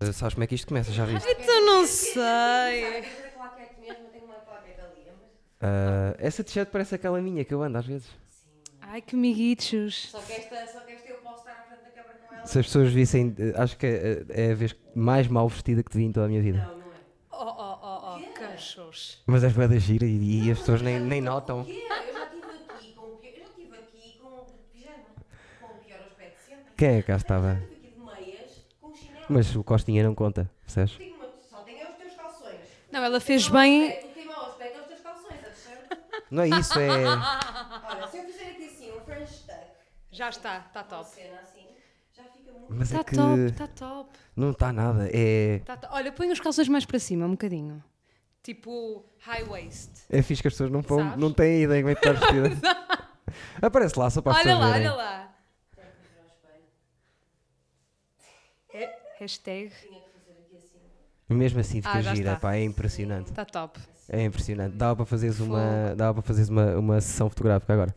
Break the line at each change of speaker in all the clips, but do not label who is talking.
Uh, Sabes como é que isto começa? Já viste?
Então não sei.
É
Uh, essa t-shirt parece aquela minha que eu ando às vezes.
Ai, que
assim.
miguichos.
Só que esta, só que esta eu posso estar à frente da câmara com ela.
Se as pessoas vissem, uh, acho que é, é a vez mais mal vestida que te vi em toda a minha vida.
Não, não é.
Oh, oh, oh, oh, cachos.
Mas és bué da gira e, e as pessoas nem, nem notam.
O quê? Eu já estive aqui com o pior, eu já estive aqui com o pijama, com o pior aspecto sempre.
Quem é que cá estava?
Eu estive aqui de meias, com chinelo.
Mas o Costinha não conta, percebes?
Tenho uma, só tenho é os teus calções.
Não, ela fez bem.
O que tem mau aspecto é os teus calções, a t-shirt.
Não é isso, é.
Olha, se eu fizer aqui assim um French tuck,
Já está, está
uma
Tá top.
cena assim, já fica muito...
Mas
Está
é que
Tá top, está top.
não está nada. É,
Tá to- Olha, põe os calções mais para cima, um bocadinho. Tipo high waist.
é fixe que as pessoas não, vão-
Sabes?
não têm ideia como é que estás vestida. Aparece lá, só para as
Olha
pessoas
lá,
verem.
olha lá. É- Hashtag.
Mesmo assim fica
Ah, já
gira,
está.
pá, é impressionante.
Está tá top.
É impressionante. Dava para fazeres uma, dava para fazeres uma, uma sessão fotográfica agora.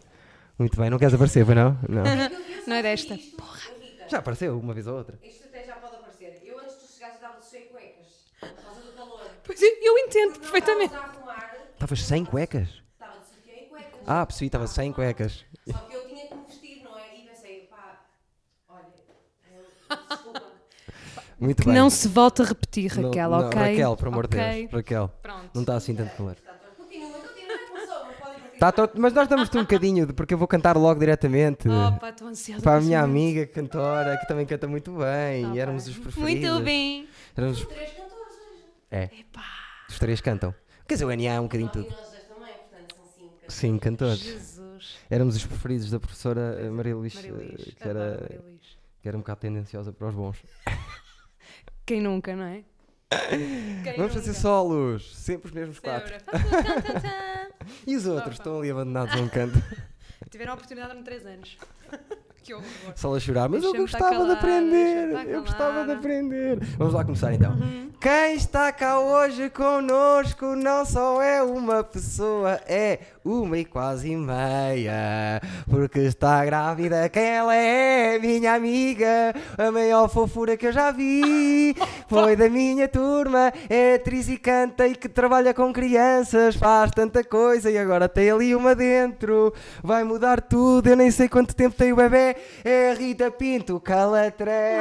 Muito bem, não queres aparecer, pois não? Não.
Não é desta.
Porra. Rita,
Já apareceu uma vez ou outra.
isto até já pode aparecer. Eu antes de tu chegares dava-te sem cuecas, por causa do calor.
Pois eu eu entendo perfeitamente.
Não estavas a arrumar,
Estavas sem cuecas?
estava de sutiã e cuecas.
Ah, percebi, estava sem cuecas.
Só que eu tinha que me vestir, não é? E pensei, pá, olha, eu- desculpa.
Muito
Que
bem.
não se volta a repetir,
Não-
Raquel,
não,
ok?
Raquel, por amor de
Ok.
Deus. Raquel, não
Pronto.
está assim tanto calor.
Continua, continua, não começou, mas podem continuar.
Tá, tô- mas nós estamos-te um bocadinho, de- porque eu vou cantar logo diretamente.
Opa, estou ansiosa.
Para a
por
minha
isso.
amiga cantora, que também canta muito bem, e éramos os preferidos.
Tá Muito bem.
Éramos os-
Três cantores hoje.
é,
Epá,
os três cantam. Quer dizer, o NA é um bocadinho
E
tudo.
nós dois também, portanto são cinco.
Sim, cantores.
Jesus.
Éramos os preferidos da professora eh, Maria Luís,
Maria Luís.
eh, que era,
adoro Maria Luís.
que era um bocado tendenciosa para os bons.
Quem nunca, não é? Quem
Vamos fazer solos, sempre os mesmos quatro.
quatro.
E os outros estão ali abandonados a um canto,
Tiveram a oportunidade há três anos. Que horror.
só a chorar. Mas eu
Deixa-me estar
gostava de
calada,
aprender,
deixa-me
eu
estar
gostava de
calada.
aprender. Vamos lá começar então. Quem está cá hoje conosco não só é uma pessoa, é uma e quase meia. Porque está grávida, quem ela é, minha amiga, a maior fofura que eu já vi. Foi da minha turma, é atriz e canta e que trabalha com crianças, faz tanta coisa e agora tem ali uma dentro. Vai mudar tudo, eu nem sei quanto tempo tem o bebê. É a Rita Pinto Calatré.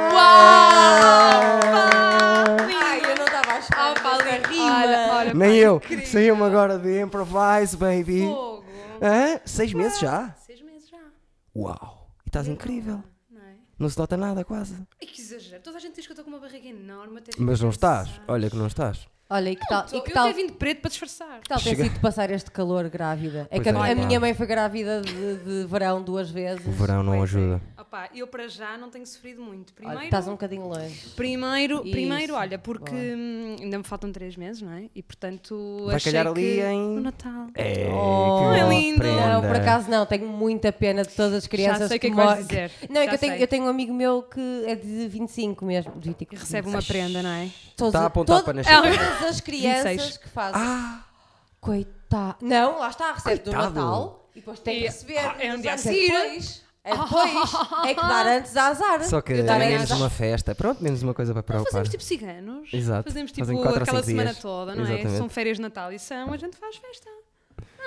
Ai, eu não estava a esperar. Ah, pá, ali, Olha, olha, pá,
Nem eu.
incrível.
Saiu-me agora de Improvise, baby.
Fogo.
Hã? Seis meses já?
Seis meses já.
Uau! E estás incrível.
Não é?
Não se nota nada, quase.
Ai, que exagero. Toda a gente diz que eu estou com uma barriga enorme. até fico
Mas não
a
estás.
pensar.
Olha que não estás.
Olha, e que tal,
Tô-
e que
eu
tal,
até vim de preto para disfarçar.
que tal tem
Chega-
sido passar este calor grávida? É
Pois
que a,
é,
a
pá.
minha mãe foi grávida de, de verão duas vezes.
O verão não
Pois é.
ajuda.
Opá, eu para já não tenho sofrido muito. Primeiro,
Olha, estás um bocadinho longe.
primeiro,
Isso,
primeiro olha, porque
boa.
hum, ainda me faltam três meses, não é? E portanto,
Vai
achei
calhar ali
que
em-
no Natal.
É,
Oh,
que
é
bela
lindo.
prenda.
Não, por acaso não, tenho muita pena de todas as crianças
sei o que é que
mor-
vais dizer.
Não, é
Já
que eu tenho,
sei.
eu tenho um amigo meu que é de 25 mesmo, 25.
E recebe uma prenda, não é?
Todas-
Está Tá a apontar
todo-
para nascer.
Todas as crianças
26.
que fazem.
Ah,
Coitado. Não, lá está, recebe
Coitado.
do Natal e depois tem
E-
que receber.
Ah, é um
uns
dia a
anos
seguir.
depois. É depois. É que dar antes a azar.
só que é
Eu dar
menos
antes a-
uma festa. Pronto, menos uma coisa para preocupar.
Fazemos tipo ciganos.
Exato.
Fazemos tipo
Fazem quatro ou
aquela
cinco
semana
dias.
toda, não
Exatamente.
é? São férias de Natal e são, a gente faz festa.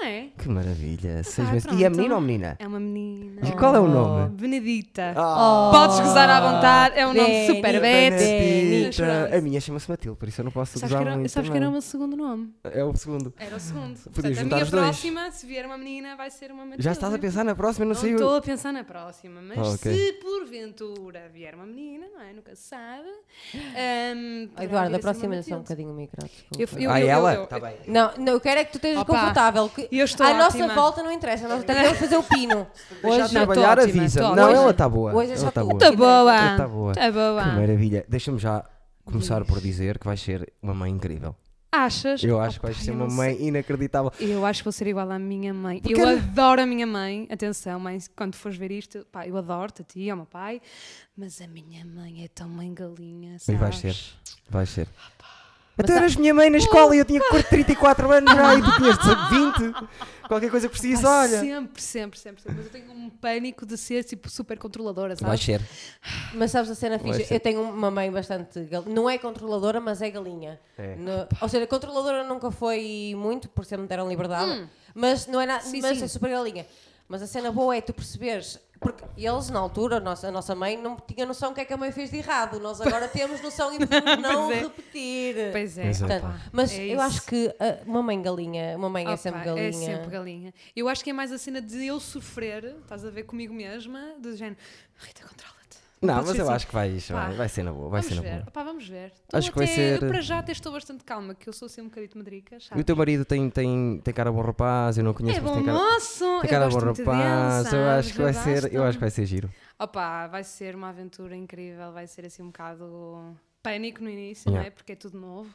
Não é?
Que maravilha. Seis
Pá,
meses. E é
pronto.
menino ou menina?
É Oh, uma menina.
E qual é o nome?
Benedita.
Ah.
Podes gozar à vontade, é um nome
Beni-
super bete.
Benedita.
Benedita.
A minha chama-se Matilde, por isso eu não posso
Sabes que
usar
era-
muito.
sabes que era o
também.
meu segundo nome?
É o segundo.
Era o segundo.
Podias
Portanto, a
juntar
minha
os dois.
próxima, se vier uma menina, vai ser uma Matilde.
Já estás a pensar na próxima? Não,
Não
sei o-
estou a pensar na próxima, mas
Ah, ok.
se porventura vier uma menina, não é? Nunca se sabe. ahm, poderá vir
Eduardo,
a ser uma
aproxima-lhe só um
Matilde.
bocadinho o micro, desculpa.
Eu- eu-
ah,
eu-
ela?
eu-
Tá bem.
Não, não, eu quero é que tu estejas
Opa,
confortável. Que
eu estou
à
ótima.
nossa volta não interessa, nós até queremos fazer o pino.
Deixa de
Hoje,
não, tô
trabalhar,
ótima,
avisa.
tô
não,
ótima.
ela está boa.
Hoje é
ela
só
está
tu-
boa.
Tá boa!
Tá boa.
Tá
Que
boa!
maravilha. Deixa-me já começar por dizer que vai ser uma mãe incrível.
Achas?
Eu acho que
Opa,
vai ser
ah, eu
uma
não
mãe inacreditável.
sei. Eu acho que vou ser igual à minha mãe.
Porque
eu
ela-
adoro a minha mãe. Atenção, mãe, quando fores ver isto, pá, eu adoro-te, a ti, ao meu pai. Mas a minha mãe é tão mãe galinha,
E
sabes? ah,
vai ser. Vai ser. Então eras minha mãe na escola e eu tinha 34 anos já e tu tinhas 20. Qualquer coisa que preciso,
Ai,
olha.
Sempre, sempre, sempre, sempre. Mas eu tenho um pânico de ser tipo super controladora,
Vai
sabes?
ser.
Mas sabes a cena
Vai
fixa?
ser.
Eu tenho uma mãe bastante. gal- Não é controladora, mas é galinha.
É.
No- ou seja, controladora nunca foi muito, por sempre me deram liberdade. Mas não é nada.
Hum. Sim,
Mas
sim.
é super galinha. Mas a cena boa é tu perceberes. Porque eles, na altura, a nossa, a nossa mãe não tinha noção do que é que a mãe fez de errado. Nós agora temos noção e podemos não
Pois é.
repetir.
Pois é.
Pois é,
opá.
Portanto,
pá.
mas
É
eu
isso.
acho que ah, uma mãe galinha, uma mãe
Opa,
é sempre galinha.
É sempre galinha. Eu acho que é mais a cena de eu sofrer, estás a ver comigo mesma, do género, Rita, controla-te.
Não,
podes
mas
ser
eu
assim.
acho que vais, vai,
Pá,
vai ser na boa, vai
vamos
ser na
ver.
boa.
Opá, vamos ver.
Acho que vai
até-
ser- eh,
Eu para já até estou bastante calma, que eu sou assim um bocadinho madrica,
E
sabes?
o teu marido tem, tem, tem cara bom rapaz, eu não conheço,
É
mas
bom
tem cara,
moço,
tem
eu
cara
gosto
bom
muito
rapaz,
dele,
eu
sabes?
acho que vai
Eu
ser, eu
gosto.
acho que vai ser giro.
Opa, vai ser uma aventura incrível, vai ser assim um bocado pânico no início, não
Yeah.
é? Porque é tudo novo.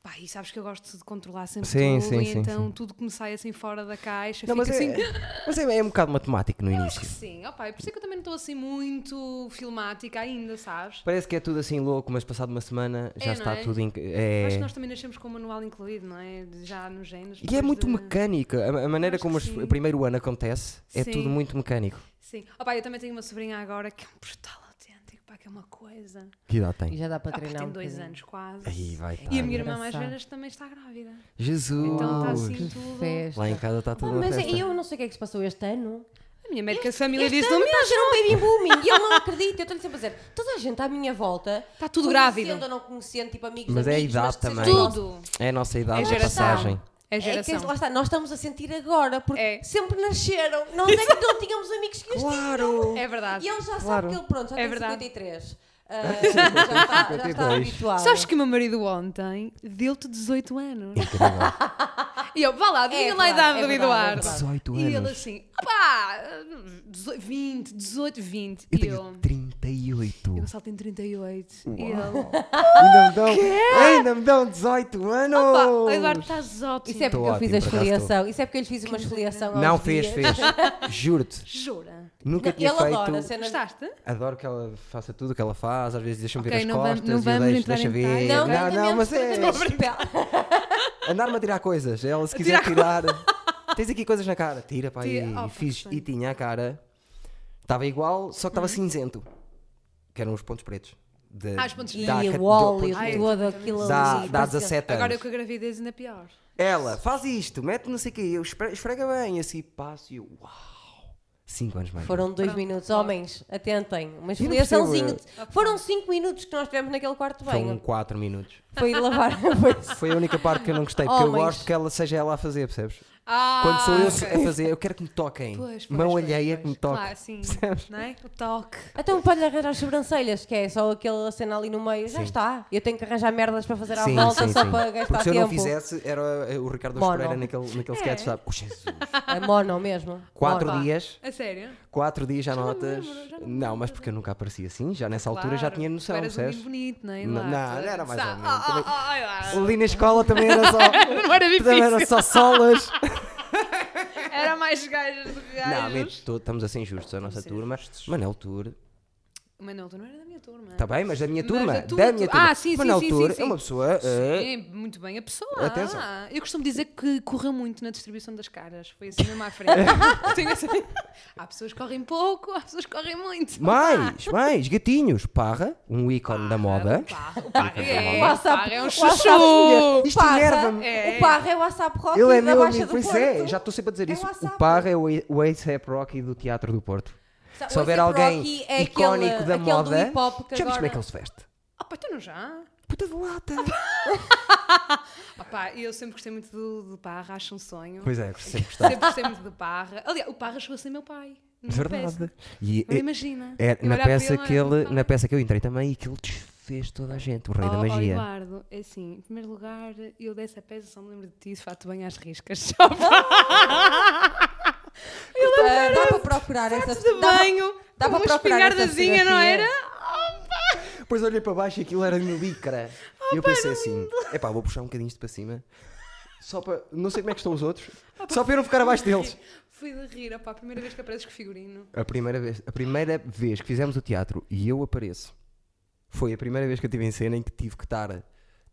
Pá, e sabes que eu gosto de controlar sempre
Sim,
tudo,
sim,
e
sim,
então
sim.
tudo que me sai assim fora da caixa,
Não, mas,
fica assim...
é, mas é, é um bocado matemático no
Acho que
início.
sim, opa, e por isso é que eu também não estou assim muito filmática ainda, sabes?
Parece que é tudo assim louco, mas passado uma semana já
É, não
está
é?
tudo. Em, é...
Acho que nós também nascemos com o manual incluído, não é? Já nos genes.
E é
depois
muito
de-
mecânica. A, a maneira
acho
como
que
os-
sim.
o primeiro ano acontece é
Sim.
tudo muito mecânico.
Sim. Opa, eu também tenho uma sobrinha agora que é um brutal autêntico, pá, que é uma coisa.
Que idade
E
tem?
já dá para
Opa,
treinar.
tem
um
dois
bocadinho.
anos quase.
Aí vai estar.
E a minha irmã mais
engraçado.
velha também está grávida.
Jesus!
Então está assim
Que
tudo.
festa.
Lá em casa está
Ah,
tudo.
mas eu não sei o que é que se passou este ano.
A minha médica de família
este
diz
ano
não
está a gerar um baby booming e eu não acredito. Eu estou-lhe sempre a dizer, toda a gente à minha volta
Está tudo
conhecendo
grávido.
ou não conhecendo, tipo amigos
Mas
de
é a
amigos,
idade
mas que seja
também.
nosso.
tudo.
É a nossa
É
idade de
geração.
passagem.
É
É que,
geração.
lá está, nós estamos a sentir agora, porque
É.
sempre nasceram. Nós é que não tínhamos amigos que os
Claro!
É
tinham.
verdade.
E ele já
Claro.
sabe que ele, pronto, já
É
tem
verdade.
53. Ah, já, está, já está
52.
habituado.
Sabes que o meu marido ontem deu-te 18 anos.
Incrível.
E eu, vá lá, diga lá a
verdade,
idade do
é
Eduardo.
verdade, é
18
E ele
anos.
assim, opá, 18, 20, 18, 20.
Eu
E eu,
tenho 38.
eu só tenho 38. E ele,
Ainda me dão, ainda me dão 18 anos!
opá, o Eduardo estás ótimo.
Isso é porque
Estou
eu
ótimo,
fiz a
por acaso
esfoliação. Isso é porque eu lhe fiz uma esfoliação aos
Não, fez, fez.
dias.
Juro-te.
Jura?
Nunca
Ele
tinha feito.
adora a cena de-
Gostaste?
Adoro que ela faça tudo o que ela faz, às vezes deixa-me
Ok,
ver as
não
costas,
vamos- não
e eu
vamos
deixo-
entrar
deixa
em
ver.
detalhes.
Não,
não, não, mas é.
é.
Andar-me a tirar coisas. É Ela se quiser tirar. Tens aqui coisas na cara. Tira, pá.
Tira.
e
Oh,
fiz.
que sonho. Uhum.
E tinha a cara. Estava igual, só que estava cinzento. Que eram os pontos pretos. De,
Ah, os pontos
E
Dá
da-
o
do-
óleo
Ai,
todo, aquilo
Dá,
ali.
dá
parece- é
17 anos.
Agora eu com a gravidez ainda pior.
Ela faz isto, mete não sei o quê, eu espre- esfrega bem, assim passo e eu. Uau! 5 anos mais.
Foram dois
Pronto.
minutos, homens, atentem. Uma
não
esfoliaçãozinha.
percebo,
Foram cinco minutos que nós tivemos naquele quarto de
Foram
banho.
4 minutos.
Foi lavar. Foi-
Foi a única parte que eu não gostei, porque eu
Homens.
gosto que ela seja ela a fazer, percebes?
Ah,
Quando sou eu a fazer, eu quero que me toquem.
Pois, pois,
Mão
pois,
alheia
pois.
que me toque.
Claro, sim. Não é? O toque.
Então pode-lhe arranjar as sobrancelhas, que é só aquela cena ali no meio. Já
Sim.
está. Eu tenho que arranjar merdas para fazer à volta só para gastar
Porque se eu
tempo.
não fizesse, era eh, o Ricardo
Mono.
Pereira naquele,
É.
naquele sketch, sabe? Oh, Jesus.
A É mono mesmo.
Quatro
Mono.
dias,
A sério?
quatro dias já notas.
lembro, já não
não,
me
mas porque eu nunca aparecia assim, já nessa altura já
Claro,
tinha noção,
tu eras um menino
percebes?
bonito, não é?
Não,
Eduardo?
não, era mais ou
Sabe?
menos,
Oh, oh,
também-
oh, Eduardo.
Ali na escola também era só.
Não era
também era
difícil.
só solas.
Era mais gajas do que
não,
gajos.
mesmo, tô- estamos a ser injustos, a nossa
ser
turma. Manel Tour,
Manel, tu não era da minha turma.
está tá bem, mas da minha
Mas
turma,
da
da,
tua
minha
tu-
turma.
Ah, sim, sim,
Manel
sim,
Tour
sim,
é uma pessoa. eh,
Sim, É muito bem a pessoa.
Atenção.
Ah, eu costumo dizer que correu muito na distribuição das caras. Foi assim mesmo à frente. Tenho essa- Há pessoas que correm pouco, há pessoas que correm muito.
Mais, mais, gatinhos. Parra, um ícone da moda.
Parra, o Parra é,
O
o
WhatsApp
Parra é um
o WhatsApp, mulher.
chuchu.
Isto
O Parra-
enerva-me.
O Parra é o WhatsApp rock
Ele é
da
meu
Baixa
amigo,
do
pois
Porto.
é, já estou sempre a dizer
É
isso.
WhatsApp.
O Parra é o A- o ASAP Rocky do Teatro do Porto.
Sa-
Se
o
houver
A$AP
alguém
Rocky é aquele-
icónico da
aquele do
moda,
hip-hop que
já viste como é
agora-
que ele se veste?
Ah, pá, tu não já?
Puta de lata!
Ah, pá, eu sempre gostei muito do, do Parra, acho um sonho.
pois é, sempre gostava.
Sempre gostei muito do Parra. Aliás, o Parra chegou a ser meu pai. numa peça.
Verdade. E,
Agora
e-
imagina.
é,
Eu
na,
olhar para
peça
ele,
que
olhar para o
ele,
Parra.
na peça que eu entrei também e que ele desfez toda a gente, o rei da
Oh, oh,
magia.
Eduardo, é assim, em primeiro lugar, eu dessa peça só me lembro de ti, de facto, bem às riscas. Só
Ah, Dá para procurar essa
de
dá para-
banho,
dá
com uma
para procurar essa
espingardazinha, não
fotografia.
era?
Depois olhei para baixo e aquilo era de licra. e eu pensei assim: epá, vou puxar um bocadinho isto para cima. Só para. Não sei como é que estão os outros. Só para eu não ficar abaixo deles.
Fui de rir, opá, a primeira vez que apareces com figurino.
A primeira, vez, a primeira vez que fizemos o teatro e eu apareço foi a primeira vez que eu estive em cena em que tive que estar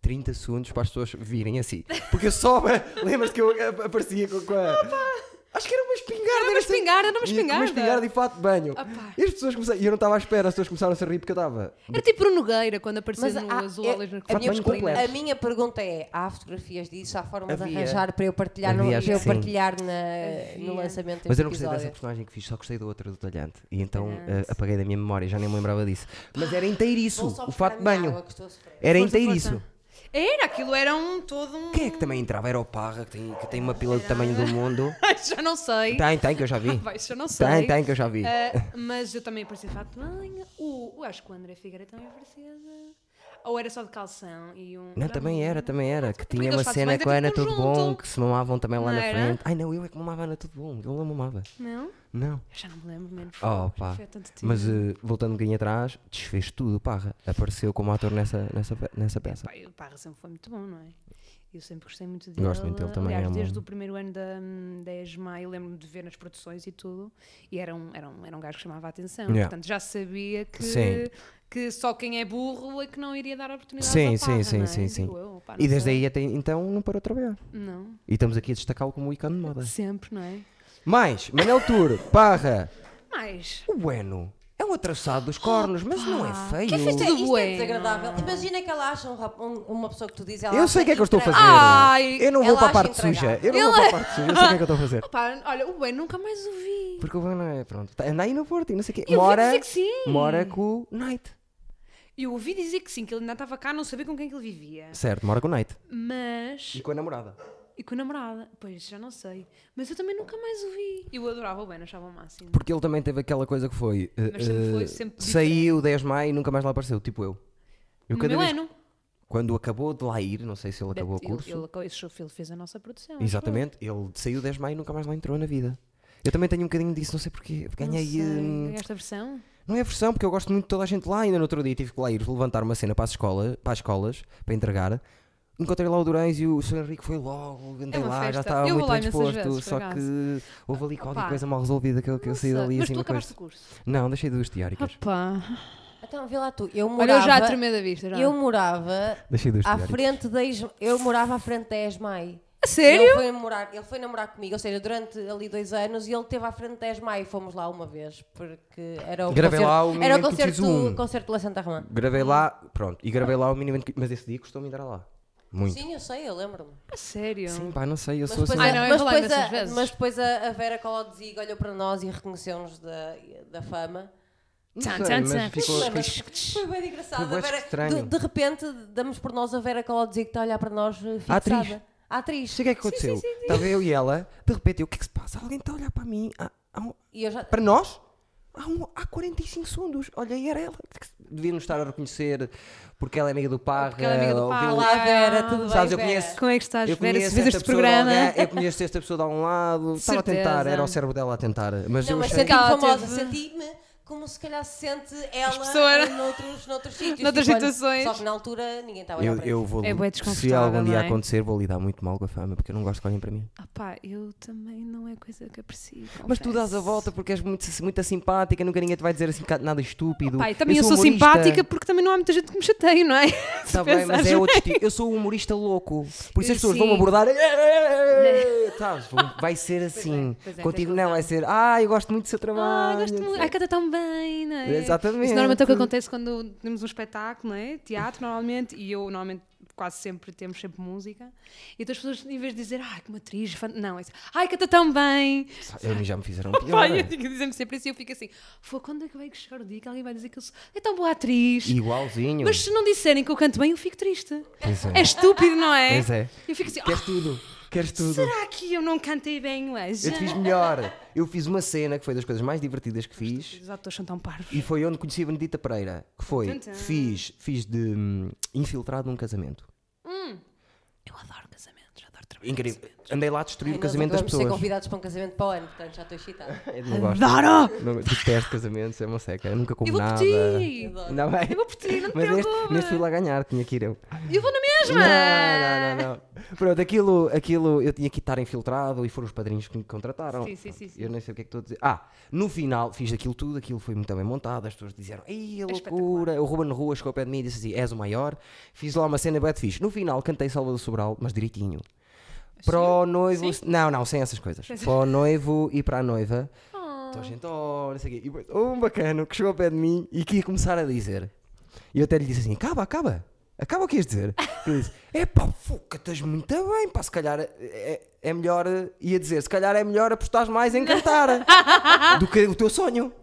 30 segundos para as pessoas virem assim. Porque eu só. Lembras que eu eh, aparecia com, com a. Acho que era uma espingarda.
Era uma
não sei-
espingarda, era uma
E- com
espingarda.
Uma espingarda e fato de banho.
Opa.
E as pessoas começaram. E eu não estava à espera, as pessoas começaram a se rir porque eu estava.
Era tipo o Nogueira quando apareceu
Mas
no
há-
azul
é-
olhos na
a, minha,
banho
pergunta-
completo.
a minha pergunta é: há fotografias disso? Há forma de
Havia.
arranjar para eu partilhar, no,
Havia, acho
para eu
que sim.
partilhar na,
Havia.
no lançamento deste
Mas eu não gostei dessa
episódio?
personagem que fiz, só gostei da outra do talhante. E então eh, apaguei da minha memória, já nem me lembrava disso. Mas era inteiriço,
Vou só
o
buscar
fato
a
de
minha
banho.
água que estou a sofrer.
Era
Força,
inteiriço.
força. Era, aquilo era um todo um.
Quem é que também entrava? Era o Parra, que tem, que tem uma pila do tamanho do mundo.
já não sei.
Tem, tem, que eu já vi.
Ah, Vai, já não sei.
Tem, tem, que eu já vi.
Ah, mas eu também aparecia de fato de banho. O, o- acho que o André Figueiredo também aparecia. de- Ou era só de calção e um.
Não, também era, também era. Que tinha
eles
uma
fazem
cena
mais é
com a
tudo
Ana Tudo Bom,
conjunto.
que se mamavam também lá
Não
na
era?
frente. Ai não, eu é que mamava a Ana Tudo Bom, eu não mamava.
Não?
Não.
Eu já não me lembro, menos.
Oh pá.
Foi há tanto tempo.
Mas eh, voltando um bocadinho atrás, desfez tudo, parra. Apareceu como ator nessa, nessa, pe- nessa peça.
Pá, e o Parra sempre foi muito bom, não é? Eu sempre gostei muito dele.
Gosto muito dele também,
Aliás,
é um-
desde o primeiro ano da, da ESMA, eu lembro-me de ver nas produções e tudo. E era um, era um, era um gajo que chamava a atenção.
Yeah.
Portanto, já sabia
Sim.
que, que só quem é burro é que não iria dar oportunidade
Sim,
ao Parra,
sim, sim,
não é?
sim, sim.
Digo eu, pá,
E
não
desde
sei.
aí até então não parou de trabalhar.
Não,
E estamos aqui a destacá-lo como um ícone de moda.
sempre, não é?
Mais, Manel Tour, parra.
Mas.
O Bueno é um atravessado dos cornos, mas não é feio.
que fez
Isto é-
tudo
isto é
bueno.
desagradável. Imagina que ela acha um rap- um- uma pessoa que tu dizes. Ela
Eu
acha
sei o que é que eu estou a fazer.
entregável.
Ai,
eu não vou
ela
para a
acha
parte suja. Eu
intragável.
não vou para a parte suja. Eu sei o que é que eu estou a fazer.
Opa, olha, o Ben nunca mais o vi.
Porque o Bueno é, pronto, tá- anda aí no Porto e não sei o quê.
Eu ouvi
mora,
dizer que sim.
mora com o Knight.
Eu ouvi dizer que sim, que ele ainda estava cá, não sabia com quem é que ele vivia.
Certo, mora com o Knight.
Mas.
E com a namorada.
E com a namorada. Pois, já não sei. Mas eu também nunca mais o vi. Eu adorava o Ben, achava o máximo.
Porque ele também teve aquela coisa que foi. eh,
Mas sempre foi,
eh,
sempre
saiu 10 de maio e nunca mais lá apareceu, tipo eu. Eu
no
cada
meu
vez-
ano.
Quando acabou de lá ir, não sei se ele acabou o
Ele-
curso.
Ele, ah, acabou- esse ele fez a nossa produção. acho
Exatamente, ele saiu 10 de maio e nunca mais lá entrou na vida. Eu também tenho um bocadinho disso, não sei porquê.
eu. Não
Ganhei.
sei.
hum,
Ganhaste a versão?
Não é versão, porque eu gosto muito de toda a gente lá. Ainda no outro dia tive que lá ir levantar uma cena para as, escola, para as escolas, para entregar. Encontrei lá o Durães e o Sr. Henrique foi logo, andei
É uma
lá, já
festa.
estava
Eu vou
muito
lá
bem
imensas
disposto.
vezes, por
só
acaso.
que houve ali qualquer
Opa.
coisa mal resolvida que eu, que eu
Não
saí
sei.
dali
Mas
assim
tu
uma
acabaste
coisa.
o curso.
Não, deixei duas diáricas.
Opa.
Então, vê lá tu.
Ah!
Eu
Olha, eu
morava.
já tremei da vista. Já.
Eu morava
Deixei duas
à
diáricas.
frente da Isma- Eu morava à frente da Esmai.
A sério?
Ele foi, namorar, ele foi namorar comigo, ou seja, durante ali dois anos, e ele esteve à frente de Esmai e fomos lá uma vez, porque era o
Gravei
concerto,
lá o
era o
Momento
concerto,
X1.
o concerto de La Santa Romã.
Gravei lá, pronto, e gravei lá o minimamente. Mas esse dia custou-me entrar lá. Muito.
Sim, eu sei, eu lembro-me.
A sério?
Sim, pá, não sei, eu
Mas
sou assim.
depois,
Ah,
a-
não, eu
mas
vou lá
depois
imensas
a,
vezes.
mas depois a, a Vera Colodesiga olhou para nós e reconheceu-nos da, da fama.
não sei,
Tchan, tchan,
mas
tchan.
ficou-
Mas- mas
fico-
Foi bem engraçado.
Foi
a
bué
Vera-
estranho.
de, de repente, damos por nós a Vera Colodesiga que está a olhar para nós eh, fixada.
atriz.
A atriz.
Sei o que é que aconteceu. Estava eu e ela, de repente, eu, o que é que se passa? Alguém está a olhar para mim? Há- há um-
E eu já...
Para nós, há, um- há 45 segundos. Olha, e era ela. Devíamos estar a reconhecer porque ela é amiga do Parra.
porque ela é amiga do
ou
Parra,
viu-
Olá, Ah,
Ah,
Vera, tudo
Sabes, eu
bem, Vera?
conheço-
Como é que estás,
Eu
Vera? Se
conheço
vês
esta
este
pessoa de
programa.
alguém- eu conheço esta pessoa de algum lado. Estava a tentar,
Certeza.
era o cérebro dela a tentar. Mas
Não,
eu
mas
achei.
senti-me famosa,
teve-
senti-me como se calhar se sente ela
pessoas-
em noutros, noutros sítios.
Noutras
tipo, olha,
situações.
Só que na altura ninguém estava a olhar
Eu,
para
eu
isso.
vou,
É bué
se
desconfortável,
algum dia
não é?
acontecer, vou lidar muito mal com a fama, porque eu não gosto que olhem para mim.
Opa, eu também não é coisa que aprecio.
Mas tu dás a volta porque és muito, muito simpática, nunca ninguém te vai dizer assim nada estúpido.
Pai, também eu sou,
humorista.
simpática porque também não há muita gente que me chateia, não é? Se
Tá bem, mas
pensares
é outro tipo. Eu sou um humorista louco. Por isso
Eu
as pessoas
sim.
vão-me abordar. "Eh, eh, eh", Sabes? Vão- Vai ser assim.
pois é,
Contigo
tens
não, vai ser. Ah, eu gosto muito do seu
Ah,
trabalho.
gosto muito. Ai, canta tão bem, não é?
Exatamente.
Isso normalmente é o que acontece quando temos um espetáculo, não é? Teatro, normalmente, e eu, normalmente, quase sempre temos sempre música. E então as pessoas, em vez de dizer, ai, que uma atriz, fan-", não, é assim, ai, canta tão bem.
Eu a mim já me fizeram pior.
Pai, eu fico dizendo sempre assim, eu fico assim, foi quando é que vai chegar o dia que alguém vai dizer que eu sou é tão boa atriz?
Igualzinho.
Mas se não disserem que eu canto bem, eu fico triste.
Pois é.
É estúpido, não é?
Pois é.
Eu fico assim,
Queres tudo. Queres
"Ah,
tudo.
será que eu não cantei bem hoje?
Eu te fiz melhor. Eu fiz uma cena que foi das coisas mais divertidas que fiz.
Os atores são tão parvos.
E foi onde conheci a Benedita Pereira. Que foi.
Tum, tum.
Fiz, fiz de hum, infiltrado num casamento.
Eu adoro casamentos, adoro trabalho.
Incrível. Andei lá a destruir o
Ai, nós
casamento das
acabamos de ser
pessoas.
convidados para um casamento para o ano, portanto já estou excitada.
Eu não gosto.
Adoro!
Não, detesto casamentos, é uma seca. Eu nunca como
Eu vou por
nada.
ti!
Ainda bem.
Eu vou por ti, não te
Mas neste,
preocupes.
neste fui lá ganhar, tinha que ir eu.
Eu vou na mesma!
Não, não, não, não. Pronto, aquilo, aquilo eu tinha que estar infiltrado e foram os padrinhos que me contrataram.
Sim, sim, sim, sim.
Eu nem sei o que é que estou a dizer. Ah, no final fiz aquilo tudo, aquilo foi muito bem montado, as pessoas disseram, ei,
É
a loucura. O Ruben Rua chegou ao pé de mim e disse assim, és o maior. Fiz lá uma cena bem fixe. No final cantei Salvador Sobral, mas direitinho. Para o noivo. Não, não, sem essas coisas. Para o noivo e para a noiva. Então a gente, oh, não sei o quê. E depois, houve um bacano que chegou ao pé de mim e que ia começar a dizer. E eu até lhe disse assim: acaba, acaba. Acaba o que ias dizer. Ele disse: é pá, foca, estás muito bem, pá, se calhar é, é melhor. eh, Ia dizer: se calhar é melhor apostares mais em cantar do que o teu sonho.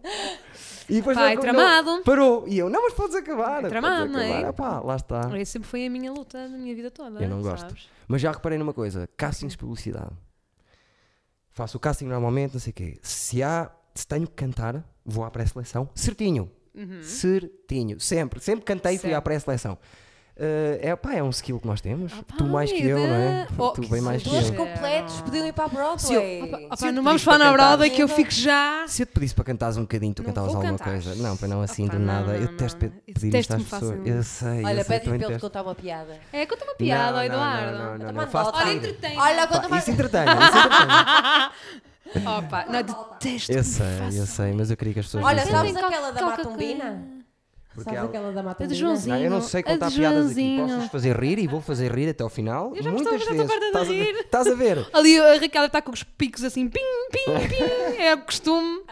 E depois
Pá,
ele
é
continuou,
tramado.
Parou. E eu: não, mas podes acabar.
É tramado,
podes acabar.
não é?
Ah, pá, lá está.
Olha, sempre foi a minha luta na minha vida toda.
Eu não gosto.
sabes? Hum.
Mas já reparei numa coisa: castings de publicidade. Faço o casting normalmente, não sei o quê. Se há, se tenho que cantar, vou à pré-seleção. Certinho.
Uhum.
Certinho. Sempre. Sempre cantei e fui à
Sempre.
pré-seleção. Uh, é, pá, é um skill que nós temos.
Ah, pá,
tu mais que eu, não é?
amiga. Oh,
tu
que
bem mais que
Dois
Sim.
eu.
completos podiam ir para a Broadway.
Opa,
Se eu
não
te
vamos
pedisse
falar
para
na
cantar-
Broadway que eu fico já.
Se eu te pedisse para cantares um bocadinho, tu
Não
cantavas
vou
alguma
cantar.
coisa. Não, para não assim
Opa,
do
não,
nada. eu
não,
detesto pe-
não. Eu
pedir isto
detesto
às
que me façam
pessoas. Eu sei.
Olha,
eu sei, também
pede para ele te
detesto.
contar uma piada.
É, conta uma piada,
não,
ó, Eduardo.
Não, não, não, não,
Uma
não. Faz
nota.
Olha,
tarde.
entretém.
Pá,
Olha, conta uma
Isso é entretém, isso entretém.
Opa, não, detesto.
Eu sei, eu sei, mas eu queria que as pessoas
Olha,
dissessem.
sabes
Cal-
aquela da
Coca-Cola.
Matumbina?
Porque
Sabes
ela-
aquela da
É de
Matumbina?
Joãozinho.
Não, eu não sei
a
contar
de
piadas aqui.
Joãozinho.
Posso fazer rir e vou fazer rir até ao final.
Eu já me estou a
muitas
ver
vezes.
esta parte a
Estás
rir. É,
Estás a ver?
Ali a Raquel está com os picos assim, pim, pim, pim. É o costume.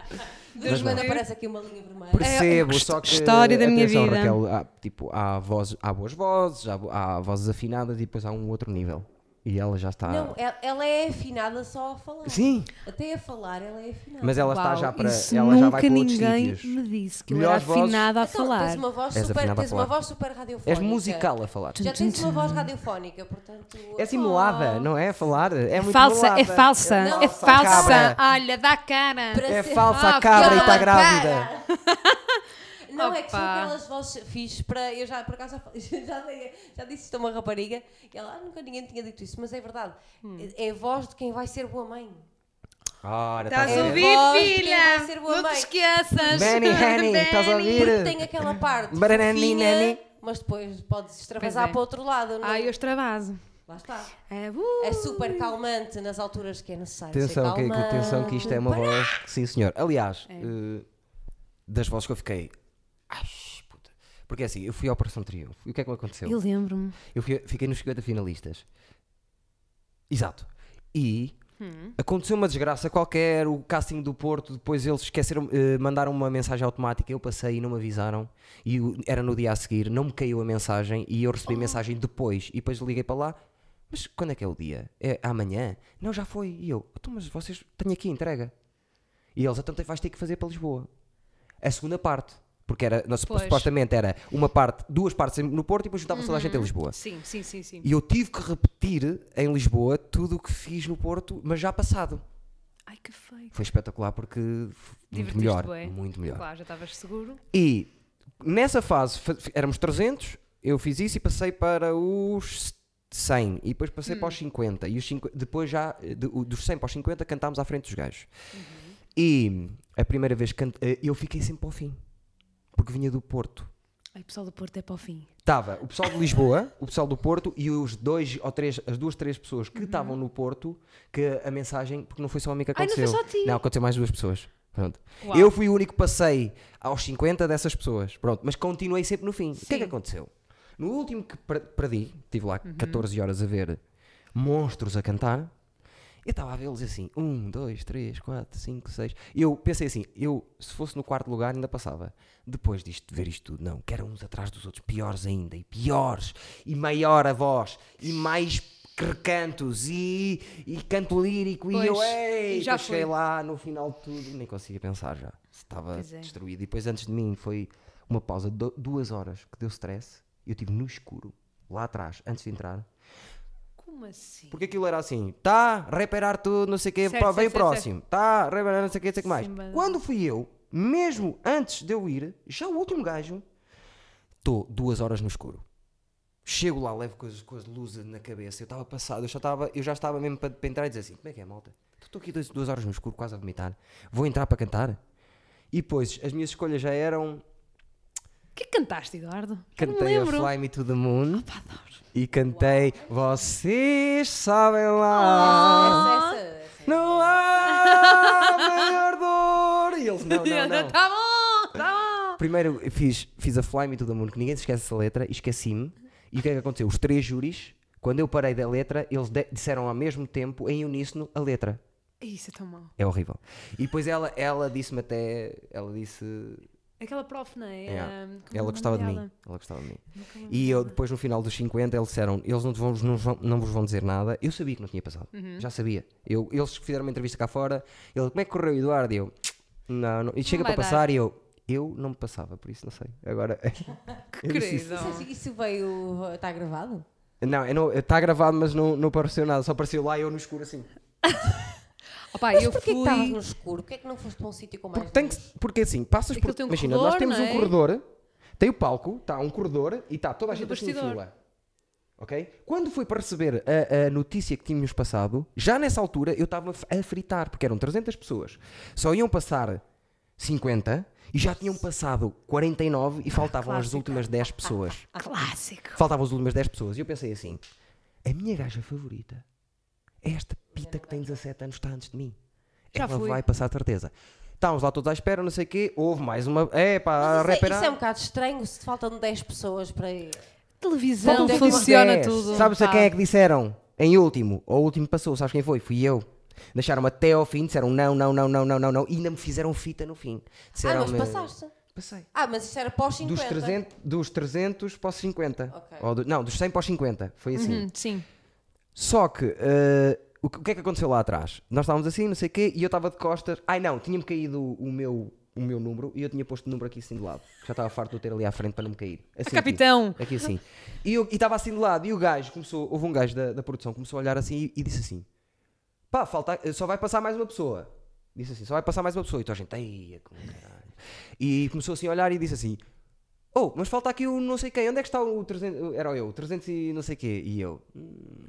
De Joana aparece aqui uma linha vermelha.
Percebo,
É,
só que.
história da minha
atenção,
vida.
Raquel, há, tipo, há, vozes, há boas vozes, há, bo- há vozes afinadas e depois há um outro nível. E ela já está.
Não, ela, ela é afinada só a falar.
Sim,
Até a falar, ela é afinada.
mas ela está
Uau,
já para.
Isso
Ela já vai
nunca
para outros
ninguém
sítios.
me disse que eu era
Melhores vozes.
afinada a
Então,
falar.
Tens uma voz
És
super,
afinada a
tens
falar.
uma voz super radiofónica.
És musical a falar.
Já tens uma voz radiofónica, portanto.
É simulada, não é? A falar. É, muito
Falsa,
molada.
é falsa,
Não,
é
só
falsa.
cabra.
Olha, dá cara.
Para
É
ser-
falsa
Ah,
a cabra e
cara,
está grávida.
Não, é que são
Opa.
aquelas vozes fixe para. Eu já, por acaso, já, já, dei- já disse isto a uma rapariga e ela, ah, nunca ninguém tinha dito isso, mas é verdade.
Hum.
É a voz de quem vai ser boa mãe.
Ora, tá
Estás
a
a
ver?
ouvir,
Voz de quem vai
filha?
ser boa
Não te
mãe.
esqueças.
Benny Henning,
Benny.
estás a ouvir?
Porque tem aquela parte.
Baranani, nani.
Fofinha, mas depois podes extravasar
Pois é.
para o outro lado, não
Ai, eu extravaso.
Lá está.
É, uh,
É super calmante nas alturas que é necessário.
Atenção
ser
que, que-
calmante.
atenção que isto é uma voz. Sim, senhor. Aliás, eh, das vozes que eu fiquei. Ai, puta. Porque é assim, eu fui à Operação Triunfo. E o que é que me aconteceu?
Eu lembro-me.
Eu fui- fiquei nos 50 finalistas. Exato. E aconteceu uma desgraça qualquer, o casting do Porto, depois eles esqueceram, eh, mandaram uma mensagem automática, eu passei e não me avisaram. E o- era no dia a seguir, não me caiu a mensagem e eu recebi a mensagem depois. E depois liguei para lá. Mas quando é que é o dia? É amanhã? Não, já foi. E eu, então, mas vocês têm aqui a entrega. E eles, então te- vais ter que fazer para Lisboa. A segunda parte. Porque era, nós,
Pois.
supostamente era uma parte, duas partes em- no Porto e depois juntava-se toda a gente em Lisboa.
Sim, sim, sim, sim.
E eu tive que repetir em Lisboa tudo o que fiz no Porto, mas já passado.
Ai, que feio.
Foi espetacular porque f- muito
Divertiste-te
melhor,
bué.
muito melhor.
Claro, já estavas seguro.
E nessa fase fa- f- éramos 300, eu fiz isso e passei para os 100 e depois passei
Hum.
para os 50 e os 50 depois já eh, de- o- dos 100 para os 50 cantámos à frente dos gajos.
Uhum.
E a primeira vez que cant- eh, eu fiquei sempre ao fim. Porque vinha do Porto.
Ai, pessoal do Porto é para o fim.
Estava o pessoal de Lisboa, o pessoal do Porto e os dois ou três, as duas, três pessoas que estavam no Porto, que a mensagem, porque não foi só a mim que
Uhum. Ai, não foi
aconteceu.
só a ti.
Não, aconteceu mais duas pessoas. Pronto.
Uau.
Eu fui o único que passei aos 50 dessas pessoas. Pronto, mas continuei sempre no fim. O que é que
Sim. Uhum.
aconteceu? No último que per- perdi, estive lá 14 horas a ver monstros a cantar. Eu estava a vê-los assim, um, dois, três, quatro, cinco, seis. Eu pensei assim, eu se fosse no quarto lugar ainda passava. Depois disto, de ver isto tudo, não, que eram uns atrás dos outros, piores ainda, e piores, e maior a voz, e mais recantos, e, e canto lírico, e eu,
Pois,
ei,
e já
depois cheguei
foi.
lá no final de tudo, nem conseguia pensar já, estava
Pois é.
destruído. E depois antes de mim foi uma pausa de do- duas horas que deu stress, eu estive no escuro, lá atrás, antes de entrar,
Como assim?
porque aquilo era assim, tá, reparar tudo, não sei o quê,
Certo,
pá,
certo,
vem o
certo,
próximo, tá, reparar não sei o quê, não sei o que mais.
Sim, mas-
Quando fui eu, mesmo antes de eu ir, já o último gajo, estou duas horas no escuro. Chego lá, levo com as, com as luzes na cabeça, eu estava passado, eu já estava, eu já estava mesmo para, para entrar e dizer assim, como é que é, malta? Estou aqui dois- duas horas no escuro, quase a vomitar, vou entrar para cantar? E depois, as minhas escolhas já eram,
O que é que cantaste, Eduardo? Eu não me
cantei a
lembro. Ah,
Fly Me To The Moon,
Pá, adoro.
e cantei Vocês sabem
Ah.
lá
Essa, essa, essa.
Não há maior dor E eles, não, não, não
Tá bom, tá bom.
Primeiro eu fiz, fiz a Fly Me to the Moon, que ninguém se esquece dessa letra, e esqueci-me. E o que é que aconteceu? Os três júris, quando eu parei da letra, eles de- disseram ao mesmo tempo, em uníssono, a letra.
Isso é tão mau.
É horrível. E depois ela, ela disse-me até. Ela disse.
Aquela prof, não é?
é,
Ahm, como é o
ela
nome
gostava de
dela?
mim. Ela gostava de mim. E eu, depois, no final dos 50, eles disseram: Eles não, te vão, não, vão- não vos vão dizer nada. Eu sabia que não tinha passado.
Uhum.
Já sabia. Eu, eles fizeram uma entrevista cá fora. Ele, como é que correu, Eduardo? E eu, não, não. E chega
vai
para
dar.
passar e eu. Eu não me passava, por isso não sei. Agora.
Que
Eu disse isso.
querido.
Isso, isso veio. Está gravado?
Não, está gravado, mas não, não apareceu nada, só apareceu lá e eu no escuro assim.
Opa,
Mas
eu
porquê
fui.
que estavas no escuro? Porquê que não foste para um sítio com mais
Porque, tem que, porque assim, passas
Aquilo
por.
tem um
imagina,
corredor,
nós temos
não
um
é?
corredor, tem o palco, está um corredor e está toda a
Do
gente assim em
bastidor.
fila. Ok? Quando fui para receber a, a notícia que tínhamos passado, já nessa altura eu estava a fritar, porque eram 300 pessoas. Só iam passar 50 e já tinham passado 49 e faltavam as
Clássico.
últimas 10 pessoas.
Ah, Clássico.
Faltavam as últimas 10 pessoas. E eu pensei assim: a minha gaja favorita é esta pita que tem 17 anos, está antes de mim. É
Já
Ela
fui.
vai passar de certeza. Estávamos lá todos à espera, não sei o quê. Houve mais uma. É pá, a
Mas isso, é, isso é um
rapera.
bocado estranho se faltam 10 pessoas para ir.
Televisão
Faltam
funciona
10.
tudo.
Sabes a
Pá.
quem é que disseram? Em último, ou o último passou, sabes quem foi? Fui eu. Deixaram-me até ao fim, disseram não, não, não, não, não, não, não, e ainda me fizeram fita no fim.
Ah,
Disseram
mas passaste.
Passei.
Ah, mas isso era pós 50.
Dos 300, dos 300 para os 50.
Ok. Uhum.
Ou do- não, dos 100 para os 50. Foi assim.
Hum, sim.
Só que, eh, o, que o que é que aconteceu lá atrás? Nós estávamos assim, não sei o quê, e eu estava de costas. Ai não, tinha-me caído o, o meu, o meu número e eu tinha posto o número aqui assim de lado. Já estava farto de o ter ali à frente para não me cair. Assim,
capitão!
Aqui, aqui assim. E eu- e estava assim de lado, e o gajo começou, houve um gajo da, da produção, começou a olhar assim e, e disse assim: pá, falta, só vai passar mais uma pessoa. Disse assim: só vai passar mais uma pessoa. E toda a gente, ai, como caralho. E começou assim a olhar e disse assim: Oh, mas falta aqui o não sei quem, onde é que está o 300? Era eu, o 300 e não sei quê. E eu,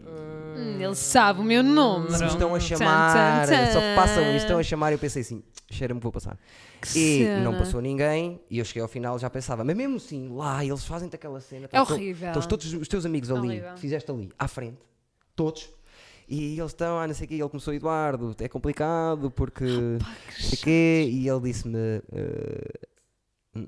Hum, Ele sabe o meu nome.
se me estão a chamar, é
Tan, tan, tan.
só passam e estão a chamar. E eu pensei assim, cheira-me que vou passar.
Que
E
cena.
não passou ninguém. E eu cheguei ao final já pensava, mas mesmo assim, lá eles fazem-te aquela cena.
É
estão to-
horrível.
Estão todos os teus amigos ali,
Horrível.
que fizeste ali, à frente, todos. E eles estão, ah, não sei o quê. E ele começou, Eduardo, é complicado porque.
que
não sei o quê. E ele disse-me. "Eh,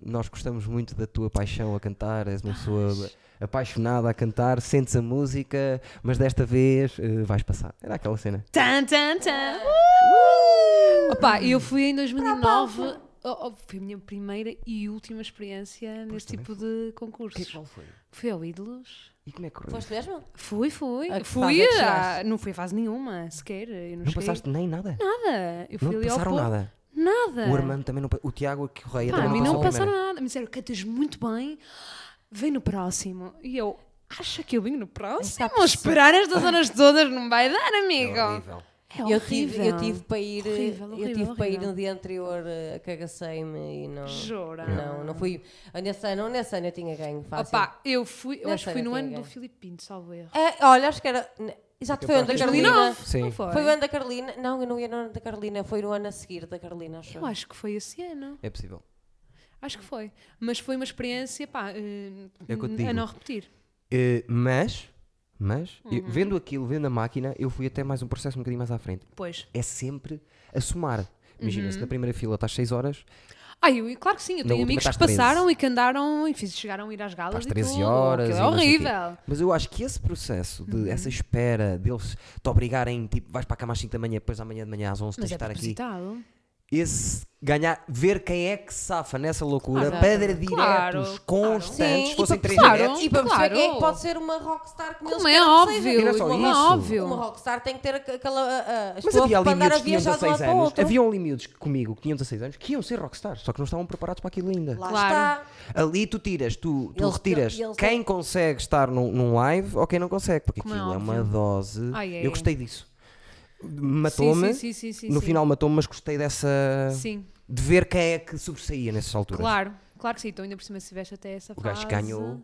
nós gostamos muito da tua paixão a cantar, és uma pessoa apaixonada a cantar, sentes a música, mas desta vez eh, vais passar. Era aquela cena.
Tan, tan, tan.
Uh!
Opa, eu fui em 2009. oh, oh, foi a minha primeira e última experiência nesse tipo de concursos.
foi?
Fui ao Ídolos.
E como é que correu?
Foste mesmo?
Fui, fui.
A que fase
fui.
é que
a-
chegaste?
não fui a fase nenhuma, sequer. Eu
Não
não, cheguei
passaste nem nada?
nada. Eu fui
Não te
ali ao
passaram
povo.
nada.
Nada.
O Armando também não pa- O Tiago Correia
Pá, a
também
mim
não
não
passou. a primeira.
passaram nada. Me disseram, cantas muito bem, vem no próximo. E eu, acha que eu vim no
é
próximo? Vou esperar estas horas todas, não vai dar, amigo.
É horrível.
É
eu tive, eu tive para ir,
Horrível,
eu
horrível,
tive para ir
horrível.
no dia anterior, eh, cagacei-me e não.
Jura?
Não, não fui. Ah, Nesse ano, nesse ano eu tinha ganho fácil.
Opá, eu fui, eu
Não
acho que
sei,
fui
não
no
tenho
ano do
ideia.
Filipe Pinto, salvo erro.
É, olha, acho que era. n- Exato, foi o ano da Carolina.
2009,
Sim.
não foi?
Foi o ano da Carolina. Não, eu não ia no ano da Carolina, foi no ano a seguir da Carolina, acho.
Eu acho que foi esse ano.
É possível.
Acho que foi. Mas foi uma experiência, pá, eh,
É o que eu te digo.
a não repetir.
Eh, mas, mas eu-
Uhum.
vendo aquilo, vendo a máquina, eu fui até mais um processo um bocadinho mais à frente.
Pois.
É sempre a somar. Imagina,
Uhum.
se na primeira fila estás 6 horas,
Ah, eu, claro que sim, eu
Na
tenho
última
amigos que
estás 13.
passaram e que andaram e fiz, chegaram a ir às galas
estás
e
13
tudo.
horas.
Aquilo
e
é
não sei o quê.
horrível. Uhum.
Mas eu acho que esse processo, de essa espera deles te obrigarem, tipo, vais para a cama às 5 da manhã, depois amanhã de manhã às 11 tens
Mas
de
é
estar aqui.
propositado.
esse ganhar, ver quem é que safa nessa loucura
Claro.
para diretos
Claro, claro.
constantes,
Sim,
fossem
e para
três
claro.
diretos.
E para perceber
Claro.
quem é que pode ser uma rockstar como,
Como
eles
é
querem que seja.
óbvio,
E não é só isso.
como é óbvio.
Uma rockstar tem que ter aqu- aquela. a- a-
Mas
estofo
havia ali
para andar
miúdos
a
que tinham
viajar de um
16
lado para o
anos,
outro.
havia ali miúdos comigo que tinham 16 anos que iam ser rockstars, só que não estavam preparados para aquilo ainda.
Lá
Claro.
está.
Ali tu tiras, tu, tu
Eles-
retiras
eles-
quem consegue estar num, num live ou quem não consegue, porque
é- Como é
aquilo é, uma
óbvio.
dose.
Ai, ai,
Eu
ai.
gostei disso. Matou-me,
Sim, sim, sim, sim, sim,
no
sim.
final matou-me, mas gostei dessa.
Sim.
de ver quem é que sobressaía nessas alturas.
Claro, claro que sim. Então ainda por cima se tiveste até essa
O
fase.
gajo ganhou.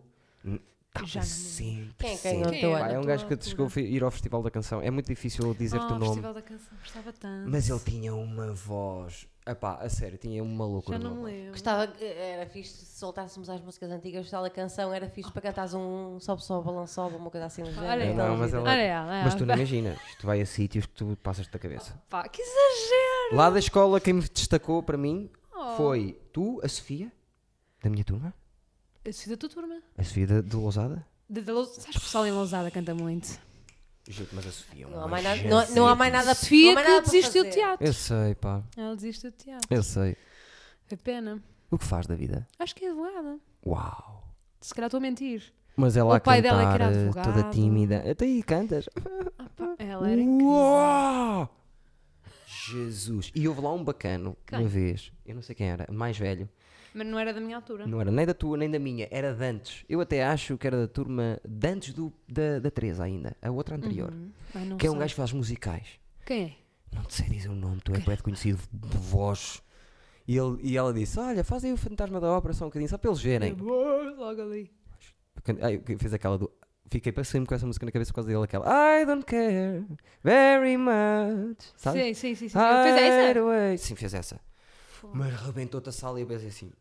Tá
Já não me lembro.
sempre.
Quem é que ganhou
sempre.
Quem era
Pá, é um
na
gajo
tua
que chegou a
altura?
fi- ir ao Festival da Canção. É muito difícil eu dizer-te
Ah,
o
o
nome.
Festival da Canção, gostava tanto.
Mas ele tinha uma voz. Epá, a sério, tinha uma loucura.
Já não
numa
me
voz.
lembro.
Gostava, eh, era fixe se soltássemos as músicas antigas, gostava da canção, era fixe para cantares um sobe, sobe, balão, sobe, uma coisa assim. do género.
ela.
É, Não, mas ela-
Olha então, ela,
Mas tu
ela.
não imaginas, tu vai a sítios que tu passas-te da cabeça.
Pá, que exagero!
Lá da escola, quem me destacou para mim
Oh.
foi tu, a Sofia, da minha turma,
Eu sou da tua turma.
a Sofia de, de Lousada.
De, de, Lous- sabes que o pessoal em Lousada canta muito.
Gente, mas a Sofia é uma
Não há mais nada,
gente.
não, não há mais nada
Sofia
não há mais
que
nada para
desistiu do
fazer.
teatro.
Eu sei, pá,
Ela desistiu do teatro.
eu sei.
Foi pena.
O que faz da vida?
Acho que é advogada.
Uau!
Se calhar estou a mentir.
Mas ela
O
a
pai
cantar,
dela é que era
eh, toda
advogado.
tímida. Até aí cantas.
Ah, pá, ela era
Uau! Jesus! E houve lá um bacano, uma vez, eu não sei quem era, mais velho,
Mas não era da minha altura.
Não era nem da tua, nem da minha, era de antes. Eu até acho que era da turma de antes do, da, da Teresa ainda, a outra anterior.
Ai, Uhum. Hum. Ah, não
Que é um
sei.
gajo que faz musicais.
Quem é?
Não te sei dizer o nome, tu é poeta conhecido de voz. E, ele, e ela disse: Olha, faz aí o fantasma da ópera só um bocadinho, só para eles verem.
Boa, Logo ali.
Porque- ai, que fez aquela do. Fiquei para sempre com essa música na cabeça por causa dele, aquela I don't care very much. Sabes?
Sim, sim, sim. sim. Eu fiz essa.
Hideaway. Sim, fez essa. Mas rebentou-te a sala e eu pensei assim: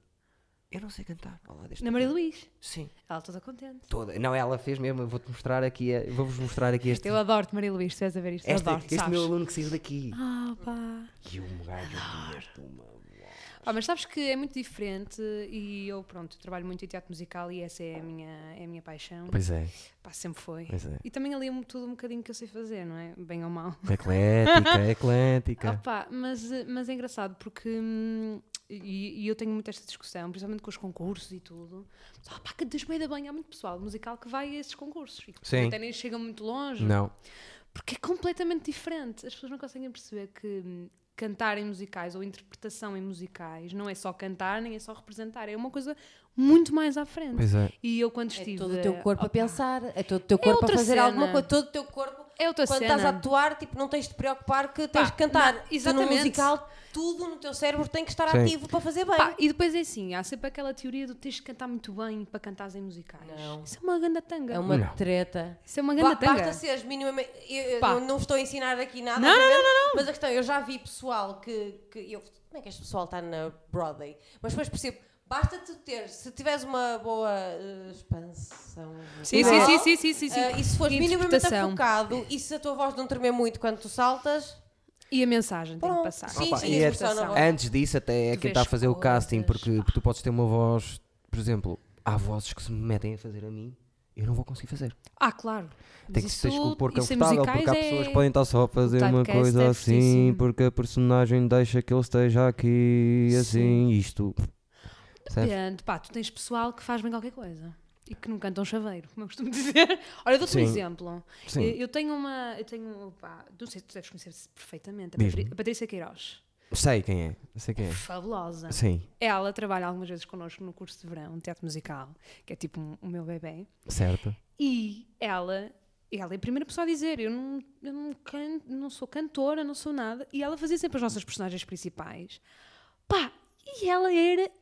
Eu não sei cantar. ao lado deste
Na Maria
bacana."
Luís.
Sim.
Ela toda contente.
Toda. Não, ela fez mesmo. Eu vou-te mostrar aqui. a- eu Vou-vos mostrar aqui este.
Eu adoro-te, Maria Luís. Tu és a ver isto.
este,
adoro-te,
este
sabes?
meu aluno que saiu daqui.
Ah, pá.
E um gajo
Ah,
tinha uma.
Pá, mas sabes que é muito diferente e eu, pronto, eu trabalho muito em teatro musical e essa é a minha, é a minha paixão.
Pois é,
Pá, sempre foi.
pois é.
E também ali é tudo um bocadinho que eu sei fazer, não é? Bem ou mal.
Eclética, eclética.
Opa, mas, eh, mas é engraçado porque. hum, e, e eu tenho muito esta discussão, principalmente com os concursos e tudo. Pessoal, pá, que desmeida bem. Há muito pessoal musical que vai a esses concursos e que
Sim.
até nem chegam muito longe.
Não.
Porque é completamente diferente. As pessoas não conseguem perceber que hum, cantar em musicais ou interpretação em musicais não é só cantar, nem é só representar. É uma coisa muito mais à frente.
Pois é.
E eu quando
É
estive.
todo o teu corpo a
opa,
pensar, é todo o teu corpo a
outra
fazer
cena.
alguma coisa, todo o teu corpo.
É outra
Quando
cena.
estás a atuar, tipo, não tens de te preocupar que tens
Pá,
de cantar.
não,
Tu no
exatamente.
musical, tudo no teu cérebro tem que estar
Sim.
ativo para fazer bem.
Pá, e depois é assim, há sempre aquela teoria do tens de cantar muito bem para cantares em musicais.
Não.
Isso é uma ganda tanga.
é uma
Não.
treta.
Isso é uma
Ba-
ganda tanga.
basta seres minimamente. Eu, eu
Pá.
não, não estou a ensinar aqui nada.
Não, não,
obviamente, Mas a questão, é, eu já vi pessoal que. que eu, como é que este pessoal está na Broadway? Mas depois percebo, basta tu ter, se tiveres uma boa eh, expansão.
Sim,
vocal,
sim, sim, sim, sim, sim,
eh,
sim.
e se fores minimamente
Interpretação.
focado, e se a tua voz não tremer muito quando tu saltas,
E a mensagem tem que
Pronto.
passar.
Sim,
Opa,
sim,
e
a
é-
expressão na voz.
antes disso, até é
Tá Tu
quem
vês
está a fazer o casting,
coisas,
porque tu podes ter uma voz, por exemplo, há vozes que se me metem a fazer a mim. Eu não vou conseguir fazer.
Ah, claro.
Tem
Mas
que
isso-
se tens que o pôr
isso em
confortável, porque há
musicais
pessoas
é-
que podem estar só a fazer uma
podcast
coisa
é
assim,
fortíssimo.
porque a personagem deixa que ele esteja aqui, assim, isto. Percebes?
Depende. Pá, tu tens pessoal que faz bem qualquer coisa. E que não canta um chaveiro, como eu costumo dizer. Olha, eu dou-te um
Sim.
exemplo.
Sim.
Eu eu tenho uma. Eu tenho. Pá, não sei, tu deves conhecer perfeitamente. A, Patri-
Diz-me.
a Patrícia Queiroz.
Sei quem é, sei quem é.
Fabulosa.
Sim,
Ela trabalha algumas vezes connosco no curso de verão, de teatro musical, que é tipo um- o meu bebê.
certo.
E ela, ela é a primeira pessoa a dizer: Eu não, eu não, can, não sou cantora, não sou nada. E ela fazia sempre as nossas personagens principais. Pá, e ela era
Mas,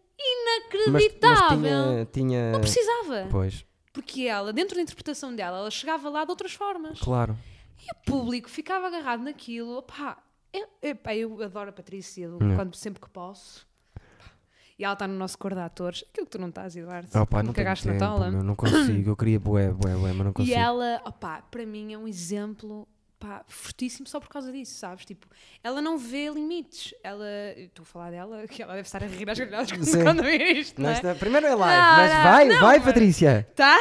mas
inacreditável!
tinha. tinha...
Não precisava.
Pois,
Porque ela, dentro da interpretação dela, ela chegava lá de outras formas.
claro.
E o público ficava agarrado naquilo. Pá, eu, eu, pá, eu adoro a Patrícia eu-
Hum.
quando, sempre que posso. Pá, E ela está no nosso cor de atores. Aquilo que tu não estás, Eduardo.
Ah, pá,
me
não tenho
cagaste na
tempo,
tola.
meu, não consigo. Eu queria bué, bué, bué, mas não
E
consigo.
ela, opá, para mim é um exemplo pá, fortíssimo só por causa disso, sabes? Tipo, ela não vê limites. Ela, eu estou a falar dela, que ela deve estar a rir às gargalhadas
Sim.
quando, quando vê isto, não
Não,
é?
isto é- Primeiro é live,
Não,
mas
não,
vai,
não,
vai,
mas-
Patrícia.
Tá?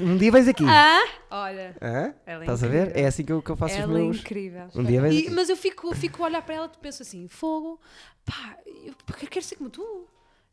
Um dia vais aqui.
Ah, olha,
Hã?
Ela é
Estás a ver?
incrível.
É assim que eu, que eu faço os
ela é
meus.
incrível.
Um dia vais
E-
aqui.
mas eu fico, fico a olhar para ela e penso assim, fogo, pá, eu eu quero ser como tu.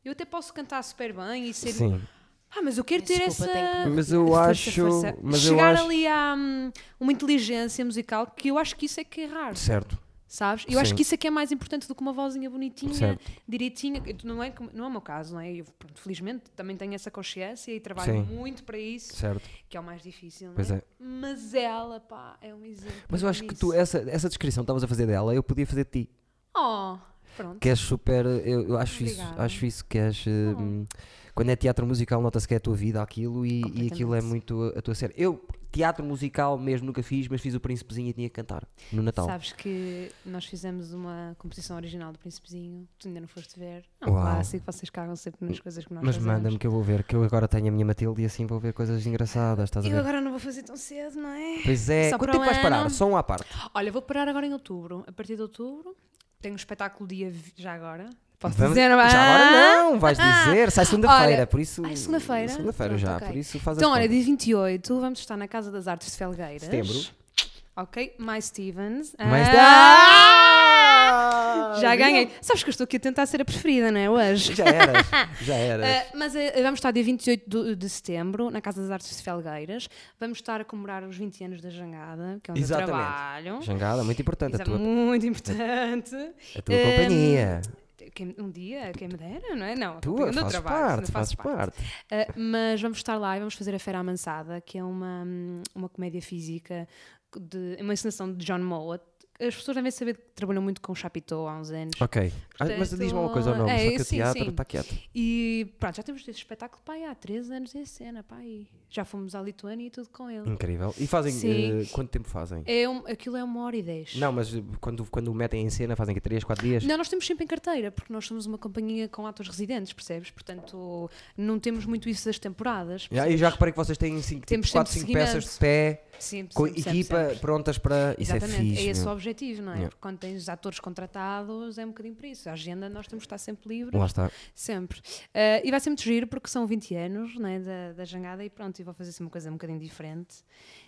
Eu até posso cantar super bem e ser...
Sim.
Ah, mas eu quero ter
Desculpa,
essa...
tenho
Mas eu
força,
acho.
força.
Mas eu
Chegar
acho.
ali a hum, uma inteligência musical que eu acho que isso é que é raro.
Certo.
Sabes? Eu acho
Sim.
que isso é que é mais importante do que uma vozinha bonitinha,
Certo.
direitinha. que Não é, como- não é o meu caso, não é? Eu, pronto, felizmente, também tenho essa consciência e trabalho
Sim.
muito para isso,
Certo.
que é o mais difícil, não
Pois
é?
é.
Mas ela, pá, é um exemplo.
Mas eu acho que
disso.
tu, é- essa, essa descrição que estavas a fazer dela, eu podia fazer de ti.
Oh, pronto.
Que és super. Eu, eu acho isso.
Obrigada.
Acho isso que és. eh, hum, Quando é teatro musical, nota-se que é a tua vida aquilo e, e aquilo é
Completamente.
muito a, a tua série. Eu, teatro musical mesmo nunca fiz, mas fiz o Príncipezinho e tinha que cantar no Natal.
Sabes que nós fizemos uma composição original do Príncipezinho, tu ainda não foste ver. É
Uau.
um clássico, vocês cagam sempre nas coisas que nós
Mas
fazemos.
manda-me que eu vou ver, que eu agora tenho a minha Matilde e assim vou ver coisas engraçadas, estás a
Eu
ver?
agora não vou fazer tão cedo, não é?
Pois é,
Só
quanto
para
tempo
um
vais parar?
ano.
Só um à parte.
Olha, vou parar agora em outubro. A partir de outubro tenho um espetáculo dia vi- já agora. Posso
Vamos-
dizer, não é?
Já agora não, vais
Ah!
dizer. Sai segunda-feira, é
Olha,
por isso.
ai, segunda-feira?
Segunda-feira
Pronto,
já,
ok.
por isso faz
Então,
as
olha,
contas.
dia 28 vamos estar na Casa das Artes de Felgueiras.
Setembro.
Ok, mais Stevens.
Mas.
Ah!
Ah!
Já ganhei. Sabes que eu estou aqui a tentar ser a preferida, não é? Hoje.
Já eras, já eras.
Ah, mas ah, vamos estar dia 28 do- de setembro na Casa das Artes de Felgueiras. Vamos estar a comemorar os 20 anos da Jangada, que é onde
Exatamente.
eu trabalho.
Jangada, muito importante
Isso
a
é
tua,
muito importante.
a tua
Ahm,
companhia.
Quem- um dia, quem me dera, não é? Não, a
Tua,
companhia onde eu
fazes
trabalho,
parte,
não
fazes
faço
parte.
Uh, mas vamos estar lá e vamos fazer a Fera Amansada, que é uma, hum, uma comédia física, de, uma encenação de John Mowat. As pessoas devem saber que trabalhou muito com o Chapitou há uns anos.
Ok. Ah, mas
Portanto,
diz-me uma coisa ou não,
é,
só que o
sim,
teatro
sim.
está quieto.
E pronto, já temos esse espetáculo pá, aí há 13 anos em cena, pá, aí. já fomos à Lituânia e tudo com ele.
Incrível. E fazem.
Sim.
eh, quanto tempo fazem?
É um- aquilo é uma hora e dez.
Não, mas eh, quando, quando o metem em cena fazem 3, 4 dias?
Não, nós temos sempre em carteira, porque nós somos uma companhia com atores residentes, percebes? Portanto, não temos muito isso das temporadas.
Já, Ah, e
percebes?
já reparei que vocês têm 4,
Temos
5
sempre
peças de pé,
Sempre,
com
sempre, sempre,
equipa
sempre.
prontas para. Isso
Exatamente,
é fixe.
esse
meu.
o objetivo, não é?
Yeah.
Porque quando tens atores contratados é um bocadinho por isso. A agenda nós temos que estar sempre livres,
Lá está.
sempre. Eh, e vai ser muito giro porque são 20 anos não é, da, da jangada e pronto, e vou fazer assim uma coisa um bocadinho diferente.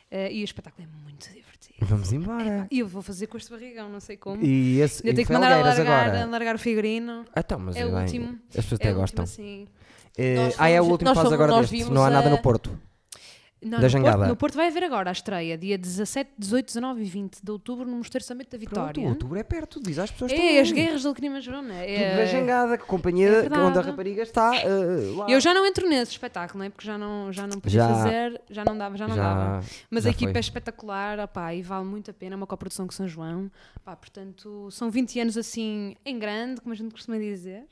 Eh, e o espetáculo é muito divertido.
Vamos embora.
E eu vou fazer com este barrigão, não sei como.
E esse.
Ainda
e
tenho que mandar
Felgueiras
alargar,
agora.
alargar o figurino.
Ah, então, mas
É o
bem,
último.
As pessoas
É
até
o último,
gostam.
assim.
Eh,
Nós
ah, é o
fomos-
último
nós
que faz
fomos-
agora
nós
deste.
vimos
Não há nada
a-
no Porto.
Não,
Da
no,
Jangada.
Porto, no Porto vai haver agora a estreia, dia 17, 18, 19 e 20 de outubro, no Mosteiro Samento da Vitória.
Pronto, outubro é perto, diz às pessoas.
É, as guerras da Alcrema Verona.
Tudo da
É,
jangada, que a companhia
É
que onde a
verdade.
rapariga está eh, lá.
Eu já não entro nesse espetáculo, não é? Porque já não, já não podia
Já.
fazer, já não dava, já não
Já-
dava. Mas
já
a equipa
foi.
é espetacular, opá, e vale muito a pena, é uma coprodução com São João. Opá, portanto, são 20 anos assim em grande, como a gente costuma dizer.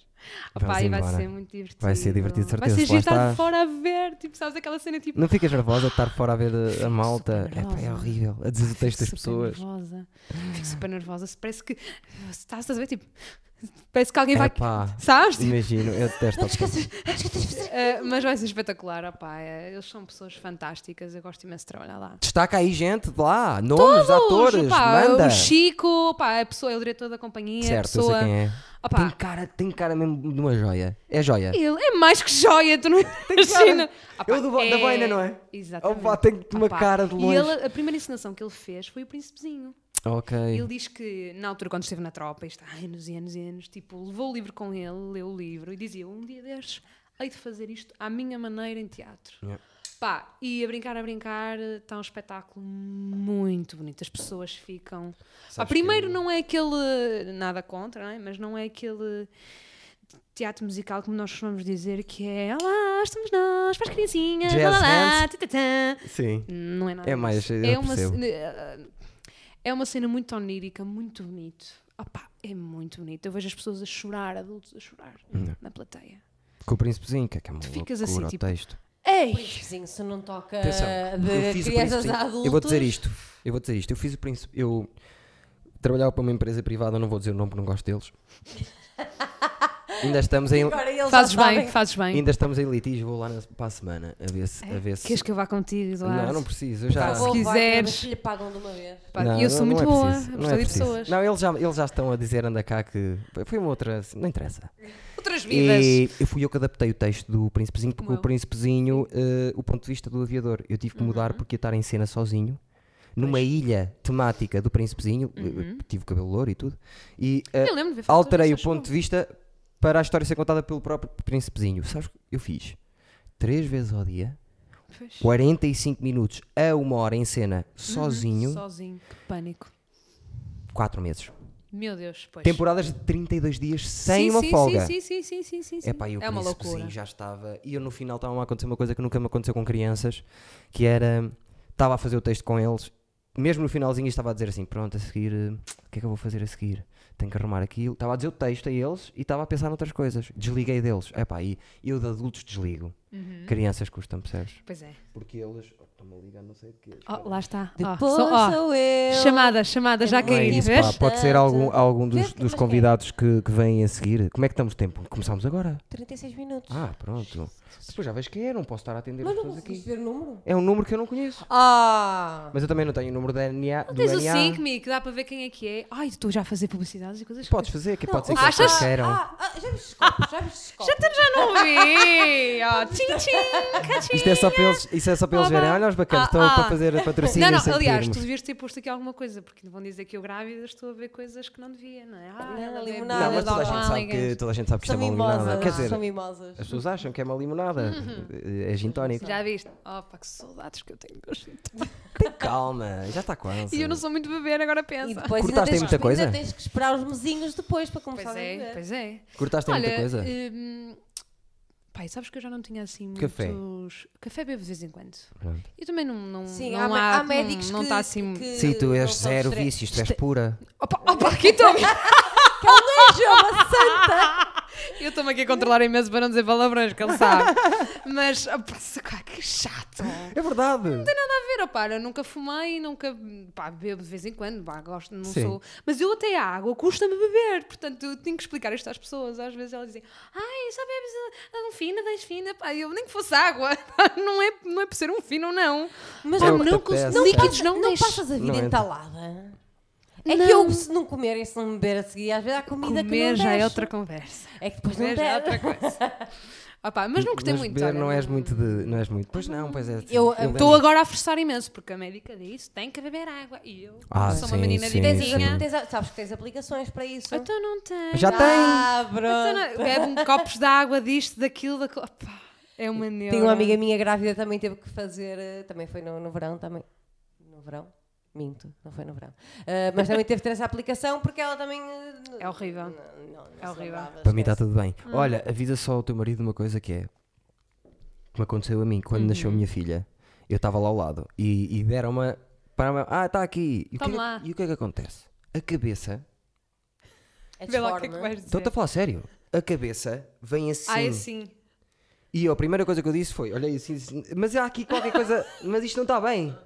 Opá,
Vamos
e vai
embora.
ser muito divertido.
Vai ser divertido,
Vai
certeza,
ser
lá
giro estar
está.
de fora a ver, tipo, sabes aquela cena tipo.
Não ficas nervosa de estar fora a ver eh, a, a malta?
super
É, pá, é
nervosa.
horrível. A dizer o texto das
Fico super
pessoas. Ah.
Nervosa. Fico super nervosa. se Parece que. Estás a ver, tipo. Parece que alguém vai.
Epá.
Sabes? Tipo,
Imagino, eu detesto. a pessoa.
Uh, mas vai ser espetacular, opá. eh, Eles são pessoas fantásticas, eu gosto imenso de trabalhar lá.
Destaca aí gente de lá, nomes, atores,
opá,
manda.
O Chico, opá, a pessoa, é o diretor da companhia,
Certo,
a pessoa.
eu sei quem é.
Opá,
Tem cara, tem cara mesmo de uma joia. É joia.
ele é mais que joia, tu não imagina. Opá,
É o do- da Boina, não é?
Exatamente.
Opá, tem uma cara de longe.
E ele- a primeira encenação que ele fez foi o Príncipezinho.
Ok.
Ele diz que, na altura, quando esteve na tropa, isto há anos e anos e anos, tipo, levou o livro com ele, leu o livro e dizia: Um dia destes, hei de fazer isto à minha maneira em teatro.
Yeah.
Pá, e a brincar, a brincar, está um espetáculo muito bonito. As pessoas ficam. Pá,
Sabes
primeiro,
que-
não é aquele. Nada contra, não é? mas não é aquele teatro musical, como nós costumamos dizer, que é Olá, estamos nós, para as criancinhas,
Jazz
lá, lá, lá,
hands.
titatã.
Sim.
Não é nada.
É mais,
disso.
eu
é uma,
percebo.
cena, eh, é uma cena muito onírica, muito bonito. Opa, é muito bonito. Eu vejo as pessoas a chorar, adultos a chorar
Não.
na plateia.
Com o príncipezinho, que é que é uma
Tu ficas
loucura
assim,
o
tipo,
texto.
Ei!
Príncipezinho, se não toca
Atenção, eu
de
fiz o
crianças
príncipe-
a adultos.
Eu vou dizer isto. Eu vou dizer isto. Eu fiz o príncipe. Eu trabalhava para uma empresa privada, eu não vou dizer o nome porque não gosto deles. ainda, estamos em,
Agora eles já
Fazes bem,
sabem.
fazes bem.
ainda estamos em litígio, vou lá na- para a semana a ver se. A ver se
Queres que eu vá contigo, Eduardo?
não, não preciso. Eu já.
Por favor,
Se
vai,
quiseres.
mas se lhe pagam de uma vez.
Pá,
Não,
eu sou
não
muito
é
boa,
preciso,
eu
não
gosto
é
de
preciso.
pessoas.
Não, eles já, eles já estão a dizer, anda cá, que foi uma outra. Não interessa.
Outras vidas.
E eu fui eu que adaptei o texto do Príncipezinho, porque
Como
o
eu.
Príncipezinho, eh, o ponto de vista do aviador, eu tive que
Uhum.
mudar porque ia estar em cena sozinho, numa ilha temática do Príncipezinho, eh,
Uhum.
tive o cabelo louro e tudo, e eh,
Eu lembro de ver fotos
alterei o
dessas,
ponto de vista para a história ser contada pelo próprio Príncipezinho. Sabes o que eu fiz? Três vezes ao dia,
Pois.
45 minutos a uma hora em cena,
Uhum.
sozinho,
Sozinho, que pânico.
quatro meses.
Meu Deus, pois.
Temporadas de 32 dias sem
Sim,
uma
sim,
folga.
Sim, sim, sim, sim, sim, sim.
Epá, e o
é uma
príncipezinho
loucura.
já estava. E eu no final estava a acontecer uma coisa que nunca me aconteceu com crianças, que era. Estava a fazer o texto com eles, mesmo no finalzinho estava a dizer assim: pronto, a seguir eh, que é que eu vou fazer a seguir? Tenho que arrumar aquilo. Estava a dizer o texto a eles e estava a pensar noutras coisas. Desliguei deles. É pá, e eu de adultos desligo.
Uhum.
Crianças custam, percebes?
Pois é.
Porque eles. Oh, Estão-me a ligar, não sei o quê.
Oh, lá está. Oh,
Depois
só- oh,
sou eu.
Chamada, chamada, já
É
Não é
caí,
isso,
vês?
pá. Pode ser algum, algum dos,
Vês que- mas
dos
quem?
convidados que, que vêm a seguir. Como é que estamos de tempo? Começámos agora.
36 minutos.
Ah, pronto. Depois já vejo quem é, não posso estar a atender as
Mas não
pessoas
conseguiste
aqui.
ver o número?
É um número que eu não conheço.
Ah!
Mas eu também não tenho o número da NA. do
Tens o
NA.
5, Mi, que dá para ver quem é que é. Ai, estou já a fazer publicidades e coisas.
Podes fazer, que pode ser que
Achas?
eles queiram.
Ah, ah, já viste Scopus, já viste Scopus.
Já, tu- já não vi! Oh, tchim, tchim, cachim.
Isto é só para eles, isso é só para eles
Olá.
verem. Olha os bacanas,
Ah,
estão
ah.
para fazer patrocínio.
Não,
sem
não, aliás, tu
pedirmos.
devias ter posto aqui alguma coisa, porque vão dizer que eu grávida estou a ver coisas que não devia, não é? Ah,
Não,
ela
a
bebe
limonada,
Não, mas toda a
dá
gente
lá
sabe que,
ligas.
toda a gente sabe que isto é
São
uma limonada.
mimosas.
Quer dizer,
São mimosas.
as pessoas acham que é uma limonada. É gin tónico.
Uhum. Já viste? Oh, pá, que saudades que eu tenho dos
Tem calma, já está quase.
E eu não sou muito beber, agora
E
pensa.
depois ainda
Cortaste aí
tens,
muita
que-
coisa?
ainda tens que esperar os mesinhos depois para começar
Pois
a beber.
é, pois é.
Cortaste em
Olha,
muita coisa?
hum, pai, sabes que eu já não tinha assim muitos...
Café.
Café bebo de vez em quando.
Pronto.
E também não, não,
Sim,
não
há,
há,
me- há médicos
não,
que.
não está assim...
que-
Sim, tu
não
és
são
zero é.
extre-
vícios, tu
é-
és pura.
Opa, opa, aqui estou...
Que aleija, uma santa!
Eu estou-me aqui a controlar imenso para não dizer palavrões, que ele sabe. Mas, opa, socorro, que chato. Não
É verdade.
tem nada a ver, opa, eu nunca fumei, nunca pá, bebo de vez em quando, pá, gosto, não
Sim.
sou. Mas eu até a água custa-me beber, portanto eu tenho que explicar isto às pessoas. Às vezes elas dizem, ai, só bebes a, a um fina, dez fina, pá, eu nem que fosse água, não é, não é por ser um fino ou não.
Mas
É
não,
o que te
não, cons-
apetece.
não
Líquidos
passas-
não
não
deixo.
passas a
Não
vida
entra.
entalada. É que
Não.
eu, se não comer e se não beber a seguir, às vezes há comida que
Comer
não
já é
desce.
outra conversa.
É que depois não
Comer já é outra
desce.
coisa. Opa, mas não gostei
Mas
muito.
beber
olha,
não és muito de. Não és muito. Pois não, pois é.
Eu- eu-
Estou agora a forçar imenso, porque a médica diz tem que beber água. E eu
Ah,
sou
sim,
uma menina
sim,
Tens,
sim.
direitinha.
tens- sabes que tens aplicações para isso?
Então não tem.
Já tem.
Ah,
Então não-
pronto.
Bebe um copos de água disto, daquilo, daquilo. Opá, é uma neura.
Tenho uma amiga minha grávida também teve que fazer, eh, também foi no, no verão, também. No verão? Minto, não foi no verão. Ah, mas também teve que ter essa aplicação porque ela também. eh,
É horrível.
Não, não, não
É
se
horrível.
lembrava,
Para mim tá está
esquece.
tudo bem.
Hum.
Olha, avisa só ao teu marido uma coisa que é. Como aconteceu a mim, quando nasceu
Uhum.
a minha filha, eu estava lá ao lado e, e deram uma. Para uma ah, está aqui. E o, que é
Toma
que-
lá.
e o que é que acontece? A cabeça.
É
Vê lá o que é que
disforme.
vais dizer.
Estou-te a falar sério. A cabeça vem assim.
Ah, é assim.
E a primeira coisa que eu disse foi: olhei assim, assim, mas há aqui qualquer coisa. mas isto não está bem.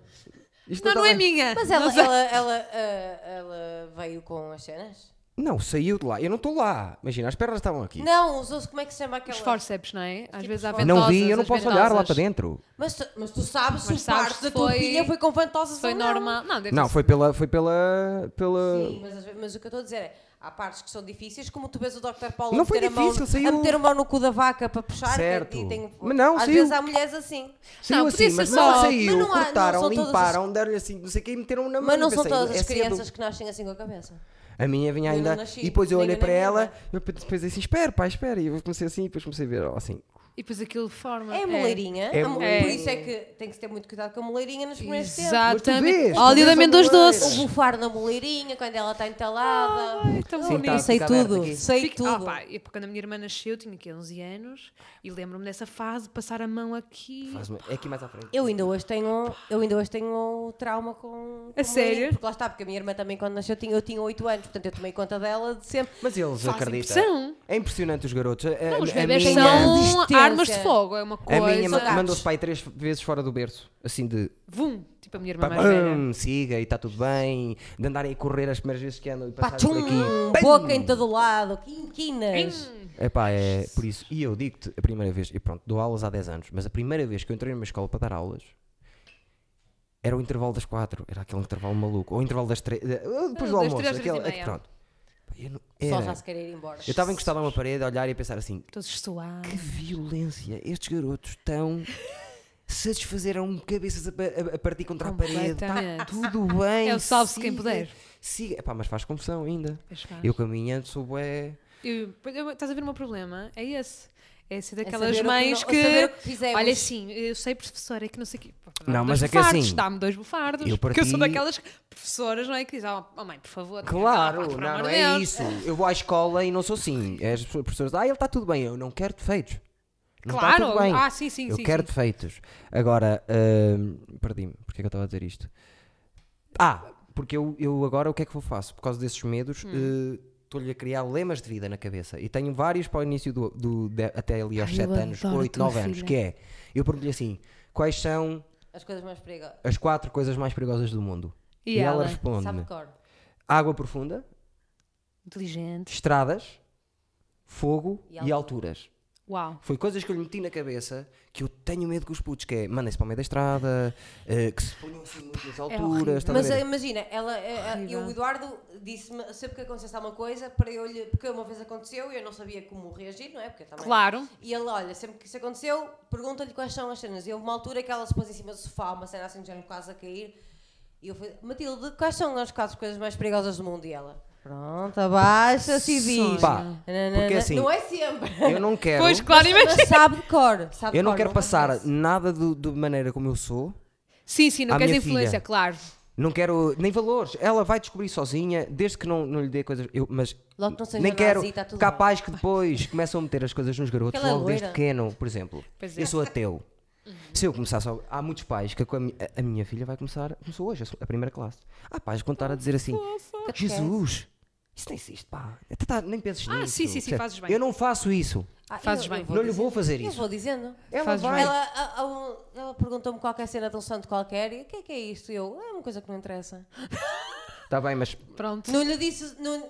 Isto
Não,
está
não é
bem.
minha.
Mas ela, ela, ela, ah, ela veio com as cenas?
Não, saiu de lá. Eu não estou lá. Imagina, as pernas estavam aqui.
Não, usou-se como é que se chama aquela.
Os forceps, não é? Às
Tipo
vezes há
forceps.
ventosas.
Não vi, eu não
as
posso olhar lá
ventosas.
para dentro.
Mas tu, mas tu sabes se
Mas
o
sabes
parto
se
da tua
foi-
filha foi com ventosas
Foi
ou não.
normal. Não, deve
Não,
ser-
foi pela. Foi pela. pela...
Sim, mas, às vezes- mas o que eu estou a dizer é, há partes que são difíceis, como tu vês o Dr. Paulo
Não
a
foi
meter, a,
difícil,
mão,
saiu-
a meter a mão no cu da vaca para puxar.
Certo.
que- e tem-
Mas não,
às
saiu.
vezes há mulheres assim.
Saiu
Não, podia
assim, mas
ser
não
só-
saiu,
mas não há- não
cortaram,
são todas
limparam, deram-lhe assim, não sei o que, e meteram na mão.
Mas não
Eu
são
pensei,
todas
é
as
cedo.
crianças que nascem assim com a cabeça.
A minha vinha
Eu não
ainda,
nasci,
e depois eu
nem
olhei
na
para
minha
ela,
vida.
eu depois assim, espera pá, espera, e eu comecei assim, e depois comecei a ver, ó, assim,
E depois aquilo forma.
É a moleirinha.
É
a mo-
moleirinha.
Por isso é que tem que se ter muito cuidado com a moleirinha nos primeiros tempos.
Mas tu vês,
Exatamente.
tu
Óleo de
vês
amêndoas
a moleira.
O
doces.
bufar na moleirinha quando ela está entalada.
Ai, tão
Sim,
bonito.
tá.
sei
fica aberto
tudo,
aqui.
sei
Fico-
tudo.
Ah, pá, e quando a minha irmã nasceu, eu tinha aqui 11 anos e lembro-me dessa fase de passar a mão aqui.
faz uma- é aqui mais à frente.
Eu ainda hoje tenho, eu ainda hoje tenho trauma com. com
A sério?
moleirinha, Porque lá está, porque a minha irmã também quando nasceu tinha, eu tinha 8 anos, portanto eu tomei conta dela de sempre.
Mas eles
Faz
acreditam.
impressão.
É impressionante os garotos. A-
Não,
a-
os
a
bebés
minha-
são
Resistência.
armas de fogo, é uma
A
coisa.
minha ma-
Gatos.
mandou-se pai três vezes fora do berço, assim de
Vum, tipo a minha irmã
pá, hum.
mais velha.
pam, siga e está tudo bem, de andarem a correr as primeiras vezes que andam e passarem por aqui.
Pachum!
pam.
Boca em todo lado, quinquinas.
Hum.
Epá, é por isso. E eu digo-te a primeira vez, e pronto, dou aulas há 10 anos, mas a primeira vez que eu entrei numa escola para dar aulas era o intervalo das 4, era aquele intervalo maluco, ou o intervalo das 3, depois do
das
almoço,
três às
aquele, eh,
três e meia.
pronto. Pá, Eu não-
Só
era-
já se quer ir embora.
eu estava encostado a uma parede a olhar e a pensar assim:
Todos suados.
que violência, estes garotos estão. Satisfazeram cabeças a, pa- a- a partir contra a parede, está
Completamente.
tudo bem.
É o salve-se quem
siga,
puder.
Siga, Epá, mas faz confusão ainda.
Pois faz.
Eu caminhando sou bué.
Eu- eu- Estás a ver o meu problema? É esse. É ser
saber
daquelas
o que
mães
não- é
que.
saber o que fizemos.
Olha, sim, eu sei, professora, é que não sei o quê. Pá, dá-me
Não,
dois
mas é que
bufardos,
assim,
Dá-me dois bufardos.
eu
Porque eu sou
parti-
daquelas professoras, não é? Que dizem, oh, oh, mãe, por favor.
Claro,
pá, por
não,
amor
não
de
é
Deus.
isso. Eu vou à escola e não sou assim. As pessoas dizem, ah, ele está tudo bem. Eu não quero defeitos. Não está
Claro,
tudo bem.
ah, sim, sim,
Eu
sim,
quero
sim.
defeitos. Agora, hum, perdi-me. Porquê é que eu estava a dizer isto? Ah, Porque eu, eu agora o que é que eu faço? Por causa desses medos,
Hum.
eh, estou-lhe a criar lemas de vida na cabeça. E tenho vários para o início do, do- de- até ali aos
Ai, eu
7 anos,
adoro a
8,
tua
9 anos,
filha.
que é. Eu pergunto-lhe assim: quais são
As coisas mais perigosas.
as quatro coisas mais perigosas do mundo?
E
E, ela,
ela?
responde:
Sabe cor.
água profunda,
Inteligente.
estradas, fogo
E
E
altura.
alturas.
Uau.
Foi coisas que eu lhe meti na cabeça que eu tenho medo que os putos, que é mandem-se para o meio da estrada, eh, que se ponham assim muito nas
horrível.
alturas. estás a
Mas
ver?
eh, imagina, ela, eh, eh, eu, o Eduardo disse-me sempre que acontecesse alguma coisa para eu lhe. Porque uma vez aconteceu e eu não sabia como reagir, não é? Porque eu também.
Claro.
E ele, olha, sempre que isso aconteceu, pergunta-lhe quais são as cenas. E houve uma altura que ela se pôs em cima do sofá, uma cena assim, já no quase a cair. E eu falei, Matilde, quais são as quatro coisas mais perigosas do mundo? E ela, pronto, abaixa-se e diz.
Pá,
Nananana.
porque assim-
Não é sempre.
Eu não quero.
Pois, claro, imagina.
Mas sabe de cor. Sabe de
Eu não
cor,
quero passar
acontece.
nada do- de maneira como eu sou.
Sim, sim, não
À
queres
minha
influência,
filha.
claro.
Não quero nem valores. Ela vai descobrir sozinha, desde que não, não lhe dê coisas. Eu, mas
Logo que não seja
nem quero.
nazi, tá tudo
capaz que depois começam a meter as coisas nos garotos
Aquela
logo desde
loira.
pequeno, por exemplo.
Pois é.
Eu sou ateu. Se eu começasse. a- Há muitos pais que com a, mi- a- a minha filha vai começar. Começou hoje, a se- a primeira classe. Há pais que vão estar a dizer assim: Jesus, isso não existe, pá. Até tá- nem penses nisso.
Ah, sim, sim, sim,
percebes?
fazes bem.
Eu não faço isso.
Ah, eu-
Fazes
eu
bem.
vou
não lhe
dizer-
vou fazer
Eu
isso.
vou dizendo.
Ela
Fazes
vai.
bem.
Ela, a- a um- ela perguntou-me qualquer cena de um santo qualquer e o que é que é isto? E Eu, é uma coisa que não interessa.
Está Tá bem, mas
Pronto.
Não lhe disse. não-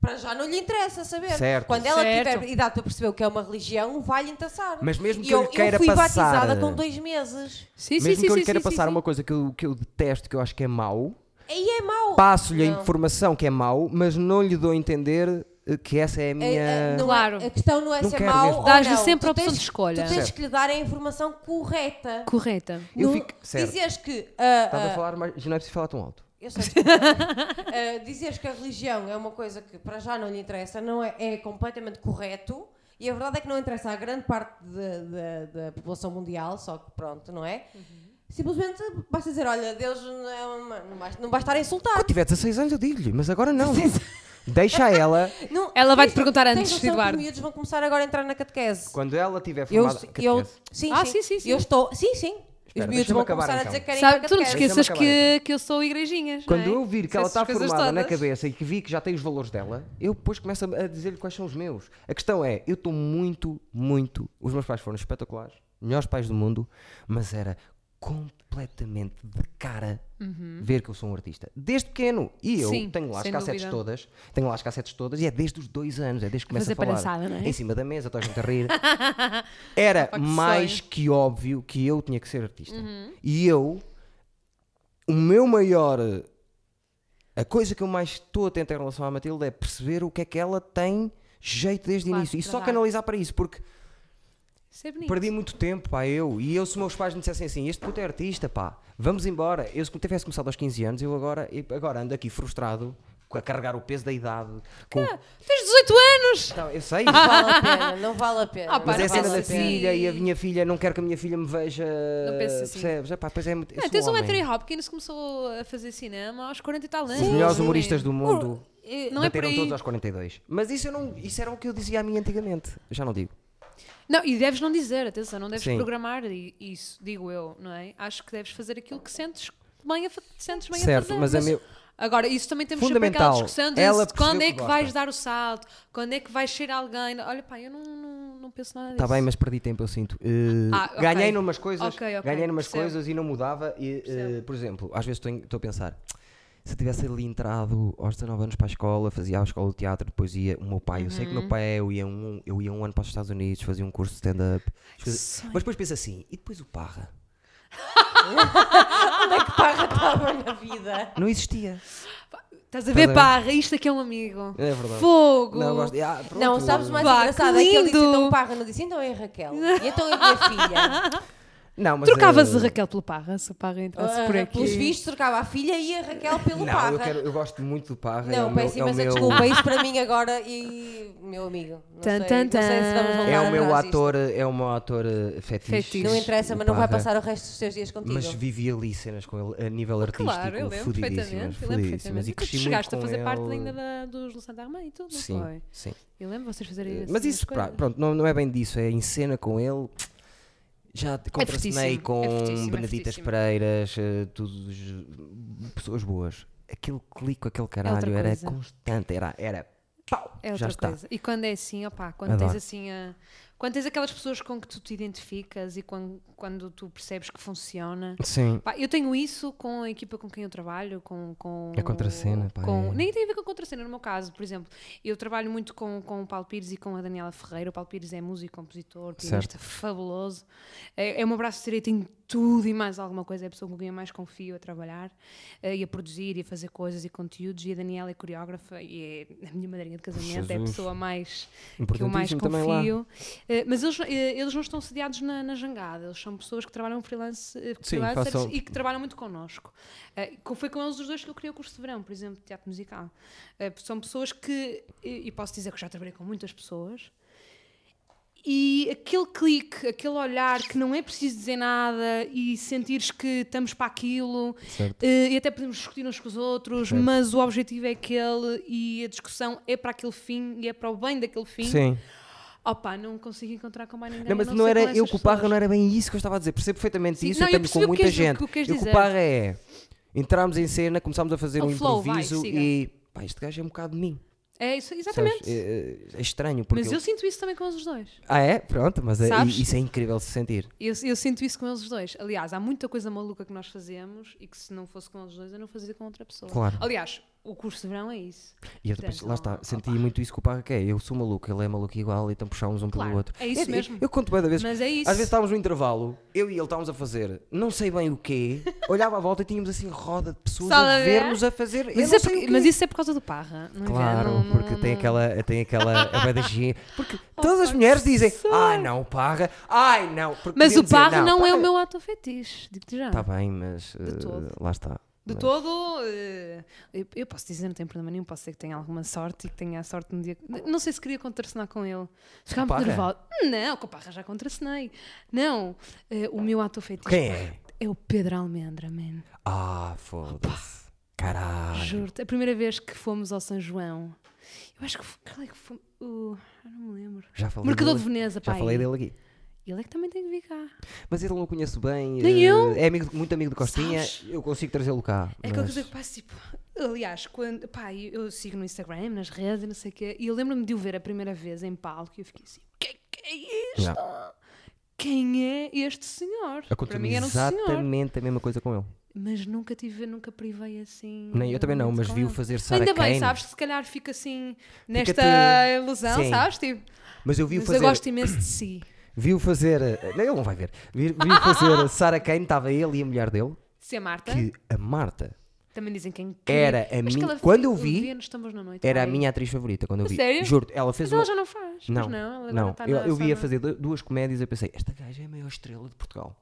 para já não lhe interessa saber.
Certo.
Quando ela
Certo.
tiver idade para perceber o que é uma religião, vai-lhe interessar.
Mas mesmo
E
que eu lhe queira
eu fui
passar-
batizada com dois meses.
Sim, sim,
mesmo
sim,
que eu lhe
sim,
queira
sim,
passar
sim,
uma coisa que eu, que eu detesto, que eu acho que é mau,
Aí é mau.
passo-lhe a
Não.
informação que é mau, mas não lhe dou a entender eh, que essa é a minha.
É, é, não-
Claro.
A questão não é
Não
ser
quero
mau
mesmo.
ou
Dás-lhe
não.
sempre
Tu
a opção
tens-
de escolha.
Tu tens
Certo.
que lhe dar a informação correta.
Correta.
Eu
No-
fico- certo.
Dizeres que... ah,
Estava a
ah,
falar, mas já não é preciso falar tão alto.
Eu sei, desculpa. Ah, dizeres que a religião é uma coisa que para já não lhe interessa não é, é completamente correto e a verdade é que não interessa à grande parte de- de- da população mundial, só que pronto, não é?
Uhum.
Simplesmente basta dizer, olha, Deus não, é uma- não vais, não vais estar a insultar.
Quando tiver 16 anos eu digo-lhe, mas agora não. Deixa ela,
Não-
Ela vai-te
tens-
perguntar
tens
antes,
noção que
Eduardo.
Os miúdos vão começar agora a entrar na catequese.
quando ela tiver
Eu,
formada.
eu,
catequese.
sim,
Ah,
sim,
sim, sim, sim.
Eu estou, sim, sim.
Espera,
os miúdos
deixa-me
vão
acabar,
começar
então.
a dizer que é querem
Sabe, tu não te
catequese.
esqueças
Deixa-me acabar,
que, que eu sou igrejinhas.
Quando
não é?
eu vir que
Sei
ela
essas
está
coisas
formada na
todas.
cabeça e que vi que já tem os valores dela, eu depois começo a a dizer-lhe quais são os meus. A questão é, eu estou muito, muito. Os meus pais foram espetaculares, melhores pais do mundo, mas era completamente de cara ver que eu sou um artista. Desde pequeno. E eu
Uhum. Sim,
tenho lá as
sem
cassetes
dúvida.
todas, tenho lá as cassetes todas e é desde os dois anos, é desde que começa
Fazer
a falar.
palhaçada, não é?
Em cima da mesa, estás a rir. Era
Pá, que
mais
sonho. Uhum.
que óbvio que eu tinha que ser artista. E eu, o meu maior. A coisa que eu mais estou atento em relação à Matilde é perceber o que é que ela tem jeito desde o
Claro,
início. E só
trabalho.
canalizar para isso, porque
Isso é bonito.
perdi muito tempo, pá, eu. E eu, se meus pais me dissessem assim, este puto é artista, pá, vamos embora. Eu, se tivesse começado aos 15 anos, eu agora, eu agora ando aqui frustrado, a carregar o peso da idade. com-
Tens 18 anos!
Não, eu sei.
Não vale a pena, não vale a pena.
Ah, pá,
Mas
Para,
é a cena
fala
da
assim.
filha e a minha filha, não quero que a minha filha me veja.
Não penses assim.
Percebes? Epá, pois é muito. eu
Não,
sou
tens o
homem.
Anthony Hopkins que começou a fazer cinema aos 40 e tal anos.
Os melhores humoristas do mundo
Não é por
bateram
aí.
todos aos 42. Mas isso, eu não, isso era o que eu dizia a mim antigamente. Já não digo.
Não, e deves não dizer, atenção, não deves
Sim.
programar i- isso, digo eu, não é? Acho que deves fazer aquilo que sentes bem a, fa- te sentes bem
Certo,
a fazer.
mas é meu-
Agora, isso também temos sempre aquela
Fundamental.
discussão de
Ela
se-
percebeu
quando é
que
que vais
gosta.
dar o salto, quando é que vais ser alguém. Olha, pá, eu não, não, não penso nada disso.
Está Tá bem, mas perdi tempo, eu sinto. Eh,
Ah, ok.
Ganhei numas coisas,
Ok, ok,
ganhei numas
percebo.
coisas e não mudava. E, eh, por exemplo, às vezes tenho- estou a pensar. Se eu tivesse ali entrado aos 19 anos para a escola, fazia a escola de teatro, depois ia o meu pai. Eu sei que o
Uhum.
meu pai, eu ia, um, eu ia um ano para os Estados Unidos, fazia um curso de stand-up.
sonho.
Mas depois penso assim, e depois o Parra?
é que parra estava na vida.
Não existia.
Estás a
Estás a
ver,
ver?
parra, isto aqui é um amigo.
tá É verdade.
Fogo!
Não, eu gosto. Ah, pronto.
Não, sabes o mais
Pá,
engraçado?
que
É que ele disse
lindo!
então parra, não disse então é a Raquel. E então é a minha filha.
Não, mas,
Trocavas
eh,
a Raquel pelo parra, se o parra entrasse por
Ah,
aqui.
Pelos vistos, trocava a filha e a Raquel pelo
Não,
parra.
eu, quero, eu gosto muito do Parra. é o
Não,
meu-
peço
é o
imensa
meu-
desculpa. Isso para mim agora e meu amigo. Não,
Tan,
sei,
tan,
não sei se vamos
tan.
voltar
É o meu
atrás disto.
ator, é o meu ator eh, fetiche.
Ah, Fetiche.
Não interessa,
o
mas não vai
Parra.
passar o resto dos teus dias contigo.
Mas vivi ali cenas com ele a nível artístico,
Ah, Claro, eu lembro
fudidíssimas,
perfeitamente. Eu lembro
fudidíssimas.
perfeitamente.
E
E tu
cresci muito
chegaste a
com
fazer parte
ele.
ainda da, dos Luciano da Armã e tudo, não
Sim,
foi? tipo
sim.
Eu lembro vocês fazerem
Mas
essas
isso, pra-
coisas.
pronto, não, não é bem disso, é em cena com ele. Já te- contracenei
fortíssimo, é
com
fortíssimo, é
Beneditas
fortíssimo.
Pereiras, eh, todos eh, pessoas boas. Aquele clique com aquele caralho era
É coisa.
constante, era, era pau,
É
já
outra
está.
coisa. E quando é assim, opá, quando
Adoro.
tens assim a. Quando tens aquelas pessoas com que tu te identificas e quando, quando tu percebes que funciona.
Sim.
Pá, eu tenho isso com a equipa com quem eu trabalho, com... com
A É contracena, pá,
com-
é.
Nem tem a ver com a contracena, no meu caso, por exemplo. Eu trabalho muito com, com o Paulo Pires e com a Daniela Ferreira. O Paulo Pires é músico, compositor, pianista fabuloso. É, é o meu braço direito em tudo e mais alguma coisa. É a pessoa com quem eu mais confio a trabalhar eh, e a produzir e a fazer coisas e conteúdos. E a Daniela é coreógrafa e é a minha madrinha de casamento. É a
Jesus.
pessoa mais que eu mais
Importantíssimo também lá.
confio. Eh, mas eles, eh, eles não estão sediados na, na jangada, eles são pessoas que trabalham freelance, eh,
Sim,
freelancers
façam-
e que trabalham muito connosco. Eh, co- foi com eles os dois que eu criei o curso de verão, por exemplo, de teatro musical. Eh, são pessoas que, e, e posso dizer que eu já trabalhei com muitas pessoas, e aquele clique, aquele olhar que não é preciso dizer nada e sentires que estamos para aquilo
Certo.
eh, e até podemos discutir uns com os outros,
Certo.
mas o objetivo é aquele e a discussão é para aquele fim e é para o bem daquele fim.
Sim.
Opa, não consigo encontrar com mais ninguém.
Não, mas
a
não
ser
era,
com
eu
essas
com o Parra
pessoas.
não era bem isso que eu estava a dizer. Percebo perfeitamente
Sim,
isso,
não,
eu
eu
tenho
percebi
com
o
muita
que queres-
gente.
o que queres
eu com o
dizer.
Parra é. Entramos em cena, começámos a fazer
Ao
um
flow, vai,
improviso
siga.
e. Pá, este gajo é um bocado de mim.
É isso,
sabes?
exatamente.
É, é- é estranho. Porque
mas eu... sinto isso também com eles os dois.
Ah, é? Pronto, mas é-
Sabes?
isso é incrível de se sentir.
Eu, eu sinto isso com eles os dois. Aliás, há muita coisa maluca que nós fazemos e que se não fosse com eles os dois eu não fazia com outra pessoa.
Claro.
Aliás, o curso de verão é isso.
E eu depois,
Portanto,
lá está,
não-
senti
Então, opa.
muito isso com o Parra, que é. Eu sou maluco, ele é maluco igual, então puxámos um pelo
Claro,
outro.
é isso
Eu- eu-
mesmo.
Eu, conto bem da vez.
Mas é isso.
Às vezes estávamos no intervalo, eu e ele estávamos a fazer não sei bem o quê, olhava à volta e tínhamos assim roda de pessoas
Só
a
a ver?
ver-nos a fazer. eu
Mas,
não
isso é
sei o
porque-
quê.
mas isso é por causa do Parra. Não é?
Claro,
Não- oh, não-
porque tem aquela. Tem aquela a bué da gira. Porque todas as mulheres dizem: Ai não, o Parra, ai não. Porque
Mas
podiam
o
dizer,
Parra não, é
Parra-
o meu ato fetiche. Digo-te já.
Está bem, mas eh,
todo.
lá está.
De todo, eh, eu, eu posso dizer, não tem problema nenhum, posso ser que tenha alguma sorte e que tenha a sorte um dia. Não sei se queria contracenar com ele. Ficava
Com o
muito nervosa.
Parra?
Não, com o Parra já contracenei. Não, eh, o meu ato feitiço
Quem é?
é o Pedro Almendra, man.
Ah, foda-se. Caralho.
Juro-te, a primeira vez que fomos ao São João, eu acho que foi. Qual é que foi? O- eu não me lembro.
Já falei
Mercador
dele-
de Veneza,
Já
pá.
falei
aí.
dele aqui.
Ele é que também tem que vir cá.
Mas ele não o conheço bem.
Nem
eh,
eu.
É amigo, muito amigo de Costinha.
Sabes?
Eu consigo trazê-lo cá.
É aquela
mas-
coisa que passa tipo. Aliás, quando, pá, eu, eu sigo no Instagram, nas redes e não sei o quê, e eu lembro-me de o ver a primeira vez em palco e eu fiquei assim: o que, é que é isto? Quem é este senhor? Para
Aconteceu
mim era um senhor.
exatamente a mesma coisa com ele.
Mas nunca tive, nunca privei assim.
Nem eu também não,
muito
mas
com
vi-o
ele.
fazer Sarah
Ainda bem,
Kane.
sabes que se calhar fica assim nesta
Fica-te-
ilusão,
Sim.
sabes? Tipo,
Mas eu vi-o
mas
fazer.
eu gosto imenso de si.
Viu fazer. eh, Não, ele não vai ver. Vi- Viu fazer Sarah Kane, estava ele e a mulher dele,
Se a Marta,
que a Marta
também dizem é quem
Era a minha- quando eu
um
vi, era a
minha
minha atriz favorita quando eu
A
vi.
sério?
Juro, ela fez
Mas ela
uma-
já não faz.
Não,
pois não, ela
não.
agora está
eu,
na,
eu vi-a
só na-
fazer du- duas comédias e eu pensei, esta gaja é a maior estrela de Portugal.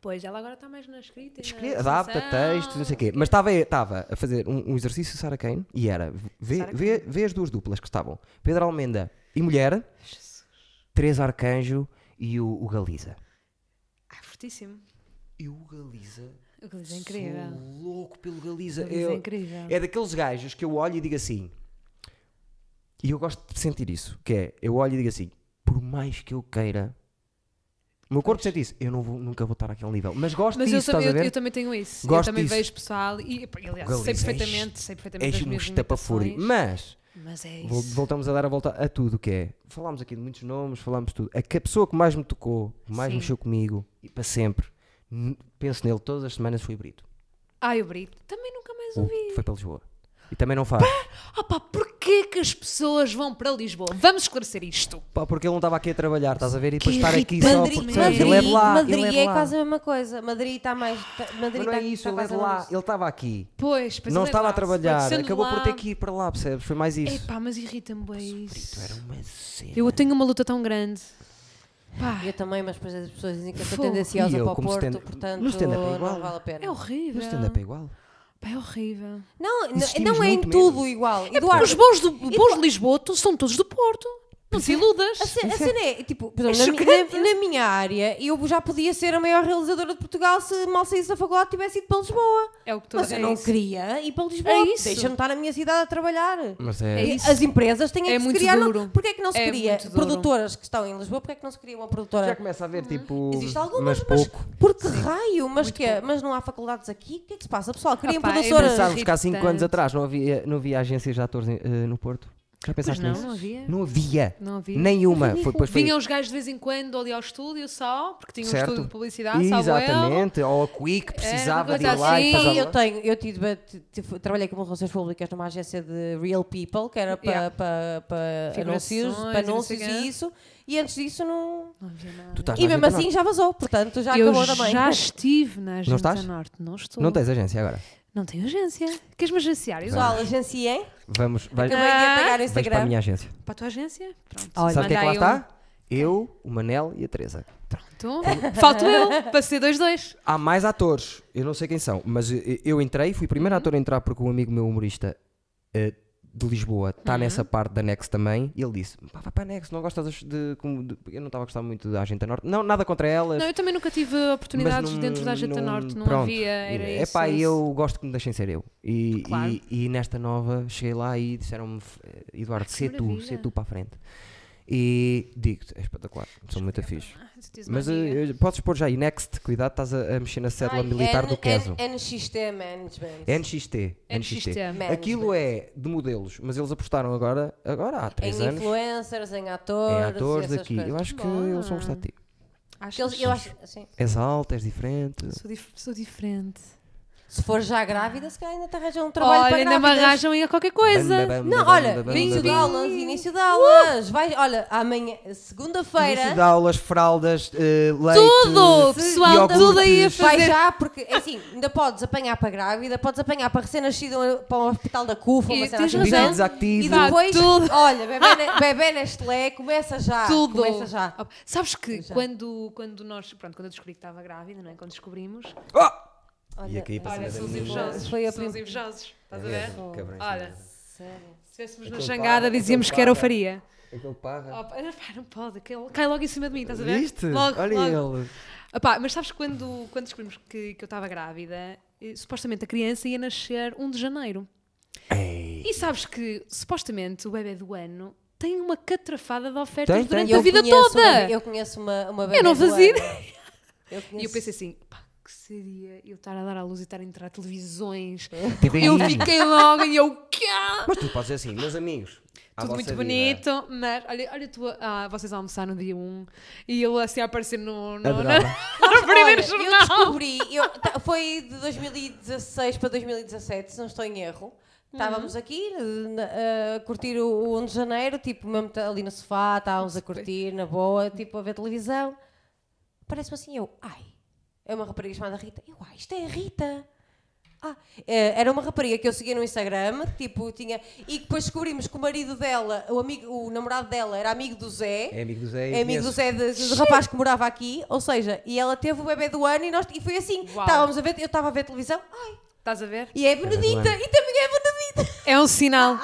Pois, ela agora está mais na escrita. e na
Escre- adapta
encenação.
textos, não sei o quê. Mas estava estava a fazer um, um exercício Sarah Kane e era vê,
Sarah
vê, vê as duas duplas que estavam: Pedro Almenda e mulher,
Jesus.
Teresa Arcanjo e o, o Galiza.
Ah, fortíssimo.
E o Galiza.
O que diz é incrível.
Sou louco pelo Galiza.
O Galiza
Eu-
é incrível.
é daqueles gajos que eu olho e digo assim. E eu gosto de sentir isso, que é, eu olho e digo assim, por mais que eu queira, o meu corpo sente isso, eu não vou- nunca vou estar àquele nível. Mas gosto
Mas eu,
disso,
também,
estás a
eu,
ver?
eu também tenho isso.
Gosto
eu também
disso.
vejo pessoal e, e, aliás,
Galiza
sei
é
perfeitamente, sei perfeitamente
És
as
um
minhas
estapafúrdio.
limitações,
Mas
Mas é
vol-
isso.
voltamos a dar a volta a tudo, que é. Falámos aqui de muitos nomes, falámos de tudo. A, que- a pessoa que mais me tocou, que mais
Sim.
mexeu comigo, e para sempre, n- penso nele todas as semanas, foi o Brito.
Ai, o Brito, também nunca mais
O-
ouvi.
Oh, foi para Lisboa. E também não faz.
Ah pá, porquê que as pessoas vão para Lisboa? Vamos esclarecer isto.
Pá, porque ele não estava aqui a trabalhar, estás a ver? E depois
Que
estar aqui só
Madrid,
porque
Madrid,
sabes, ele é de lá.
Madrid
ele
é
de lá.
quase a mesma coisa. Madrid está mais. tá- Madrid
Mas não
tá-
é isso,
tá
ele é
quase
de
a
lá.
mesma-
Ele estava aqui.
Pois, pois
não
ele é
estava a
lá,
trabalhar.
sendo de
Acabou por
lá-
ter que ir para lá, percebes? Foi mais isso.
Epá, mas irrita-me bem isso.
Brito era um uma cena.
Eu tenho uma luta tão grande. Pá,
Eu também, mas depois as pessoas dizem que eu sou
Fogo.
tendenciosa
E eu,
para o
como
Porto,
stand-
portanto
no stand-up é igual.
não vale a pena.
é horrível.
Mas stand-up é igual.
Pá, é horrível.
Não, n-
Insistimos
não é em
muito
tudo
menos.
igual.
Porque
Eduardo,
os bons, do, bons de Lisboa to- são todos do Porto. Não Assim, se iludas.
A ce- a cena é, tipo, por exemplo,
É
na mi-
chocante.
na, na minha área, eu já podia ser a maior realizadora de Portugal se mal saísse da faculdade e tivesse ido para Lisboa.
É o que estou a
Mas
dizer.
eu não
é isso.
queria ir para Lisboa.
É isso.
Deixa-me estar na minha cidade a trabalhar.
Mas
É
é.
isso.
As empresas têm é
É
que se
muito
criar. não-
duro.
Porquê é que não se
É
cria?
muito duro.
Produtoras que estão em Lisboa, porquê é que não se cria uma produtora?
Já começa a ver, tipo.
Existe algumas,
Mas
mas,
pouco.
por que raio? Mas, que, é? mas não há faculdades aqui? O que é que se passa? Pessoal, queriam
Opa, é
produtoras.
pensar-
Pensávamos que há 5 anos
irritante.
atrás não havia, não havia agências de atores em- eh, no Porto. Já
Pois
pensaste
não,
nisso?
não havia.
Não havia.
Não havia.
Nenhuma. Foi, depois foi-
Vinham os gajos de vez em quando ali ao estúdio só, porque tinham um
Certo.
estúdio de publicidade, salvo erro.
Exatamente. Ou a Quick precisava de ir
coisa
lá e
assim.
fazer.
Sim, eu tenho, eu tive, t- tive- trabalhei como relações públicas numa agência de real people, que era para
Yeah. Figurações
anúncios,
e
pa
não sei
anúncios
quê.
e isso, e antes disso não.
Não havia nada.
Tu estás
E
na
mesmo
Agência
assim já vazou, portanto já
eu
acabou também.
já estive na Agência
estás?
Norte, não
Norte.
estou.
Não tens agência agora.
Não tenho agência. Queres-me agenciar? Eu
Pessoal, agenciem,
Vamos. Vais,
acabei de
Ah.
apagar o
vais para a
Instagram.
minha agência.
Para a tua agência? Pronto.
Olha,
Sabe quem é que lá
Manda aí
está? Eu, o Manel e a Teresa.
um. Então, falto eu, para ser dois, dois.
Há mais atores, eu não sei quem são, mas eh, eu entrei, fui o primeiro ator a entrar porque um amigo meu humorista eh, de Lisboa está nessa parte da Nex também e ele disse: Pá, vai para a Nex, não gostas de. de- como de- eu não estava a gostar muito da Agente Norte, não, nada contra elas.
Não, eu também nunca tive oportunidades
mas não-
dentro da Agenda Norte, não
pronto.
havia, era
é
isso.
pá,
isso.
eu gosto que me deixem ser eu. E,
Claro.
e- e nesta nova cheguei lá e disseram-me: "F- eh, Eduardo,
que
sê tu,
maravilha.
sê tu para a frente. E digo-te: é espetacular, sou muito fixe.
Ah, tu tens uma
Mas eh,
amiga.
eh, podes pôr já aí, next, cuidado, estás a, a mexer na cédula militar do Queso.
N- N- NXT Management.
NXT, NXT.
NXT.
Aquilo é de modelos, mas eles apostaram agora, agora há 3
Em
anos,
influencers, em atores.
em
e
atores
essas
daqui.
coisas.
Eu acho que
Boa.
eles vão gostar de ti.
Achas?
Eles- eu acho- assim,
És alta, és diferente.
Sou, dif- sou diferente.
se for já grávida, se calhar ainda te arranjam um trabalho
Olha,
para
ainda me
grávidas.
arranjam aí a qualquer coisa.
Bam, bam,
Não,
bam,
olha,
bam, bam,
início
bam,
de
bam.
aulas, início de aulas. Vai, olha, amanhã,
Início de
segunda-feira.
aulas, fraldas, eh, leite.
Tudo! Pessoal,
iogurtes.
tudo aí a
Vai
fazer.
já, porque é assim, ainda podes apanhar para grávida, podes apanhar para recém-nascido para um hospital da CUFA, uma
E
cena
tens
assim.
razão.
Bíceps ativo.
E depois,
Dá tudo.
olha, bebê, ne- bebê Nestlé, começa já.
Tudo.
Começa já.
Ah, Sabes que
Já.
quando, quando nós, pronto, quando eu descobri que estava grávida, não é? Quando descobrimos,
Oh!
Olha,
E aqui para cima
olha, são
da
os
minha.
invejosos.
Foi a
São os
prim-
invejosos, estás a
É
ver?
mesmo, quebrem-se
Olha, se
sério.
estivéssemos na
Aquele
jangada,
parra,
dizíamos
aquele
que era o
parra.
faria.
Aquele parra.
Oh, pá, não, pá, não pode, aquele cai logo em cima de mim, estás a ver?
Viste?
Logo,
Olha
logo.
ele.
Epá, mas sabes que quando, quando descobrimos que, que eu estava grávida, eh, supostamente a criança ia nascer 1 de janeiro.
Ei.
E sabes que, supostamente, o bebê do ano tem uma catrafada de ofertas
Tem, tem.
durante
Eu
a vida
conheço
toda.
uma- eu conheço uma, uma bebê.
Eu não
do
fazia
ano. Eu
E eu
conheço-
pensei assim, pá, que seria eu estar a dar à luz e estar a entrar a televisões.
É.
Teve
Eu
aí.
fiquei logo e eu, cá!
Mas tu podes dizer assim, meus amigos. à
Tudo
vossa
muito
vida,
bonito,
né?
mas olha, olha tu, ah, vocês a almoçar no dia 1 e ele assim a aparecer no, no, na,
Adorava.
no primeiro
Olha, Eu
jornal.
descobri, eu- tá- foi de 2016 para 2017, se não estou em erro. Estávamos aqui eh, na- a curtir o, o 1 de janeiro, tipo, mesmo tá ali no sofá, estávamos a curtir, na boa, tipo, a ver televisão. Parece-me assim, eu, ai, é uma rapariga chamada Rita. Eu, ai, isto é a Rita. Ah, eh, era uma rapariga que eu seguia no Instagram, tipo, tinha. E depois descobrimos que o marido dela, o, amigo, o namorado dela, era amigo do Zé.
É amigo do Zé. eu
É amigo do
conheço.
Zé, de- do rapaz que morava aqui, ou seja, e ela teve o bebê do ano e, nós, e foi assim.
Uau.
Estávamos a ver, eu estava a ver televisão, ai,
Estás a ver?
e é Benedita, e também é Benedita.
É um sinal.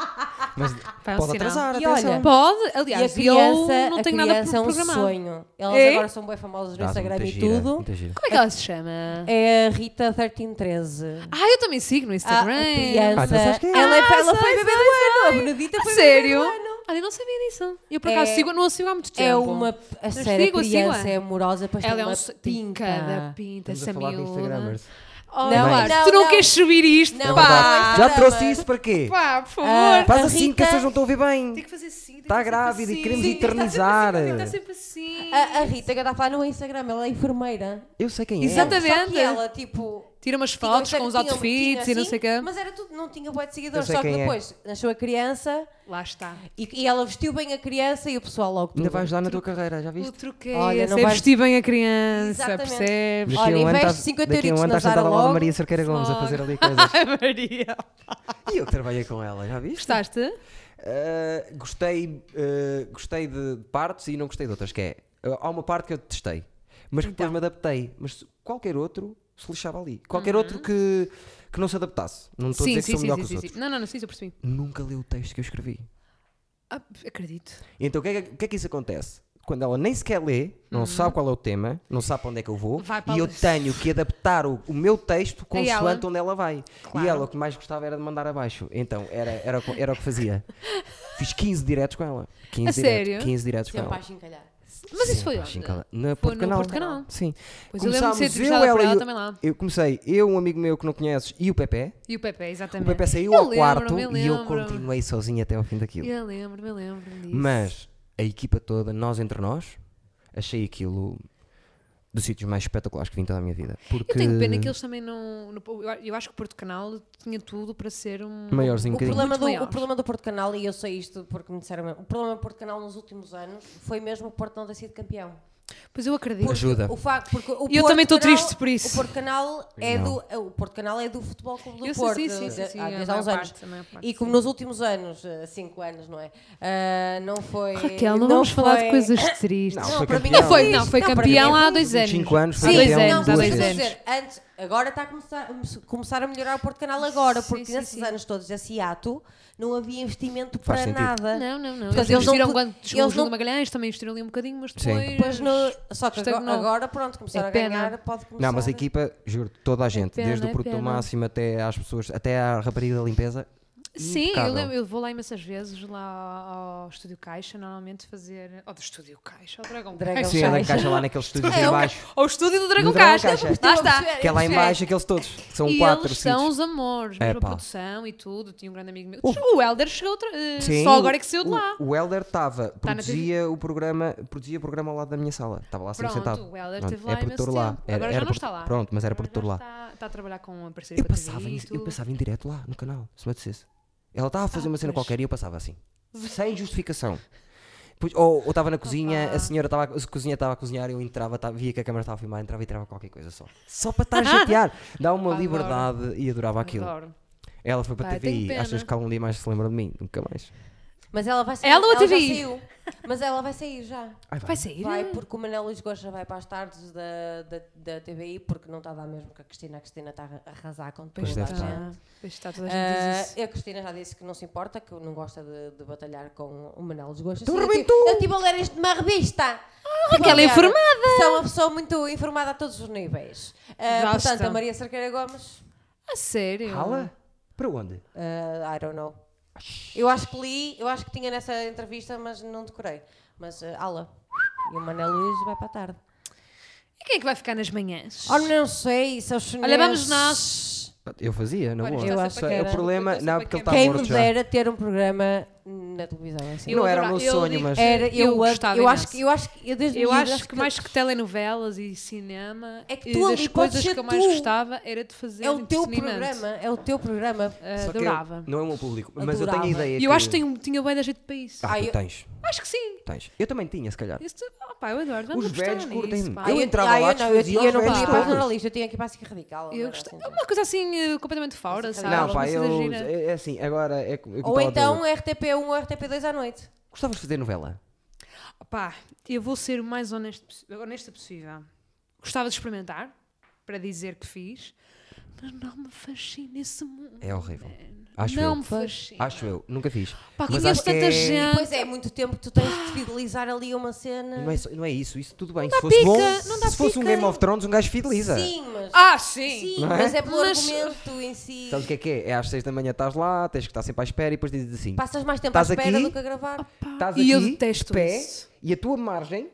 Mas
Pá, é um
pode
sinal.
atrasar,
E
atenção.
olha,
Pode,
E a
aliás,
criança,
eu não
a
tenho nada
criança é
pro-
um
programado.
sonho. Elas
É?
agora são bem famosas no
Dá-se
Instagram
muita
e
gira,
tudo.
muita gira.
Como é que ela se chama?
É a Rita 1313.
Ah, eu também sigo no
A
Instagram.
criança.
Ah, tu sabes quem é?
ela,
Ah,
ela foi
sei,
bebê do
sei,
ano. A
sei.
Benedita
A
foi
sério?
bebê do ano.
Olha, eu não sabia disso. Eu por
É-
acaso sigo, não a sigo há muito tempo.
É uma. A
Mas
sério,
sigo-a,
a criança
sigo-a.
é amorosa, depois
Ela
tem
é um
uma
so- tem
pinca.
cada pinta,
Estamos
essa
a falar de
miúda.
Instagrammers.
Oh,
é
Não,
Marco,
não,
tu não,
não.
queres subir isto, pá.
Não, não.
Já
Instagram.
trouxe isso para quê?
Pá, por favor.
Ah,
Faz
a
assim que as
Rita-
pessoas não estão a ouvir bem.
Tem que fazer assim. tem que
Tá
fazer
grávida e
assim.
queremos
Sim,
eternizar.
Está sempre assim. Está sempre
A, a
assim.
Rita que eu estava a falar não é Instagram, ela é enfermeira.
Eu sei quem é.
Exatamente.
Só que ela, tipo.
Tira umas
tinha um
fotos
Instagram-
com os
tinha-
outfits
tinha
e não
assim,
sei o quê.
Mas era tudo, não tinha boa de
Eu
seguidores.
sei
Só que
quem é.
depois nasceu a criança
Lá está.
e, e ela vestiu bem a criança e o pessoal logo.
é. Ainda
tudo.
vais dar na
Tipo,
tua carreira, já
O
viste?
truque é
Olha,
esse,
não
é
vais-
vestir bem a criança,
Exatamente.
percebes?
Olha,
um ano
investe
estás-
50
daqui a um
euritos
ano
na
estás sentada
Zara
lá da
logo.
Maria Cerqueira Gomes a
Logo.
fazer ali coisas.
Ai, Maria.
e eu que trabalhei com ela, já viste?
Gostaste?
Uh, gostei, uh, gostei de partes e não gostei de outras, que é, uh, há uma parte que eu testei, mas que
Então.
depois me adaptei, mas se- qualquer outro se lixava ali, qualquer outro que, que não se adaptasse, não estou a
Sim,
dizer que
Uhum. sim,
sou
sim,
melhor
sim,
que os
sim,
outros,
sim. Não, não, não, sim, isso eu percebi.
nunca li o texto que eu escrevi,
Ah, acredito.
Então o que, é que, o que é que isso acontece? Quando ela nem sequer lê, não sabe qual é o tema, não sabe para onde é que eu vou,
Uhum. Vai para
e eu
ali.
tenho que adaptar o, o meu texto
A ela.
consoante onde ela vai.
Claro.
E ela o que mais gostava era de mandar abaixo. Então era, era, o que- era o que fazia. Fiz 15 diretos com ela. 15
A
diretos,
sério?
15 diretos com
Sempre
ela.
a chincalhar.
Mas isso
Sim,
foi
pá,
onde?
sim, cala- Na
Foi
Porto
no
Canal.
Porto Canal.
Sim.
Pois eu lembro de ser
Começámos
entrevistada por ela
e o-
também lá.
Eu comecei, eu, um amigo meu que não conheces, e o Pepe.
E o Pepe,
O
exatamente.
Pepe saiu
Eu
ao quarto
lembro-me,
e eu
lembro-me.
continuei sozinho até ao fim daquilo.
Eu lembro-me, eu lembro-me disso.
Mas a equipa toda, nós entre nós, achei aquilo dos sítios mais espetaculares que vim toda a minha vida. Porque
Eu tenho pena que eles também não. no- eu a- eu acho que o Porto Canal tinha tudo para ser um.
Maiorzinho
um
um bocadinho.
O problema,
muito
do,
maior.
o problema do Porto Canal, e eu sei isto porque me disseram mesmo, o problema do Porto Canal nos últimos anos foi mesmo o Porto não ter sido campeão.
Pois eu acredito.
Porque- Ajuda.
O facto, porque o
E eu
Porto
também estou
Canal-
triste por isso.
O Porto Canal é
Não.
do, o Porto Canal é do Futebol Clube do
Eu sei,
Porto.
sim, sim,
de-
sim, sim,
há,
a
desde há
maior
uns
parte,
anos.
a maior parte,
e como
sim.
nos últimos anos, 5 anos, não é? Ah, não foi.
Raquel, não, vamos falar de
foi-
coisas tristes.
Não,
Não,
foi
para mim
campeão.
é
Foi,
triste.
não, foi
para mim
campeão
é
há
triste.
dois anos.
Cinco anos, foi
Há
Sim,
dois
campeão
anos,
não,
há
duas
mas
dois
eu estou a
vezes.
anos.
dizer, antes, agora está a começar, começar a melhorar o Porto Canal agora, porque
sim,
nesses
sim.
anos todos, esse hiato, não havia investimento
Faz
para
sentido.
nada.
Não, não, não. Eles
Portanto, eles não
investiram
po-
quando chegou
eles
o Júlio
não-
Magalhães, também investiram ali um bocadinho, mas
Sim.
depois.
Depois no- só que agora,
estagnou.
agora, pronto, começaram
É
a
pena.
ganhar, pode começar.
Não, mas a equipa, juro, toda a gente,
pena,
desde
é
o produto
pena.
máximo até às pessoas, até à rapariga da limpeza.
Sim, eu,
impecável.
lembro- eu vou lá imensas vezes, lá ao Estúdio Caixa, normalmente fazer. Ou do Estúdio Caixa, ao Dragão
Dragão
Caixa.
Sim, ela
Caixa.
encaixa lá naquele estúdio
É,
de
eu-
baixo.
Ao Estúdio do Dragão,
Dragão
Caixa.
Caixa.
Lá está.
Que é lá em baixo, aqueles todos. São
e
quatro
eles são
sítios.
os amores,
É,
mesmo
pá.
a produção e tudo. Tinha um grande amigo meu. O Helder chegou outra- eh,
Sim,
só agora é que saiu de
o-
lá. Tá
O Helder estava,
na
produzia o programa, produzia o programa ao lado da minha sala. Estava lá sempre
Pronto,
sentado.
o Helder
tá- Pronto,
esteve lá
é produtor
imenso
lá.
tempo.
Era-
Agora já
era
não
produ-
está lá.
Pronto, mas era
Agora já
produtor lá.
Está, está a trabalhar com a parceria
Eu
com a TV
passava, em,
e
eu
tudo.
passava em direto lá no canal, se me apetecesse. Ela estava a
Ah,
fazer uma cena qualquer e eu passava assim. Sem justificação. Depois, ou ou estava na cozinha, a senhora estava a, a cozinha estava a cozinhar, eu entrava, estava- via que a câmera estava a filmar, entrava e tirava qualquer coisa só. Só para estar a chatear. Dá uma
Adoro.
liberdade e adorava aquilo.
Adoro.
Ela foi para a
Pá, tenho
TV
pena.
achas que algum dia mais se lembra de mim? Nunca mais.
Mas ela vai sair.
Ela ou a
já
TVI?
saiu. Mas ela vai sair já.
Ai,
Vai sair?
Vai, porque o Manel Luís Gosta vai para as tardes da, da, da TVI, porque não está a dar mesmo com a Cristina. A Cristina está a arrasar com tudo.
Pois
é?
deve
a
estar.
gente.
tá. Pois está, toda a gente diz isso.
Ah, a Cristina já disse que não se importa, que não gosta de, de batalhar com o Manel dos Gostos.
Então
Assim, eu
rebentou!
tive- Eu estive a ler isto numa revista. Estive a
Raquel é
ler.
informada!
Sou uma pessoa muito informada a todos os níveis. Ah,
Já
portanto,
está.
a Maria Cerqueira Gomes,
A sério?
Rala? Para onde?
ah, I don't know. Eu acho que li, eu acho que tinha nessa entrevista, mas não decorei. Mas ah, ala. E o Manel Luís vai para a tarde.
E quem é que vai ficar nas manhãs?
Oh, não sei, são os
Olha, vamos
chineses.
nós.
Eu fazia, na
Olha,
boa.
está
Eu
sempre
acho
a
que
querer.
era.
O problema-
Está sempre
não,
a
porque ele está
querer.
Quem
Tá morto
me
já.
dera ter um programa na televisão. Assim.
Não era o meu
adorava- eu
sonho,
digo-
mas-
Era,
gostava
eu, gostava eu acho
imenso.
que eu acho que eu desde
Eu
miúda
acho que mais que telenovelas e cinema,
É que
e
tu ali
das
podes
coisas
ser
que eu mais
tu.
gostava era de fazer
é o teu
entretenimento.
programa, é o teu programa.
Ah,
Só que eu-
adorava.
não é o meu público, mas eu tenho a
Adorava.
ideia.
E eu acho que
que
tenho, tinha bem da gente para isso.
Ah,
Ah,
tu
eu-
tens,
Acho que sim.
tens. Eu também tinha, se calhar.
Isso, opa, eu adoro. Vamos
Os
apostar
velhos
nisso,
curtem-me.
pá.
Ah, eu entrava
ah,
lá,
eu não, eu,
desfazia
eu
os
não
velhos
podia ir para a
todos.
jornalista, eu tinha que ir para a SIC Radical.
Eu
era
gostava.
assim.
Uma coisa assim eh, completamente fora, sabe?
Não,
Uma
pá,
coisa
eu.
gira.
É é assim, agora. É, que- é que eu
Ou
tava a dizer.
então RTP1 ou RTP2 à noite.
Gostavas de fazer novela?
Pá, eu vou ser o mais honesto possi- honesta possível. Gostava de experimentar, para dizer que fiz, mas não me fascina esse mundo.
É horrível. Acho
não
eu.
me fascina.
Acho eu. Nunca fiz.
Pá,
Mas
conheço
acho que
tanta
é-
gente.
Pois é, é muito tempo que tu tens de fidelizar ali uma cena.
Não é, só- não é isso, isso tudo bem. se fosse
pica,
bom,
não dá
se fosse um
pica.
Game of Thrones, um gajo fideliza.
Sim, mas.
Ah, sim!
sim,
Não é?
mas é pelo
Mas-
argumento em si.
Sabes o que é que é? É às 6 da manhã estás lá, tens que estar sempre à espera e depois dizes assim:
Passas mais tempo à
Estás
espera
aqui?
do que a gravar.
estás
E
aqui
eu detesto
de pé
isso.
e a tua margem,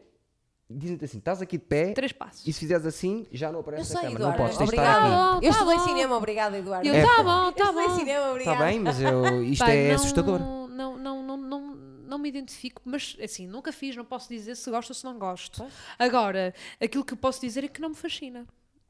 dizem-te assim: estás aqui de pé
Três passos.
e se fizeres assim já não
Eu
aparece na
sei,
câmara. Não
Eduardo.
podes, tens de estar aqui.
Obrigada.
aqui.
eu
Tá
estudei
bom.
cinema, obrigada, Eduardo.
Eu,
É,
tá
pá.
bom, tá
eu assim, estudei
bom.
cinema, obrigada.
Está bem, mas eu, isto
Pá,
é
não-
assustador.
Não, não, não, não, não me identifico, mas assim, nunca fiz, não posso dizer se gosto ou se não gosto. Agora, aquilo que eu posso dizer é que não me fascina.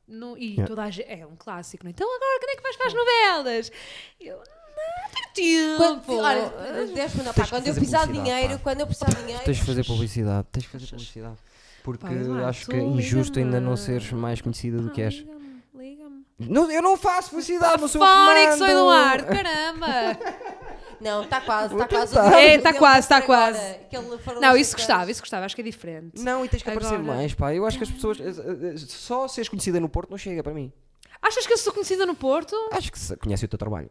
Não- e
Yeah.
toda a gente, é um clássico, não é? Então agora, quando é que vais para as novelas? Eu, não, tenho
Quando,
tempo.
olha, deixa-me andar, pá,
Tens que
quando
fazer
eu precisar de
publicidade,
dinheiro,
pá.
quando eu precisar de dinheiro.
Tens de fazer publicidade, tens de fazer publicidade. Porque
Eduardo,
acho que é
liga-me.
injusto ainda não seres mais conhecida do que
Ah,
és.
liga-me, liga-me.
Não, eu não faço publicidade, não sou eu que
Fónix, é sou
mando.
Eduardo, caramba!
Não, está quase, está quase.
tentar.
O
É,
tempo
tá
que
quase, tá
ele assim, agora,
quase.
aquele farol
Não,
dos
isso
seus
gostava,
anos.
isso gostava, acho que é diferente.
Não, e tens que aparecer
Agora-
mais, pá. Eu acho que as pessoas. eh, eh, eh, Só seres conhecida no Porto não chega para mim.
Achas que eu sou conhecida no Porto?
Acho que se conhece o teu trabalho.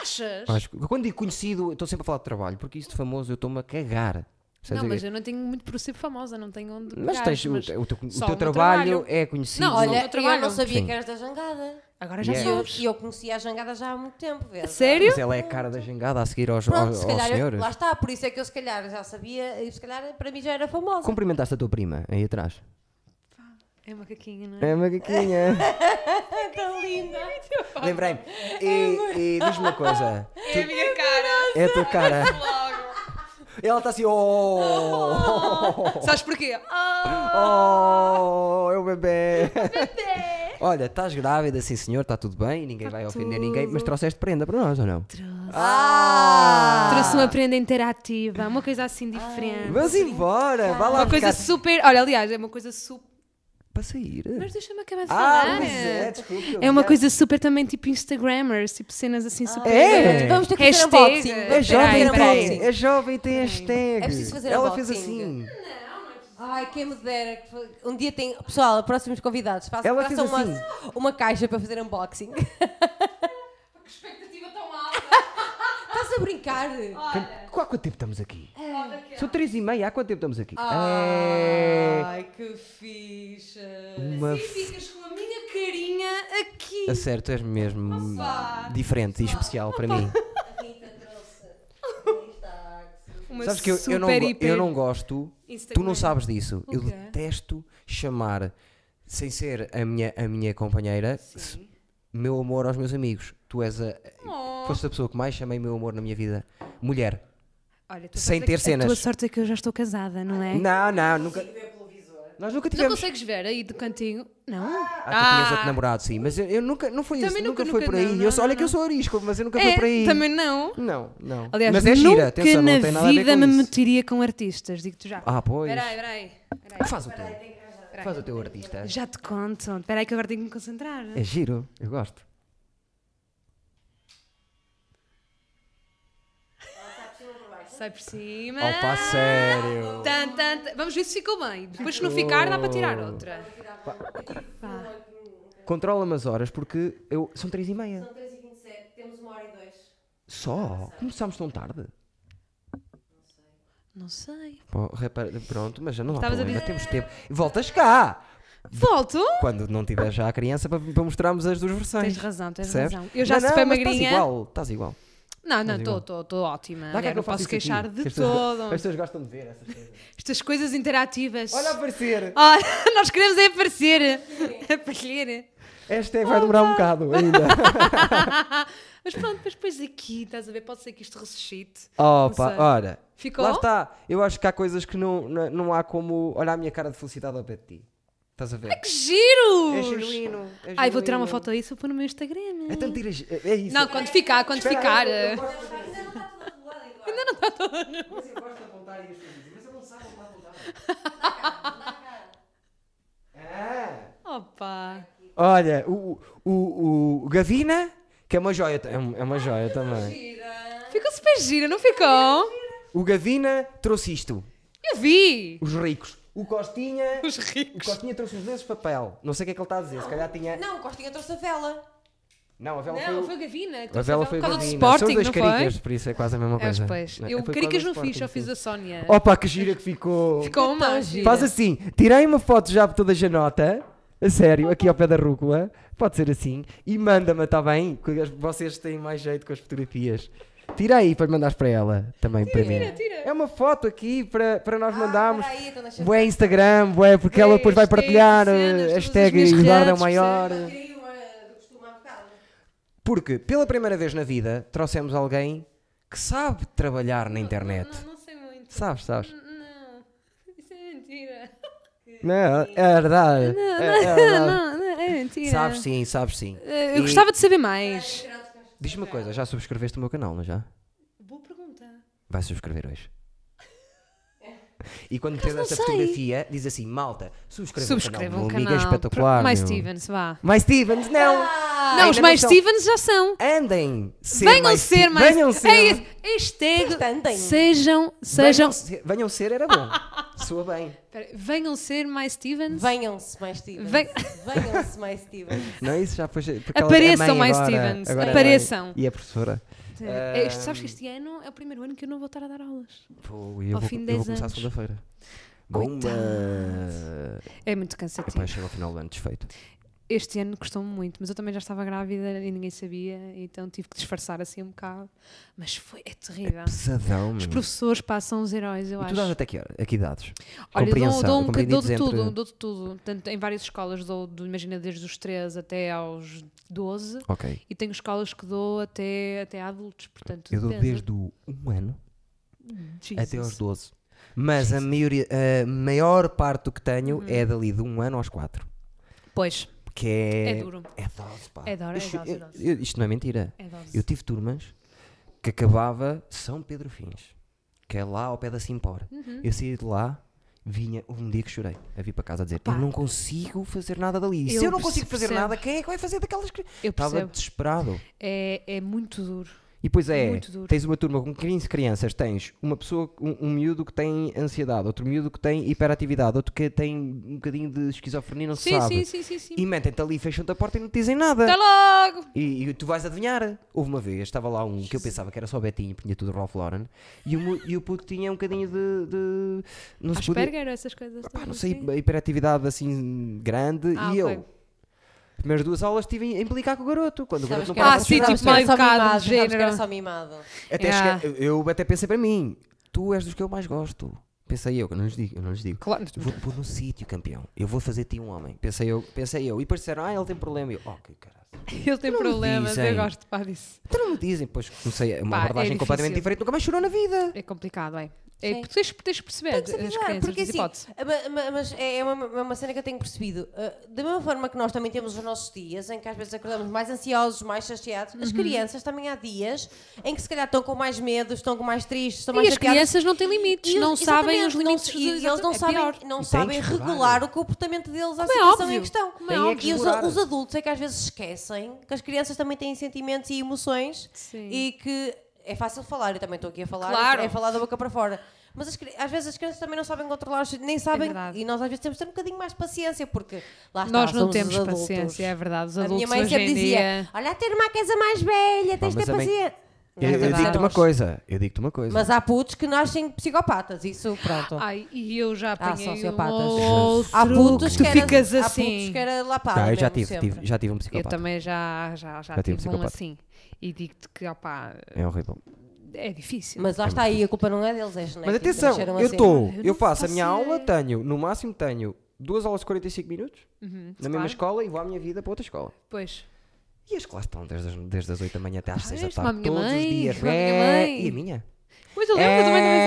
Achas?
Acho que- quando digo conhecido, eu estou sempre a falar de trabalho, porque isso de famoso eu estou-me a cagar. Percebes
não,
o
mas
quê?
eu não tenho muito por ser famosa, não tenho onde.
é Mas
pegar,
tens, o-
mas
o teu, o
só
teu
o meu
trabalho,
trabalho.
é conhecido.
Não,
Olha,
meu
eu
trabalho.
não sabia
Sim.
que eras da jangada.
Agora já
Yeah.
sabes.
E eu conhecia a jangada já há muito tempo, vês?
Sério?
Mas ela é a cara da jangada a seguir aos,
Pronto,
aos,
se
aos
calhar, eu,
senhores.
lá está, por isso é que eu se calhar já sabia, e se calhar para mim já era famosa.
Cumprimentaste a tua prima aí atrás.
É macaquinha, não é?
É macaquinha.
É tão linda.
Lembrei-me. E, e diz-me uma coisa.
É a minha cara.
É a tua cara.
Logo.
Ela está assim, oh,
Sabes porquê? Ah,
oh, é o bebê. Olha, estás grávida, sim senhor, está tudo bem, ninguém vai ofender ninguém, mas trouxeste prenda para nós ou não? Ah!
Trouxe uma prenda interativa, uma coisa assim diferente.
Vamos embora, vá lá
uma coisa
ficar-
super. Olha, aliás, é uma coisa super.
para sair.
Mas deixa-me acabar de
Ah,
falar.
pois é, desculpa. eu
É uma
quero-
coisa super também tipo Instagrammers, tipo cenas assim super.
É?
Vamos ter que um fazer
Hashtag.
unboxing.
É
É
Vamos ter
jovem,
Peraí, peraí.
tem, é jovem, tem hashtag.
É preciso fazer
Ela
unboxing.
fez assim.
Ai, quem me dera. que fa- Um dia tem. Pessoal, próximos convidados. Façam,
Ela fez
façam uma,
assim.
uma caixa para fazer unboxing.
Que expectativa tão alta.
Estás a brincar?
Há quanto tempo estamos aqui? São três e meia, há quanto tempo estamos aqui?
Ah.
É.
Ai, que ficha.
Uma
E ficas com a minha carinha aqui.
A sério, tu és mesmo diferente e especial para mim.
Uma
Sabes que eu, eu não,
super,
go-
hiper-
eu não gosto, tu
Instagram.
não sabes disso. Eu
quê?
detesto chamar, sem ser a minha, a minha companheira, se- meu amor aos meus amigos. Tu és a.
Oh.
Foste a pessoa que mais chamei meu amor na minha vida. Mulher.
Olha, tu
Sem
sabes
ter
que
cenas.
A tua sorte é que eu já estou casada, não é?
Não, não, nunca. Nós nunca
Não
tivemos.
consegues ver aí do cantinho? Não?
Ah, tu tinhas outro namorado, sim, mas eu, eu nunca. Não foi isso,
Também
nunca,
nunca-
foi
nunca-
por aí.
não,
Eu
não,
sou- olha
não,
que eu
não.
sou arisco, mas eu nunca
é,
fui por aí.
também não.
Não, não.
Aliás,
mas é gira,
nunca
atenção,
na
não tem nada a ver
vida
com
me
isso.
meteria com artistas, digo-te já.
Ah, pois.
Peraí, peraí. peraí.
Faz o teu. Faz o teu artista.
Já te conto. Peraí que agora tenho que me concentrar.
É giro, eu gosto.
Sai por cima.
Opa, sério.
Tan, tan, tan. Vamos ver se ficou bem. Depois, se não ficar, dá para tirar outra.
Controla-me as horas porque eu... são três e meia.
São 3h27, temos uma hora e dois.
Só? Começámos tão tarde?
Não sei.
Pô, repara- Pronto, mas já não há
Estavas a
problema,
dizer-
temos tempo. Voltas cá!
Volto?
Quando não tiver já a criança para, para mostrarmos as duas versões.
Tens razão, tens
Percebes?
razão. Eu já
não,
super
não, mas estás
magrinha.
igual, estás igual.
Não, não,
igual.
estou ótima.
Dá cá que
Aliás,
eu
não
faço
posso
isto aqui,
queixar
que
de
as pessoas-
todo.
As pessoas gostam de ver essas coisas.
Estas coisas interativas.
Olha a aparecer!
Ah, nós queremos é aparecer. Aparecer.
Esta é vai demorar um bocado ainda.
Mas pronto, mas depois aqui, estás a ver? Pode ser que isto ressuscite. Não
Opa,
sei.
ora.
Ficou?
Lá está. Eu acho que há coisas que não, não, não há como. Olha a minha cara de felicidade ao pé de ti. Estás a ver?
Que giro!
É genuíno. é
Ai, vou tirar uma
genuíno.
foto disso e pôr no meu Instagram.
Então tiras. É é isso.
Não, quando ficar, quando ficar. eh.
tá
tá
Mas eu gosto de apontar e as coisas, mas eu não sei como apontar. Ah.
Opa!
Olha, o, o, o Gavina, que é uma joia, ta- é um- é uma joia também.
Ficou super giro, não ficou?
O Gavina trouxe isto,
Eu vi!
os ricos. O Costinha,
Os
o
ricos.
Costinha trouxe uns lenços de papel. Não sei o que é que ele está a dizer, se calhar tinha...
Não, o Costinha trouxe a vela.
Não, a vela foi...
Não,
o-
foi o Gavina. tipo,
A vela foi o
por causa do
Gavina.
Sporting,
São os dois
não
caricas,
foi?
por isso é quase a mesma
É, os
coisa.
pais.
Não,
Eu
foi por
caricas
causa
não
do
fiz, só
Sporting,
fiz
sim.
a Sónia.
Opa, que gira que ficou.
Ficou uma.
gira.
Faz assim, tirei uma foto já toda janota, a sério, aqui ao pé da rúcula, pode ser assim, e manda-me, está bem? Que as- Vocês têm mais jeito com as fotografias. Tira aí para mandares para ela, também para mim.
tira.
É uma foto aqui para, para nós mandarmos.
peraí, então deixa-
Bué Instagram, bué, porque ela depois vai
Hashtag,
partilhar
cenas,
eh,
todas as
hashtag
minhas
Eduardo é o
redes,
maior.
Tirei uma do costume há bocado.
Porque pela primeira vez na vida trouxemos alguém que sabe trabalhar na internet.
Não, não sei muito.
Sabes, sabes?
Não. Isso é mentira.
Não, é verdade.
Não,
É- é
não,
verdade.
não, não, é mentira.
Sabes sim, sabes sim.
Eh, Eu
E
gostava de saber mais.
Diz-me uma coisa, já subscreveste o meu canal, não já?
Boa pergunta.
Vai subscrever hoje. E quando meteres
não
essa
sei.
fotografia, diz assim, malta, subscreve o canal.
Subscrevam o
meu
canal.
amigo é espetacular.
Mais Ah!
meu.
Stevens, vá.
Mais Stevens, não!
Ah!
não, os
ainda
mais
são-
Stevens já são.
Andem ser
Venham
mais
ser
Steve-
mais.
Venham ser.
É isso. Hashtag.
Portanto, andem.
Sejam.
Venham
sejam
ser, venham ser era bom. Soa bem.
Espera, venham ser mais Stevens.
Venham-se mais Stevens.
Ven-
Venham-se mais Stevens.
Não, isso já foi. porque ela é
Apareçam
mãe
mais
agora,
Stevens,
agora é mãe.
apareçam.
E a professora.
É, isto- sabes que este ano é o primeiro ano que eu não vou estar a dar aulas.
Pô, eu
Ao
vou,
fim de
eu vou
10
começar
anos.
segunda-feira.
Coitado.
Bomba!
É muito
Epá,
cansativo.
chega ao final do ano desfeito.
Este ano custou-me muito, mas eu também já estava grávida e ninguém sabia, então tive que disfarçar assim um bocado. Mas foi, é terrível.
Pesadão,
Os
meu.
professores passam os heróis, eu
E tu
acho.
dás até que, hora- a que idades?
Olha, eu dou,
Compreensão,
dou, um, boca- dou
compreendidos
de tudo,
entre-
dou de tudo. Tanto, em várias escolas dou, do- imagina, desde os 13 até aos 12.
Ok.
E tenho escolas que dou até, até a adultos, portanto.
Eu dou
depende.
desde o 1 ano
Jesus.
até aos 12. Mas a, maioria, a maior parte do que tenho
Uhum.
é dali de 1 ano aos 4.
Pois,
Que é.
É duro.
É dose, pá.
É dor- é
Isto-
dose, é
eu-
dose.
eu- Isto não é mentira.
é dose.
Eu tive turmas que acabava São Pedro Fins, que é lá ao pé da Simpor.
Uhum.
Eu saí de lá, vinha um dia que chorei, a vir para casa a dizer:
Pá.
Eu não consigo fazer nada dali. E
Eu
se eu não consigo fazer
percebo.
nada, quem é que vai fazer daquelas crianças?
Eu
Estava
percebo.
desesperado.
É, é muito duro.
E pois é,
Muito duro.
tens uma turma com 15 crianças, tens uma pessoa, um, um miúdo que tem ansiedade, outro miúdo que tem hiperatividade, outro que tem um bocadinho de esquizofrenia, não se
Sim,
sabe.
sim, Tá sim, sim, sim.
E metem-te ali, fecham-te a porta e não te dizem nada.
Até logo!
E, e tu vais adivinhar. Houve uma vez, estava lá um que eu pensava que era só Betinho, tinha tudo Ralph Lauren, e o, mu- e o puto tinha um bocadinho de. de- não se podia.
Asperger, essas coisas.
Pá,
todas,
não sei,
sim.
hiperatividade assim grande.
Ah,
e
ok.
eu, primeiras duas aulas, estive a implicar com o garoto. Quando o garoto não
era
Ah,
parava
só-
de
sim,
chorar.
tipo, mal educado, de
que era
género.
só mimado.
Até
Yeah.
cheguei- eu até pensei para mim, tu és dos que eu mais gosto. Pensei eu, que eu não lhes digo, eu não lhes digo.
Claro,
Eu vou-te pôr no sítio, campeão. Eu vou fazer-te um homem. Pensei eu, pensei eu. E depois disseram, ah, ele tem problema. E eu, oh, que caralho.
ele tem
não me
problemas, eu
dizem.
gosto pá, disso.
Então não me dizem, pois comecei uma
Pá, é
abordagem completamente
difícil.
diferente, nunca mais chorou na vida.
É complicado, é. é
Sim.
porque tens, tens de perceber
Tem que se
as
avisar,
crianças,
porque
as
assim,
hipóteses.
ma- ma- mas é é uma, é uma cena que eu tenho percebido. Uh, da mesma forma que nós também temos os nossos dias em que às vezes acordamos mais ansiosos, mais chateados,
Uhum.
as crianças também há dias em que se calhar estão com mais medos, estão com mais tristes, estão mais
E as
chateadas.
crianças não têm limites,
E-
não sabem os
exatamente, não
limites
se- e-
dos-
e eles não
é
sabem,
pior.
não
E
sabem
tens que explorar.
regular o comportamento deles à
Como é
situação
óbvio.
em questão.
Como é
e
óbvio.
os,
explorar.
os adultos é que às vezes esquecem que as crianças também têm sentimentos e emoções
Sim.
e que é fácil falar, eu também estou aqui a falar,
Claro.
é falar da boca para fora. Mas as cri- às vezes as crianças também não sabem controlar, os- nem sabem,
É verdade.
e nós às vezes temos de ter um bocadinho mais de paciência, porque lá está,
Nós não
somos
temos
Ah, tá, os adultos.
paciência, é verdade. Os
A minha
adultos
mãe
hoje
sempre
em
dizia,
dia.
olha a ter uma casa mais velha, tens
mas
de ter
também-
paciência.
Eu,
É
eu
verdade.
digo-te uma coisa, eu digo-te uma coisa.
Mas há putos que nascem psicopatas, isso pronto.
Ai, e eu
ah,
já apanhei Ah, um
sociopatas.
ou
Jesus.
outro
Há putos
que
que era,
ficas
há
assim.
putos que era lapada
Ah, eu já
mesmo
tive,
sempre.
tive- já tive um
Eu
psicopata.
também já, já, já,
Já tive
tive,
um psicopata.
um assim. E digo-te que, opá,
É horrível.
é difícil.
Mas lá está aí, a culpa não é deles, é genética.
Mas atenção,
nasceram
eu
assim.
estou,
Eu
eu,
não
faço a
faço
minha
ideia.
aula, tenho, no máximo tenho duas aulas de 45 minutos na mesma
Uhum. claro.
escola e vou à minha vida para outra escola.
Pois.
E as classes estão desde as, desde as 8 da manhã até às
Ah,
6 da
és como a
tarde,
minha
todos
mãe,
os dias.
como a minha
É,
mãe.
E a minha?
Pois eu lembro, eu também também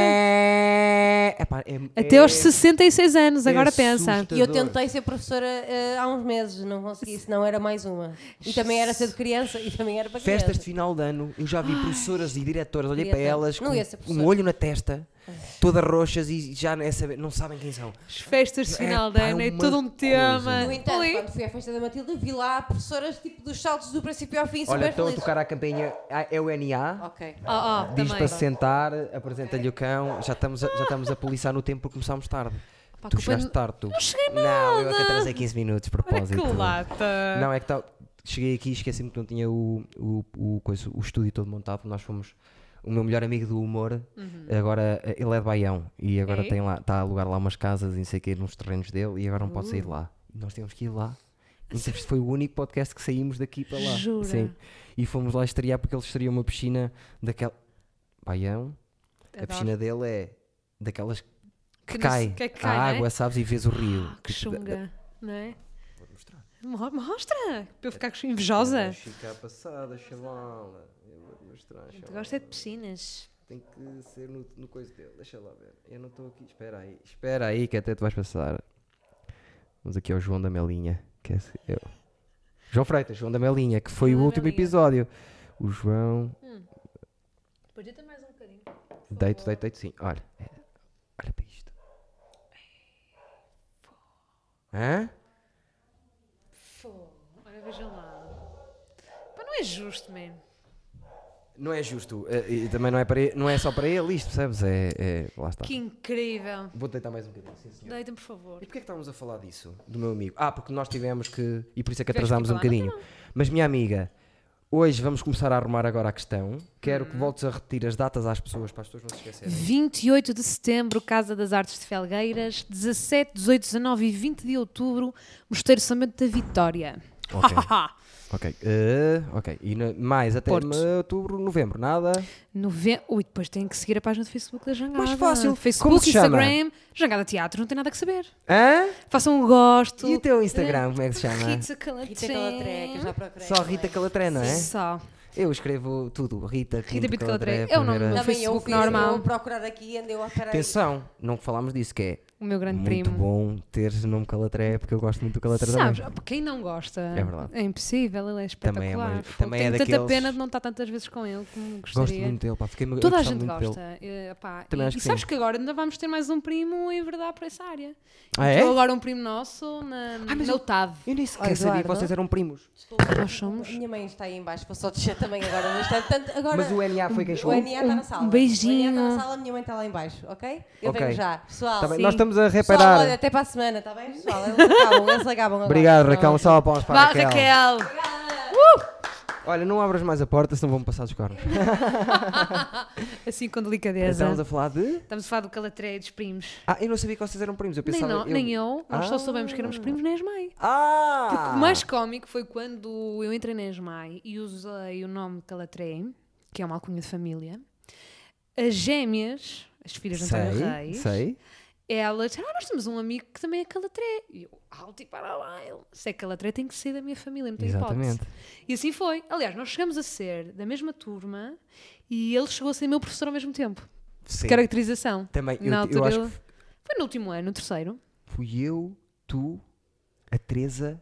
É, epá, é-
Até
é-
aos 66 anos,
é
agora pensa.
assusta.
E eu tentei ser professora eh, há uns meses, não consegui, senão era mais uma. E também era ser de criança, e também era para criança.
Festas de final de ano, eu já vi professoras e diretoras, olhei
Queria
para
tanto.
elas
Não ia ser
com um
professora.
olho na testa, todas roxas e já não, é saber- não sabem quem são.
As festas de final de
Epá,
ano, é
uma
todo um
coisa.
tema.
No entanto,
Ali.
quando fui à festa da Matilde, vi lá professoras tipo dos saltos do princípio ao fim, é super
Olha, estão a
felizes.
tocar a campainha, ah, é o NA,
Ok.
Ah, ah,
diz
também.
para sentar, apresenta-lhe o cão, já estamos, a, já estamos a policiar no tempo porque começámos tarde.
Pá,
tu
culpa
chegaste
não-
tarde, tu.
não cheguei
Não, eu até
nada.
atrasei 15 minutos, de
Olha que
propósito.
lata.
Não, é que tá, cheguei aqui e esqueci-me que não tinha o, o, o, coisa, o estúdio todo montado. Nós fomos. O meu melhor amigo do humor, agora eh, ele é de Baião e agora
Uhum. É?
tem lá, está a alugar lá umas casas e não sei o quê, nos terrenos dele e agora não pode sair de lá. E nós temos que ir lá. E sabes, foi o único podcast que saímos daqui para lá.
Jura?
Sim. E fomos lá estrear porque ele estreou uma piscina daquela. Baião. A
Adoro.
piscina dele é daquelas que,
Que não
cai.
se- que é que
a
cai, não é?
água, sabes, e vês o rio.
Ah, que
Tipo,
chunga, não é? Mo- Mostra! Para eu ficar
É,
com invejosa.
Fica passada, chavala. Eu vou te mostrar,
Tu
chavala.
gosta é de piscinas.
Tem que ser no, no coisa dele. Deixa lá ver. Eu não estou aqui. Espera aí. Espera aí que até tu vais passar. Vamos aqui ao João da Melinha. Que é esse- eu. João Freitas, João da Melinha, que foi o
João da
último
Melinha.
episódio. O João.
Podia ter mais um bocadinho.
Deito, deito, deito, sim. Olha. É. Olha para isto. Hã?
É Fogo. Olha, vejam lá. Não é justo, man.
Não é justo. eh, E também não é, para, e- não é só para ele isto, percebes? É, é- lá está.
Que incrível.
Vou deitar mais um bocadinho, sim, senhor.
Deitem, por favor.
E porquê é que estávamos a falar disso? Do meu amigo? Ah, porque nós tivemos que. E por isso é que
Tivemos que ir
atrasámos um
para lá,
bocadinho. Mas, minha amiga, hoje vamos começar a arrumar agora a questão. Quero
Hum.
que voltes a repetir as datas às pessoas, para as pessoas não se esquecerem.
28 de setembro, Casa das Artes de Felgueiras. 17, 18, 19 e 20 de outubro, Mosteiro Samento da Vitória.
Ok. ok. Eh, ok. E na- mais até
Porto.
ma- outubro, novembro, nada.
Nove... Ui, depois tem que seguir a página do Facebook da Jangada.
Mais fácil.
Facebook,
Como se chama?
Instagram, Jangada Teatro, não tem nada que saber.
Hã?
Façam um gosto.
E o teu Instagram, como é que se chama?
Rita Calatrem.
Rita Calatré, que eu já procurei.
Só Rita Calatré, não é?
Só.
Eu escrevo tudo. Rita, Rita
Pinto
Calatré.
Calatré. É o nome
primeira-
do-
Também eu
Facebook
fiz,
normal.
normal. eu procurar aqui e andei a parar aí.
Atenção, não falámos disso, que é
O meu grande
muito
primo.
bom teres o nome Calatré, porque eu gosto muito do Calatré
Sabes,
também.
opa, quem não gosta
É verdade.
é impossível, ele é espetacular.
Também é uma-
Fogo,
também é
Tenho tanta
daqueles-
pena de não estar tantas vezes com ele como
Gosto
gostaria.
muito dele, pá. Fiquei eu
Toda a
gostava
gente
muito dele.
gosta. eh, pá,
Também
e
acho
e
que
sabes
sim.
que agora ainda vamos ter mais um primo em verdade para essa área.
Ah, é?
Entrou agora um primo nosso na,
Ah, mas
na
eu-
UTAD.
Eu nem sequer
Ah,
sabia que
Eduardo?
vocês eram primos.
Desculpa,
Nós somos-
Minha mãe está aí em baixo, passou a descer também agora. Mas, portanto, agora
Mas o NA foi quem
O
chegou.
NA está na sala.
Um beijinho.
O NA está na sala, a minha mãe está lá em baixo, ok? Eu
Ok.
venho já. Pessoal,
Tá bem,
sim.
nós estamos a
pessoal
reparar.
tá
olha, até para a semana, está bem, pessoal? Eles acabam, eles acabam agora.
Obrigado, Raquel. Um salve para
Vá,
Raquel.
Raquel!
Olha, não abras mais a porta, senão vão passar dos cornos.
Assim com delicadeza.
Estamos Então, a falar de.
Estamos a falar do Calatré dos primos.
Ah, eu não sabia que vocês eram primos. Eu
Nem,
pensava.
não,
eu...
nem eu, nós
Ah.
só soubemos que éramos primos na ESMAI.
Ah!
O mais cómico foi quando eu entrei na ESMAI e usei o nome Calatré, que é uma alcunha de família. As gêmeas, as filhas de António
Sei,
Reis,
sei.
elas disseram: ah, Nós temos um amigo que também é Calatré. E eu, alto e para lá, ele, se é Calatré, tem que ser da minha família, não tem
Exatamente.
hipótese. E assim foi. Aliás, nós chegamos a ser da mesma turma e ele chegou a ser meu professor ao mesmo tempo.
Sim.
Caracterização.
Também, eu,
Na
eu
altura
acho
eu- Foi no último ano, no terceiro.
que fui eu, tu, a Teresa,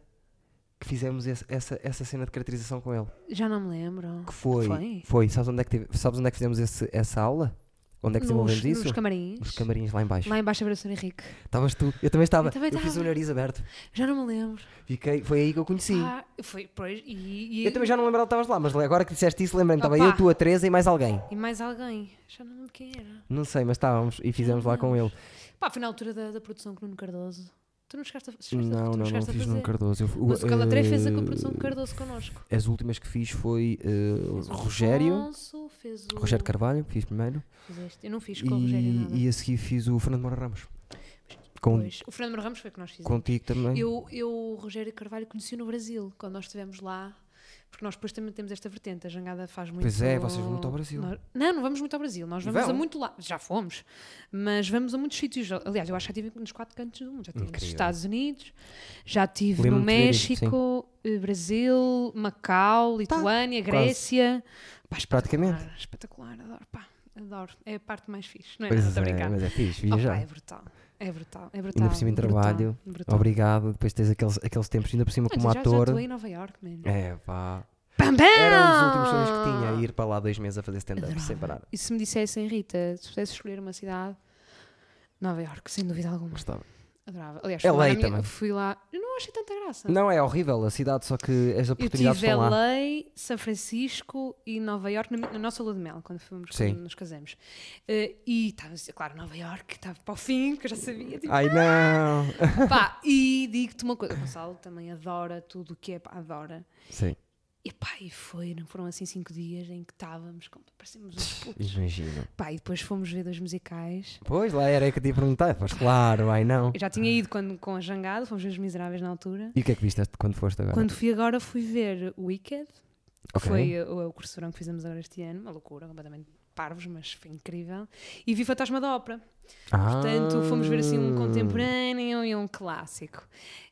que fizemos esse- essa, essa cena de caracterização com ele.
Já não me lembro.
Que foi.
Foi?
Sabes, onde é que tive- sabes onde é que fizemos esse- essa aula? Onde é que desenvolvemos
nos,
isso?
nos camarins.
Nos camarins lá em baixo.
Lá embaixo abraçou Henrique.
Estavas tu. Eu também estava.
Eu também
fiz o
estava.
nariz aberto.
Já não me lembro.
Fiquei, foi aí que eu conheci.
Ah, foi, pois, e, e,
Eu também já não lembrava que estavas lá, mas agora que disseste isso, lembrei-me. Estava
Opa.
eu, tu, a Teresa e mais alguém.
e mais alguém. Já não me lembro quem era.
Não sei, mas estávamos e fizemos lá com ele.
Pá, foi na altura da, da produção com o Nuno Cardoso. Tu não chegaste a, chegaste a-
Não,
tu
não, não
chegaste a
fiz
fazer.
num Cardoso. Eu,
Mas o Calatré fez a
eh,
produção de Cardoso connosco.
As últimas que fiz foi eh,
Fez o
Rogério,
Afonso, fez o...
Rogério Carvalho, fiz primeiro,
Fizeste. Eu não fiz com o Rogério nada.
e, e a seguir fiz o Fernando Moura Ramos. Com,
Pois, o Fernando Moura Ramos foi o que nós fizemos.
contigo também.
Eu, eu o Rogério Carvalho conheci no Brasil, quando nós estivemos lá, porque nós depois também temos esta vertente, a jangada faz muito...
Pois é, vocês vão muito ao Brasil.
Nós- não, não vamos muito ao Brasil, nós
E
vamos a
vão?
muito lá, já fomos, mas vamos a muitos sítios, aliás, eu acho que já estive nos quatro cantos do mundo, já estive nos
Incrível.
Estados Unidos, já estive no
Lembro-me de ver isto,
México, eh, Brasil, Macau, Lituânia, Grécia... Pá, espetacular,
Praticamente.
Espetacular, adoro, pá, adoro, é a parte mais fixe, não é?
Pois
Estou a
é,
brincar.
mas é fixe,
Opa,
viajar.
é brutal, é brutal, é brutal.
Ainda por cima em
brutal,
trabalho,
brutal.
Obrigado, depois tens aqueles, aqueles tempos, ainda por cima
Olha,
como
tu já,
ator.
Já estou em Nova York, man.
É, pá.
Pam, pam!
Era um dos últimos sonhos que
Ah!
tinha, ir para lá dois meses a fazer stand-up sem parar.
E se me dissessem, Rita, se pudesse escolher uma cidade, Nova York, sem dúvida alguma.
Gostava.
Adorava. Aliás,
LA
fui lá, na
também.
minha, fui lá. Eu não achei tanta graça.
Não, é horrível a cidade, só que as
Eu
oportunidades
tive
estão lá.
LA, São Francisco e Nova York na, mi- na nossa lua de mel, quando fomos
Sim.
quando nos casamos. Eh, e estava, assim, claro, Nova York, estava para o fim, que eu já sabia. tipo,
Ai não!
pá, e digo-te uma coisa, o Gonçalo também adora tudo o que é, pá, adora.
Sim,
E pá, e foi, não foram assim cinco dias em que estávamos, como parecíamos uns putos.
imagino.
Pá, e depois fomos ver dois musicais.
Pois, lá era que te ia perguntar, pois claro, ai não.
Eu já tinha ido quando, com a Jangada, fomos ver os Miseráveis na altura.
E o que é que viste quando foste agora?
Quando fui agora, fui ver o Wicked, que
Ok.
foi o, o curso de verão que fizemos agora este ano, uma loucura, completamente parvos, mas foi incrível. E vi Fantasma da Ópera.
Ah.
Portanto, fomos ver assim um contemporâneo e um clássico.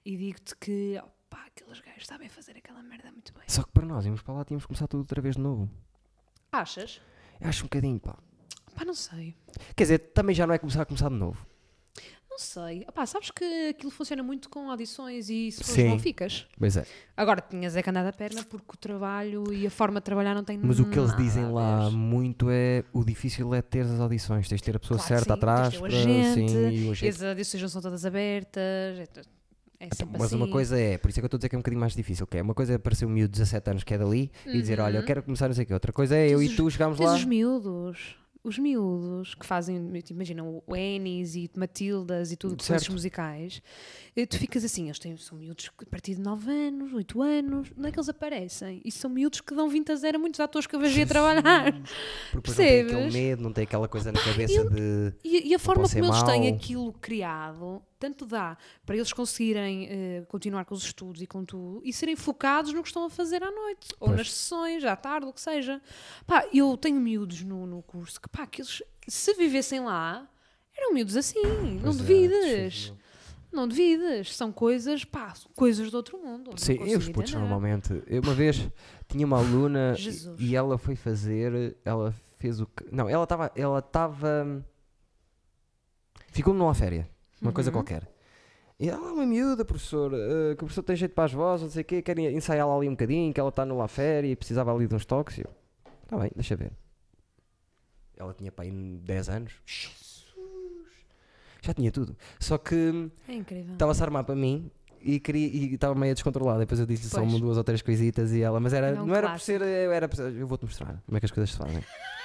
E digo-te que, opá, aqueles gajos sabem fazer aquela merda muito bem.
Só que para nós íamos para lá, tínhamos que começar tudo outra vez de novo.
Achas?
Eu acho um bocadinho, pá.
Pá, não sei.
Quer dizer, também já não é começar a começar de novo.
Não sei. Opá, sabes que aquilo funciona muito com audições e se fores
Sim.
não ficas.
Pois é.
Agora tinhas é que andar da perna porque o trabalho e a forma de trabalhar não tem
Mas o que eles
nada
dizem
a
lá
ver.
muito é o difícil é ter as audições, tens de ter a pessoa
Claro que
certa
sim,
atrás
tens de ter o
para-
agente,
sim, e o
E
agente.
as audições não são todas abertas. É, tu- é É sempre
Então, Mas
assim.
uma coisa é, por isso é que eu estou a dizer que é um bocadinho mais difícil, que é uma coisa é aparecer um miúdo de 17 anos que é dali e dizer, olha, eu quero começar não sei o quê. Outra coisa é eu e tu chegámos
Uhum. Tens
lá.
os miúdos. Os miúdos que fazem, tipo, imagina, o Ennis e Matildas e tudo, coisas
Certo.
musicais, eh, tu ficas assim, eles têm, são miúdos que a partir de 9 anos, 8 anos, não é que eles aparecem? E são miúdos que dão 20 a 0 a muitos atores que eu vejo ir a trabalhar.
Porque depois não tem aquele
percebes?
medo, não tem aquela coisa na cabeça de.
E, e a forma
posso ser
como eles têm
mau.
aquilo criado, tanto dá para eles conseguirem eh, continuar com os estudos e com tudo e serem focados no que estão a fazer à noite ou
Pois.
nas sessões, à tarde, o que seja. Pá, eu tenho miúdos no, no curso que, pá, que eles, se vivessem lá, eram miúdos assim, não
Pois é,
duvides.
difícil.
não duvides, são coisas, pá, são coisas do outro mundo. não
Sim, e
consigo
os putos
entender.
normalmente. Eu uma vez tinha uma aluna
Jesus.
e ela foi fazer. Ela fez o que. Não, ela estava. Ela estava. Ficou numa féria. Uma coisa
Uhum.
qualquer. E ela é uma miúda, professor, eh, que o professor tem jeito para as vozes, não sei o quê, querem ensaiá-la ali um bocadinho, que ela está no La Féria e precisava ali de uns toques. Está bem, deixa ver. Ela tinha para aí 10 anos. Já tinha tudo. Só que
É incrível.
estava a se armar para mim e queria e estava meio descontrolada. Depois eu disse só
Pois.
uma, duas ou três coisitas e ela, mas era,
Era um
não era por ser, eu era por ser, eu vou-te mostrar como é que as coisas se fazem.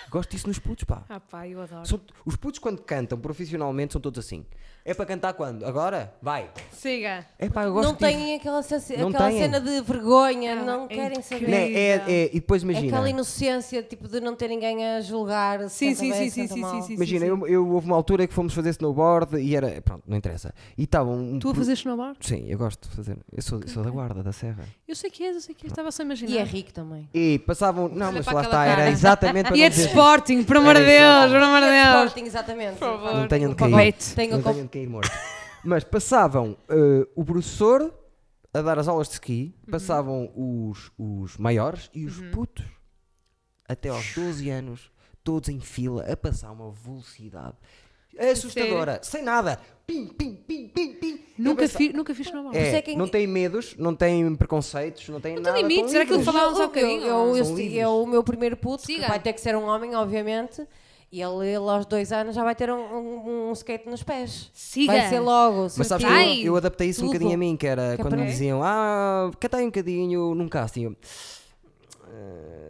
Gosto disso nos putos, pá.
Ah, pá, eu adoro.
São- os putos quando cantam profissionalmente são todos assim. É para cantar quando? Agora? Vai.
Siga.
É pá, eu gosto
Não
disso.
têm aquela, sensi-
Não
aquela
têm.
cena de vergonha,
Ah,
não
é
querem
incrível.
saber.
Né, é, é, e depois
É
imagina.
aquela inocência, tipo, de não ter ninguém a julgar. se
Sim,
canta
sim,
bem,
sim,
se
sim,
canta
sim,
mal.
sim, sim.
Imagina, eu, eu- houve uma altura que fomos fazer snowboard e era. Pronto, não interessa. E estava um.
Tu a fazer snowboard?
Sim, eu gosto de fazer. Eu sou, sou da guarda, da serra.
Eu sei que és, eu sei que és. Estava só a imaginar.
E é rico também.
E passavam. Não,
Olha
mas
para
lá
aquela
está, era
cara.
exatamente para
E
não
é de
dizer-
Sporting, por amor de
Era
Deus, por amor de
É de
Deus.
Sporting, exatamente.
Não
favor.
tenham de cair.
Pacote.
Tenho
não
a
tenham de cair morto. Mas passavam eh, o professor a dar as aulas de ski,
Uhum.
passavam os, os maiores e os putos até aos 12 anos, todos em fila, a passar uma velocidade É assustadora, sem nada. Pim, pim, pim, pim, pim. Eu
Nunca,
pensava-
fi, nunca fiz snowboard.
É,
Por isso é que-
Não têm medos, não têm preconceitos, não têm nada.
tem limites,
estão
era aquilo
livres.
que falava- Falávamos há
Eu, eu,
bocadinho.
eu, eu,
São
esti-
livres.
eu- o meu primeiro puto,
Siga.
que vai ter que ser um homem, obviamente, e ele, ele aos dois anos já vai ter um, um- um skate nos pés.
Siga.
Vai ser logo.
Mas sabes
certeza.
que eu- eu, adaptei isso um
Tudo.
bocadinho a mim, que era
Que é
quando
para
me
mim.
diziam, ah, catei um bocadinho num casting. Eu,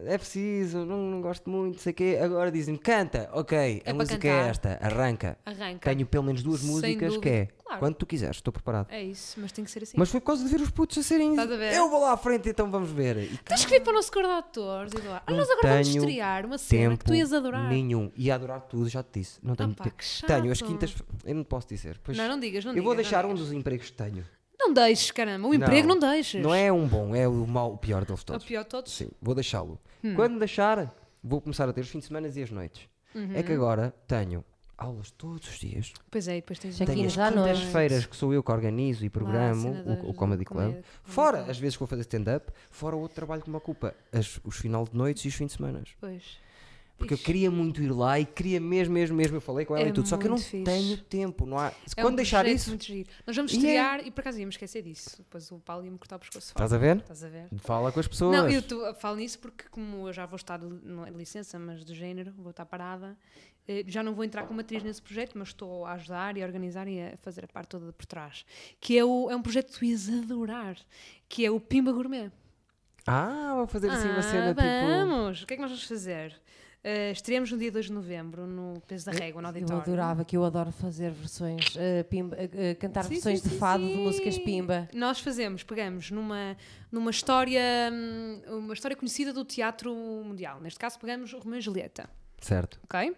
"Eh, é preciso, não, não gosto muito, sei o quê. Agora dizem-me, canta, ok,
É
a
para
música
cantar.
é esta, arranca.
Arranca.
Tenho pelo menos duas
Sem
músicas que
dúvida,
é
claro.
quando tu quiseres, estou preparado.
É isso, mas tem que ser assim.
Mas foi por causa de ver os putos a serem.
Estás a ver?
Eu vou lá à frente, então vamos ver. E
Tens que vir para o nosso corda de atores, Eduardo. Ah, nós
não
agora vamos
tenho
estrear uma cena é que tu ias adorar.
Nenhum. Ia adorar tudo, já te disse. Não tenho
pá,
tempo.
que
Tenho as
chato.
quintas. Eu não posso dizer. pois-
Não, não digas, não
Eu
digas,
vou
não
deixar um
digas.
dos empregos que tenho.
Não deixes, caramba. O emprego não, deixes.
Não é um bom, é o mau, o pior deles
O
todos.
pior de todos.
Sim, vou deixá-lo.
Hum.
Quando deixar, vou começar a ter os fins de semana e as noites.
Uhum.
É que agora tenho aulas todos os dias.
Pois é, e depois tens...
Tenho
Tenho as
já à noite.
é.
quintas-feiras que sou eu que organizo e programo
cena
o, o
das-
Comedy
do
Club.
comédia- Uhum.
Fora as vezes que vou fazer stand-up, fora outro trabalho que me ocupa. as- os final de noites e os fins de semana.
Pois.
Porque eu queria muito ir lá e queria mesmo, mesmo, mesmo. Eu falei com ela
É
e tudo, só que eu não
muito fixe.
tenho tempo. Não há...
É
Quando
um
deixar
projeto
isso,
Muito giro. Nós vamos
E é-
estrear e por acaso íamos esquecer disso. Depois o Paulo ia-me cortar o pescoço. fora.
estás a ver?
Estás a ver?
Fala com as pessoas.
Não, eu tô, falo nisso porque, como eu já vou estar de li- não é de licença, mas do género, vou estar parada, eh, já não vou entrar como atriz nesse projeto, mas estou a ajudar e a organizar e a fazer a parte toda de por trás. Que é, o, é um projeto que tu ias adorar, que é o Pimba Gourmet.
Ah, vou fazer assim uma
Ah,
cena tipo.
vamos! O que é que nós vamos fazer? Eh, estreamos no dia 2 de novembro, no Peso da Régua, no
Eu
auditório.
adorava, que eu adoro fazer versões, eh, pimba, eh, cantar
Sim,
versões
sim,
de
sim,
fado de
sim.
músicas pimba.
Nós fazemos, pegamos numa, numa história hum, uma história conhecida do teatro mundial. Neste caso, pegamos o Romeu e Julieta.
Certo.
ok?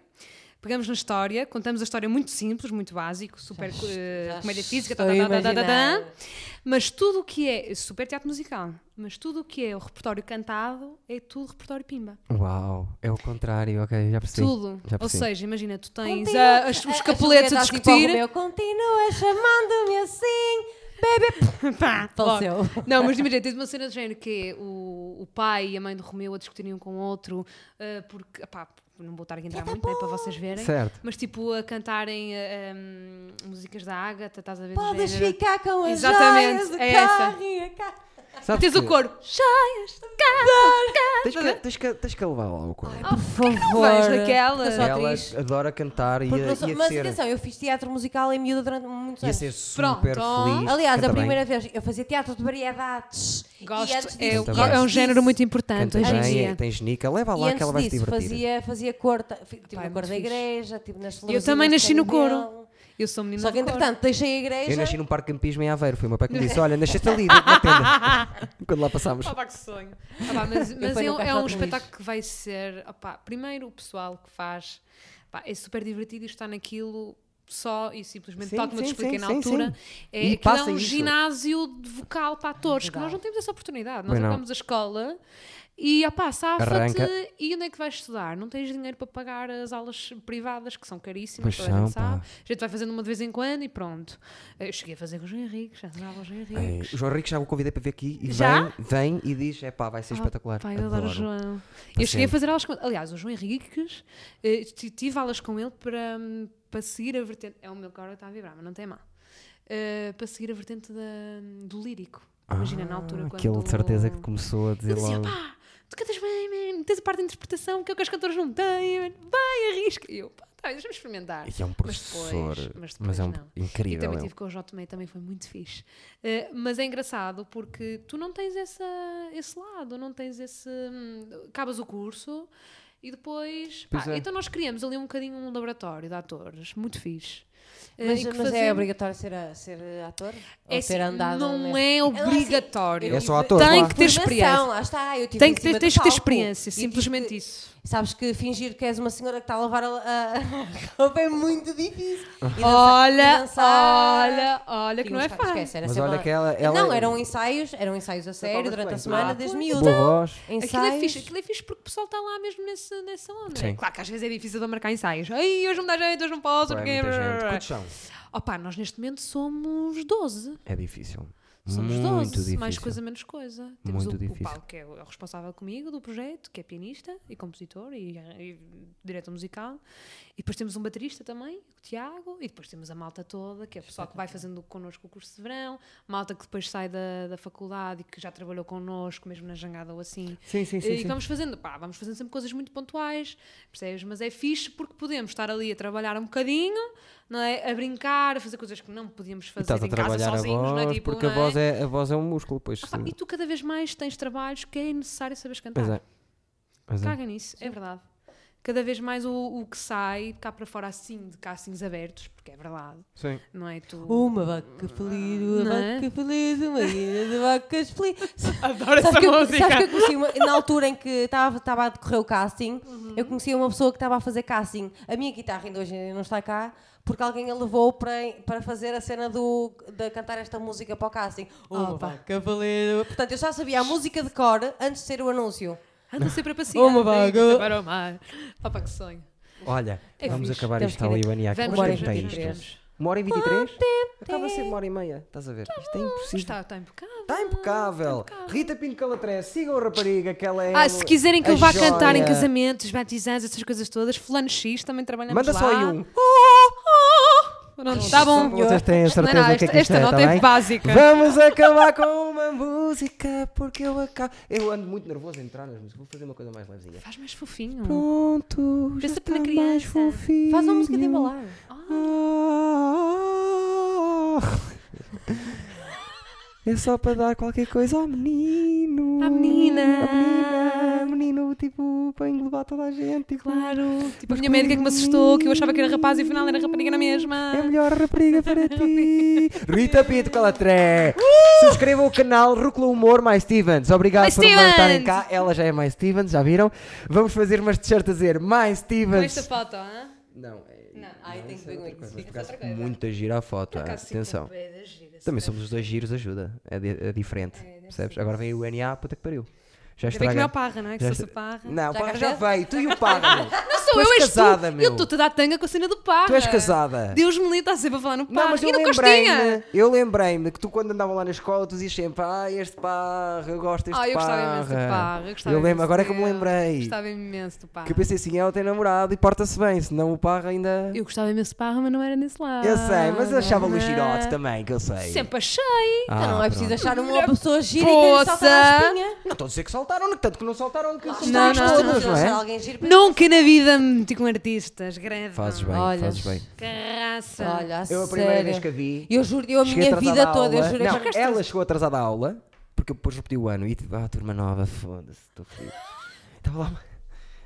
Pegamos na história, contamos a história muito simples, muito básico, super eh,
já
comédia física,
estou
tá, tá, tá,
a
tá, tá, tá.
imaginar.
mas tudo o que é super teatro musical, mas tudo o que é o repertório cantado é tudo repertório pimba.
Uau, é o contrário, ok, já percebi.
tudo.
Já
Ou
percebi.
seja, imagina, tu tens
Continua-
a- as-
a- a
os capuletos a,
Julieta assim para o
discutir.
Romeu, Continua chamando-me assim, bebê.
Pá,
Faleceu.
logo. Não, mas imagina, tens uma cena de género que é o, o pai e a mãe do Romeu a discutirem um com o outro, ah, porque, pá, não vou estar aqui a entrar muito, né, para vocês verem.
Certo.
Mas tipo, a cantarem ah, hum, músicas da Ágata, estás a ver? do
Podes
género.
ficar com as
Exatamente,
joias, o
é
carro e a ca-
Sabes
Tens o
que-
coro. Cheias de casa.
Tens que, tens que, tens que levar lá o coro.
Ah,
Por favor.
vais daquelas?
Porque eu sou
Ela
atriz.
adora cantar e
Porque
ia,
não sou-
ia
Mas
ser,
atenção, eu fiz teatro musical em miúda durante muitos
ia
anos.
ser super
Pronto.
feliz.
Aliás,
Canta
a
bem.
primeira vez eu fazia teatro de variedades. e antes
Gosto. É,
disso,
Canta
é um
bem.
género muito importante
Canta
hoje em dia.
bem, é tem genica, leva
E
lá que ela vai se
antes disso,
divertir.
fazia, fazia cor, ta- fi- tive
Pá, é
na cor
muito
da
fixe.
igreja, tive nas
Eu
flores.
também nasci no coro. Eu sou menina
Só que
do coro.
entretanto deixei a igreja.
Eu nasci num parque de campismo em Aveiro, foi o meu pai que me disse, olha, nasceste ali, na tenda. Quando lá passámos.
Opa, que sonho. Opa, mas mas
ponho
é,
o
um-
carro
é
ao
um
lixo.
espetáculo que vai ser. opa, primeiro, o pessoal que faz opa, é super divertido e está naquilo só e simplesmente,
Sim,
tal como eu te
sim,
expliquei
sim,
na
sim,
altura,
sim.
é,
E
aquilo é
passa
um
isso.
ginásio de vocal para atores, que nós não temos essa oportunidade. Nós
Pois não.
acabamos a escola. E opá,
Arranca.
safa-te e onde é que vais estudar? Não tens dinheiro para pagar as aulas privadas que são caríssimas,
Pois
toda a gente
são, pá.
sabe. A gente vai fazendo uma de vez em quando e pronto. Eu cheguei a fazer com o João Henrique, já andava o João
Ai,
Henrique.
o João Henrique já o convidei para vir aqui e
Já?
vem, vem e diz: é pá, vai ser
Ah,
espetacular.
Pai, eu adoro o João. eu cheguei a fazer aulas com Aliás, o João Henriques, eh, ti- tive aulas com ele para, hum, para seguir a vertente. É o meu coro que está a vibrar, mas não tem mal. Eh, para seguir a vertente da- do lírico. Imagina na altura quando.
Ah, Aquele de certeza que começou a dizer
Ele dizia,
logo.
pá, tu cantas bem, man. tens a parte de interpretação que é o que as cantoras não têm, man. vai, arrisca. E eu, pá, tá, deixa-me experimentar.
E é um professor,
Mas depois, mas depois
é um
não. E
incrível.
também
ele.
tive com o Jotmei, também foi muito fixe. Eh, mas é engraçado porque tu não tens essa, esse lado, não tens esse. hum, Acabas o curso e depois. pá,
Pois é.
Então nós criamos ali um bocadinho um laboratório de atores, muito fixe. Eh,
Mas,
e que
mas é
fazemos-
obrigatório ser, a- ser ator?
É
Ou
assim,
ter andado?
Não
nessa-
é
assim,
obrigatório.
É só
tive-
ator,
Tem
lá.
que ter
Formação,
experiência.
Lá está, eu tive
Tem
em
que
cima
ter,
do
tens que ter
palco.
experiência,
E tipo, tive
simplesmente
que-
isso.
Sabes que fingir que és uma senhora que está a lavar a, a- a roupa é muito difícil. E dançar- e
Ah. Olha,
dançar.
olha, olha que não é
Tínhamos- esquece,
fácil.
era
Mas
sempre
olha
lá-
que ela- ela- é-
Não, eram ensaios, eram ensaios a sério durante a semana,
Ah,
desde
pois.
miúdo.
Boa voz.
Aquilo é,
Ensaios.
fixe, aquilo é fixe porque o pessoal está lá mesmo nesse, nessa onda.
Sim.
Claro que às vezes é difícil de marcar ensaios. Ai, hoje não dá jeito, hoje não posso.
Pá,
não
é
quero,
muita
blá, blá,
gente.
blá.
Quantos são?
Opa, nós neste momento somos 12.
É difícil.
Somos
Muito
12,
difícil.
mais coisa menos coisa. Temos
Muito
o,
difícil.
o Paulo, que é o é o responsável comigo do projeto, que é pianista e compositor e, e diretor musical. E depois temos um baterista também, o Tiago, e depois temos a malta toda, que é o pessoal que vai fazendo connosco o curso de verão, malta que depois sai da, da faculdade e que já trabalhou connosco, mesmo na jangada ou assim.
Sim, sim, sim.
E
sim.
vamos fazendo, pá, vamos fazendo sempre coisas muito pontuais, percebes? Mas é fixe porque podemos estar ali a trabalhar um bocadinho, não é? A brincar, a fazer coisas que não podíamos
E
fazer
estás a
em casa
trabalhar a
sozinhos,
voz,
não é? Tipo,
porque
não
a,
é?
voz é, a voz é um músculo, pois.
Ah, pá, e tu cada vez mais tens trabalhos que é necessário saberes cantar.
Pois é. Pois é.
Caga nisso, é verdade. Cada vez mais o, o que sai cá para fora assim, de castings abertos, porque é verdade,
Sim.
não é? Tu...
Uma vaca feliz, uma
Não é?
vaca feliz, uma guia de vacas feliz.
Adoro
Sabes que, eu, sabes que eu conheci uma, na altura em que estava estava a decorrer o casting,
Uhum.
eu conhecia uma pessoa que estava a fazer casting. A minha guitarra ainda hoje não está cá, porque alguém a levou para, para fazer a cena do, de cantar esta música para o casting. Uma
Opa.
vaca feliz. Portanto, eu já sabia a música de cor antes de ser o anúncio.
Anda sempre a passear.
Uma
anda aí,
vaga.
Para o mar. Opa, que sonho.
Olha,
É
vamos
fixe.
acabar
Temos
isto
que ir
ali,
aqui.
Baniá.
Vamos,
Bora,
Quanto tempo
vamos,
tem
vamos,
isto?
vamos.
Uma hora e 23? Acaba a ser uma hora e meia. Estás a ver? Isto é impossível.
Tá Está, está tá impecável. Tá
Está Tá impecável. Rita Pinto Calatré, sigam a rapariga que ela é.
Ah, se quiserem que
a
eu vá cantar em
joia.
casamentos, batizados, essas coisas todas, fulano X também trabalhamos
Manda
lá.
só aí um.
Pronto, está Tá bom.
Vocês têm a certeza
Não, não,
do que é
esta-
que isto
esta
é, tá
nota é
bem?
básica.
Vamos acabar com uma música, porque eu acabo... Eu ando muito nervoso a entrar nas músicas. Vou fazer uma coisa mais levezinha.
Faz mais fofinho.
Pronto, já
Pensa
está
na
mais
criança.
fofinho.
Faz uma música de embalar.
Ah, é só para dar qualquer coisa ao menino.
À menina.
À menina. Menino, tipo, para englobar toda a gente. Tipo,
Claro. Tipo, a minha médica que me assustou, que eu achava que era rapaz e afinal era rapariga na mesma.
É a melhor rapariga para ti. Rita Pinto Calatré. Subscrevam o canal Rúcula Humor mais Stevens. Obrigado
Uh! Mais
por me estarem
Stevens.
cá. Ela já é mais Stevens, já viram? Vamos fazer umas t-shirts a dizer mais
Com
Stevens.
esta foto, hã?
Não, é.
Não,
ai, tem que
isso é
ver com
outra
isso.
coisa,
Isso é
por acaso,
outra coisa.
Muita gira a foto, ah,
Acaso fica
atenção.
bué da gira,
Também
sabe?
somos os dois giros, ajuda. É, di- é diferente. percebes? Agora vem o NA, puta que pariu. Já
Ainda bem que
estraga.
não é o Parra, não é? Que
já
se fosse o
estra-
Parra.
Não, o
Já
Parra
cá
já
esteve?
veio. Tu e o Parra.
Não sou Então
Tu és
eu és
casada,
tu.
meu.
Eu estou-te a dar tanga com a cena do parra.
Tu és casada.
Deus me livre, estás sempre a falar no parra.
Não, mas eu
e no
lembrei-me,
Costinha.
eu lembrei-me que tu quando andavam lá na escola, tu dizias sempre, ah, este parra, eu gosto deste
Ah, eu gostava
parra.
imenso do parra. Eu, gostava
Eu lembro,
imenso
agora é que me
dele.
lembrei.
Gostava imenso do parra.
Que eu pensei assim, ela tem namorado e porta-se bem, senão o parra ainda...
Eu gostava imenso de parra, mas não era nesse lado.
Eu sei, mas eu achava-lhe o girote
girote
também, que eu sei.
Sempre achei.
Ah,
Então não é
pronto.
preciso achar uma pessoa gira e que lhe salta a
Poça!
espinha.
Não estou a dizer que saltaram, tanto que não saltaram que
Não,
saltaram
não,
todas, não,
não
é?
achar alguém giro para-
Nunca na vida me meti com artistas. Grande.
Fazes bem,
Olha,
fazes bem.
Carraça.
Olha, a
Eu a primeira
sério.
vez que a vi,
Eu juro, eu a
cheguei
minha
atrasada à
vida toda, eu
aula.
juro.
Não, é
que-
ela chegou atrasada à aula, porque eu depois repeti o ano e tipo, ah, turma nova, foda-se, estou fodido. Estava lá,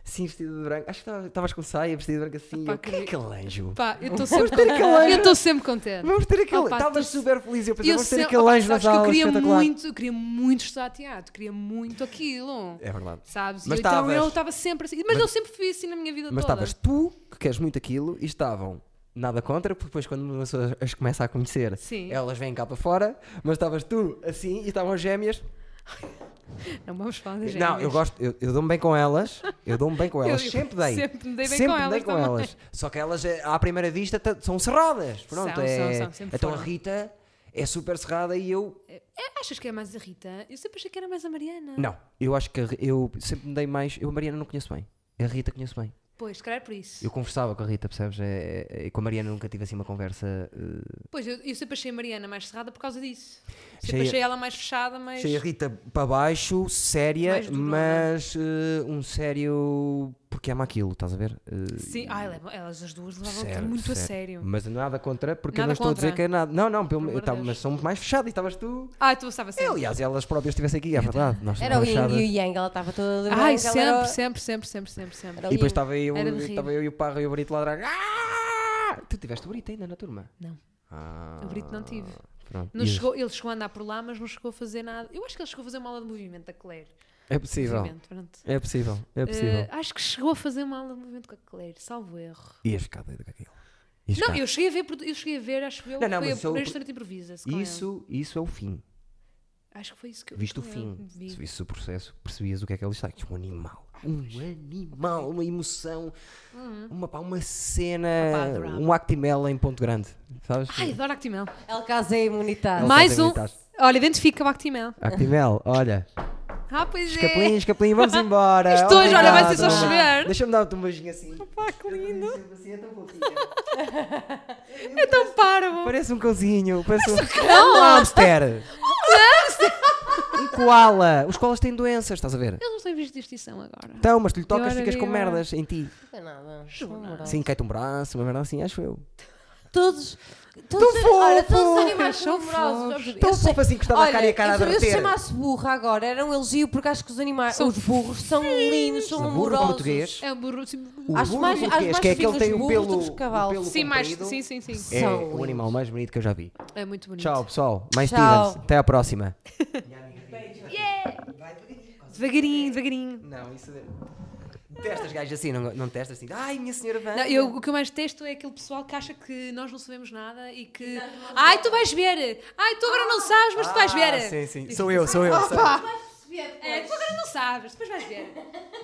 assim, vestido de branco, acho que estava- estavas com saia, vestido de branco assim, e
Pá,
eu,
que
quem é aquele anjo?
Pá, eu estou sempre
ter aquele
contente. Eu estou sempre contente.
Vamos ter aquele,
Opa,
estavas
tu-
super feliz, eu pensei, vamos ter
sempre-
aquele
Opa,
anjo nas
sabes que eu
aulas,
queria
espetacular.
muito, eu queria muito estudar teatro, queria muito aquilo.
É verdade.
Sabes?
Mas
Eu- então
estavas-
eu estava sempre assim. Mas, eu sempre fui assim na minha vida
Mas
toda.
estavas tu, que queres muito aquilo, e estavam nada contra, porque depois quando uma pessoa as começa a conhecer,
Sim.
elas vêm cá para fora, mas estavas tu assim e estavam as gêmeas.
Não vamos falar das
Não, eu
gêmeas.
gosto, eu, eu dou-me bem com elas, eu dou-me bem com
Eu
elas,
digo,
sempre dei.
sempre me dei bem
Sempre
com
me
elas também.
Só que elas, eh, à primeira vista, ta- são cerradas. Pronto,
São,
é.
são, são, sempre
então a
foram.
Rita é super cerrada e eu.
É, achas que é mais a Rita? Eu sempre achei que era mais a Mariana.
Não, eu acho que a Ri- eu sempre me dei mais. Eu a Mariana não conheço bem. A Rita conheço bem.
Pois, se calhar é por isso.
Eu conversava com a Rita, percebes? É, é- é- com a Mariana nunca tive assim uma conversa eh,
Pois, eu, eu sempre achei a Mariana mais cerrada por causa disso. Sempre
Cheia-
achei ela mais fechada, mas.
Achei a Rita para baixo, séria,
Mais durona.
mas eh, um sério porque ama aquilo, estás a ver? Eh,
Sim, ai, levam- elas as duas levavam
sério,
aquilo muito a
sério.
sério.
Mas é nada contra, porque eu
Nada
não estou a dizer
contra.
que é nada. Não, não, pelo,
Pelo
eu
amor de
tava-
Deus.
mas somos mais fechados e estavas tu.
Ah, tu estava
Eu,
sempre.
aliás, elas próprias estivessem aqui, é verdade. Nós
Era o
estávamos
Yin e o
fechadas.
Yang, ela estava toda de
Ai,
branco, ela era-
sempre, sempre, sempre, sempre, sempre, sempre.
era o
E depois
Yin.
estava eu,
Era de rir.
estava eu e o Parra e o Brito lá atrás. Ah! Tu tiveste o Brito ainda na turma?
Não.
Ah,
O Brito não tive.
Pronto.
Não
E-
chegou, ele chegou a andar por lá, mas não chegou a fazer nada. Eu acho que ele chegou a fazer uma aula de movimento da Claire.
É possível.
Movimento, pronto.
É possível. É possível.
Eh, acho que chegou a fazer uma aula de movimento com a Claire, salvo erro.
Ias ficar doido com aquilo. Ias
Não,
ficar-
eu cheguei a ver, produ- eu cheguei a ver, acho eu,
Não, não,
foi
mas
a
sou-
primeira história de improvisa-se com ele.
Isso, isso é o fim.
Acho que foi isso que eu
Viste o
que eu
fim.
vi.
Se visse o processo, percebias o que é que ele está. Um animal. Um animal. Uma emoção.
Uhum.
Uma, pá, uma cena.
Pá, adorava.
um Actimela em Ponto Grande. Sabes?
Ai, adoro Actimel.
LKZ imunitário.
Não
Mais
sei
um.
imitar.
Olha, identifica o Actimel.
Actimel, olha.
Ah, pois é.
Escapelinho, escapelinho, vamos embora.
Isto hoje, olha, vai ser só
Obrigado.
chover. Oh,
Deixa-me dar-te um beijinho assim.
Pá, que lindo.
Assim, é tão fofinho.
É tão parvo.
Parece um cãozinho. Parece um, um hamster. um koala. Os koalas têm doenças, estás a ver?
Eles não têm visto de extinção agora.
Então, mas tu lhe tocas,
Pior
ficas com
ainda.
merdas em ti.
Não é nada.
Sim, cai-te um braço, uma merda assim, acho eu.
Todos. Todos,
Tão
olha,
fofo!
todos os animais
São
são morosos.
Tão fofo assim que estava a cara e a cara a
eu, se
derreter.
chamasse burra agora, era um elogio porque acho que os animais,
São
os burros são lindos, são
O burro
amorosos.
português.
É um burro. Sim,
O
Acho
burro
mais- acho
português,
mais
que é aquele que
finos
tem o
burros
pelo,
do que os
o
cavalos.
pelo
sim mais.
comprido.
Sim, sim, sim.
É
São
o
lindos.
animal mais bonito que eu já vi.
É muito bonito.
Tchau, pessoal. Mais
Tchau.
Stevens. Até à próxima.
Devagarinho, devagarinho.
Não, isso... Testas gajas assim, não, não testas assim. Ai, minha senhora Vanda.
Não, eu, o que eu mais testo é aquele pessoal que acha que nós não sabemos nada e que. Ai, tu vais ver! Ai, tu agora não sabes,
Ah,
mas tu vais ver! Tipo,
sim, sim. Sou eu, sou eu. sou eu.
Vais perceber
É, tu agora não sabes, depois vais ver.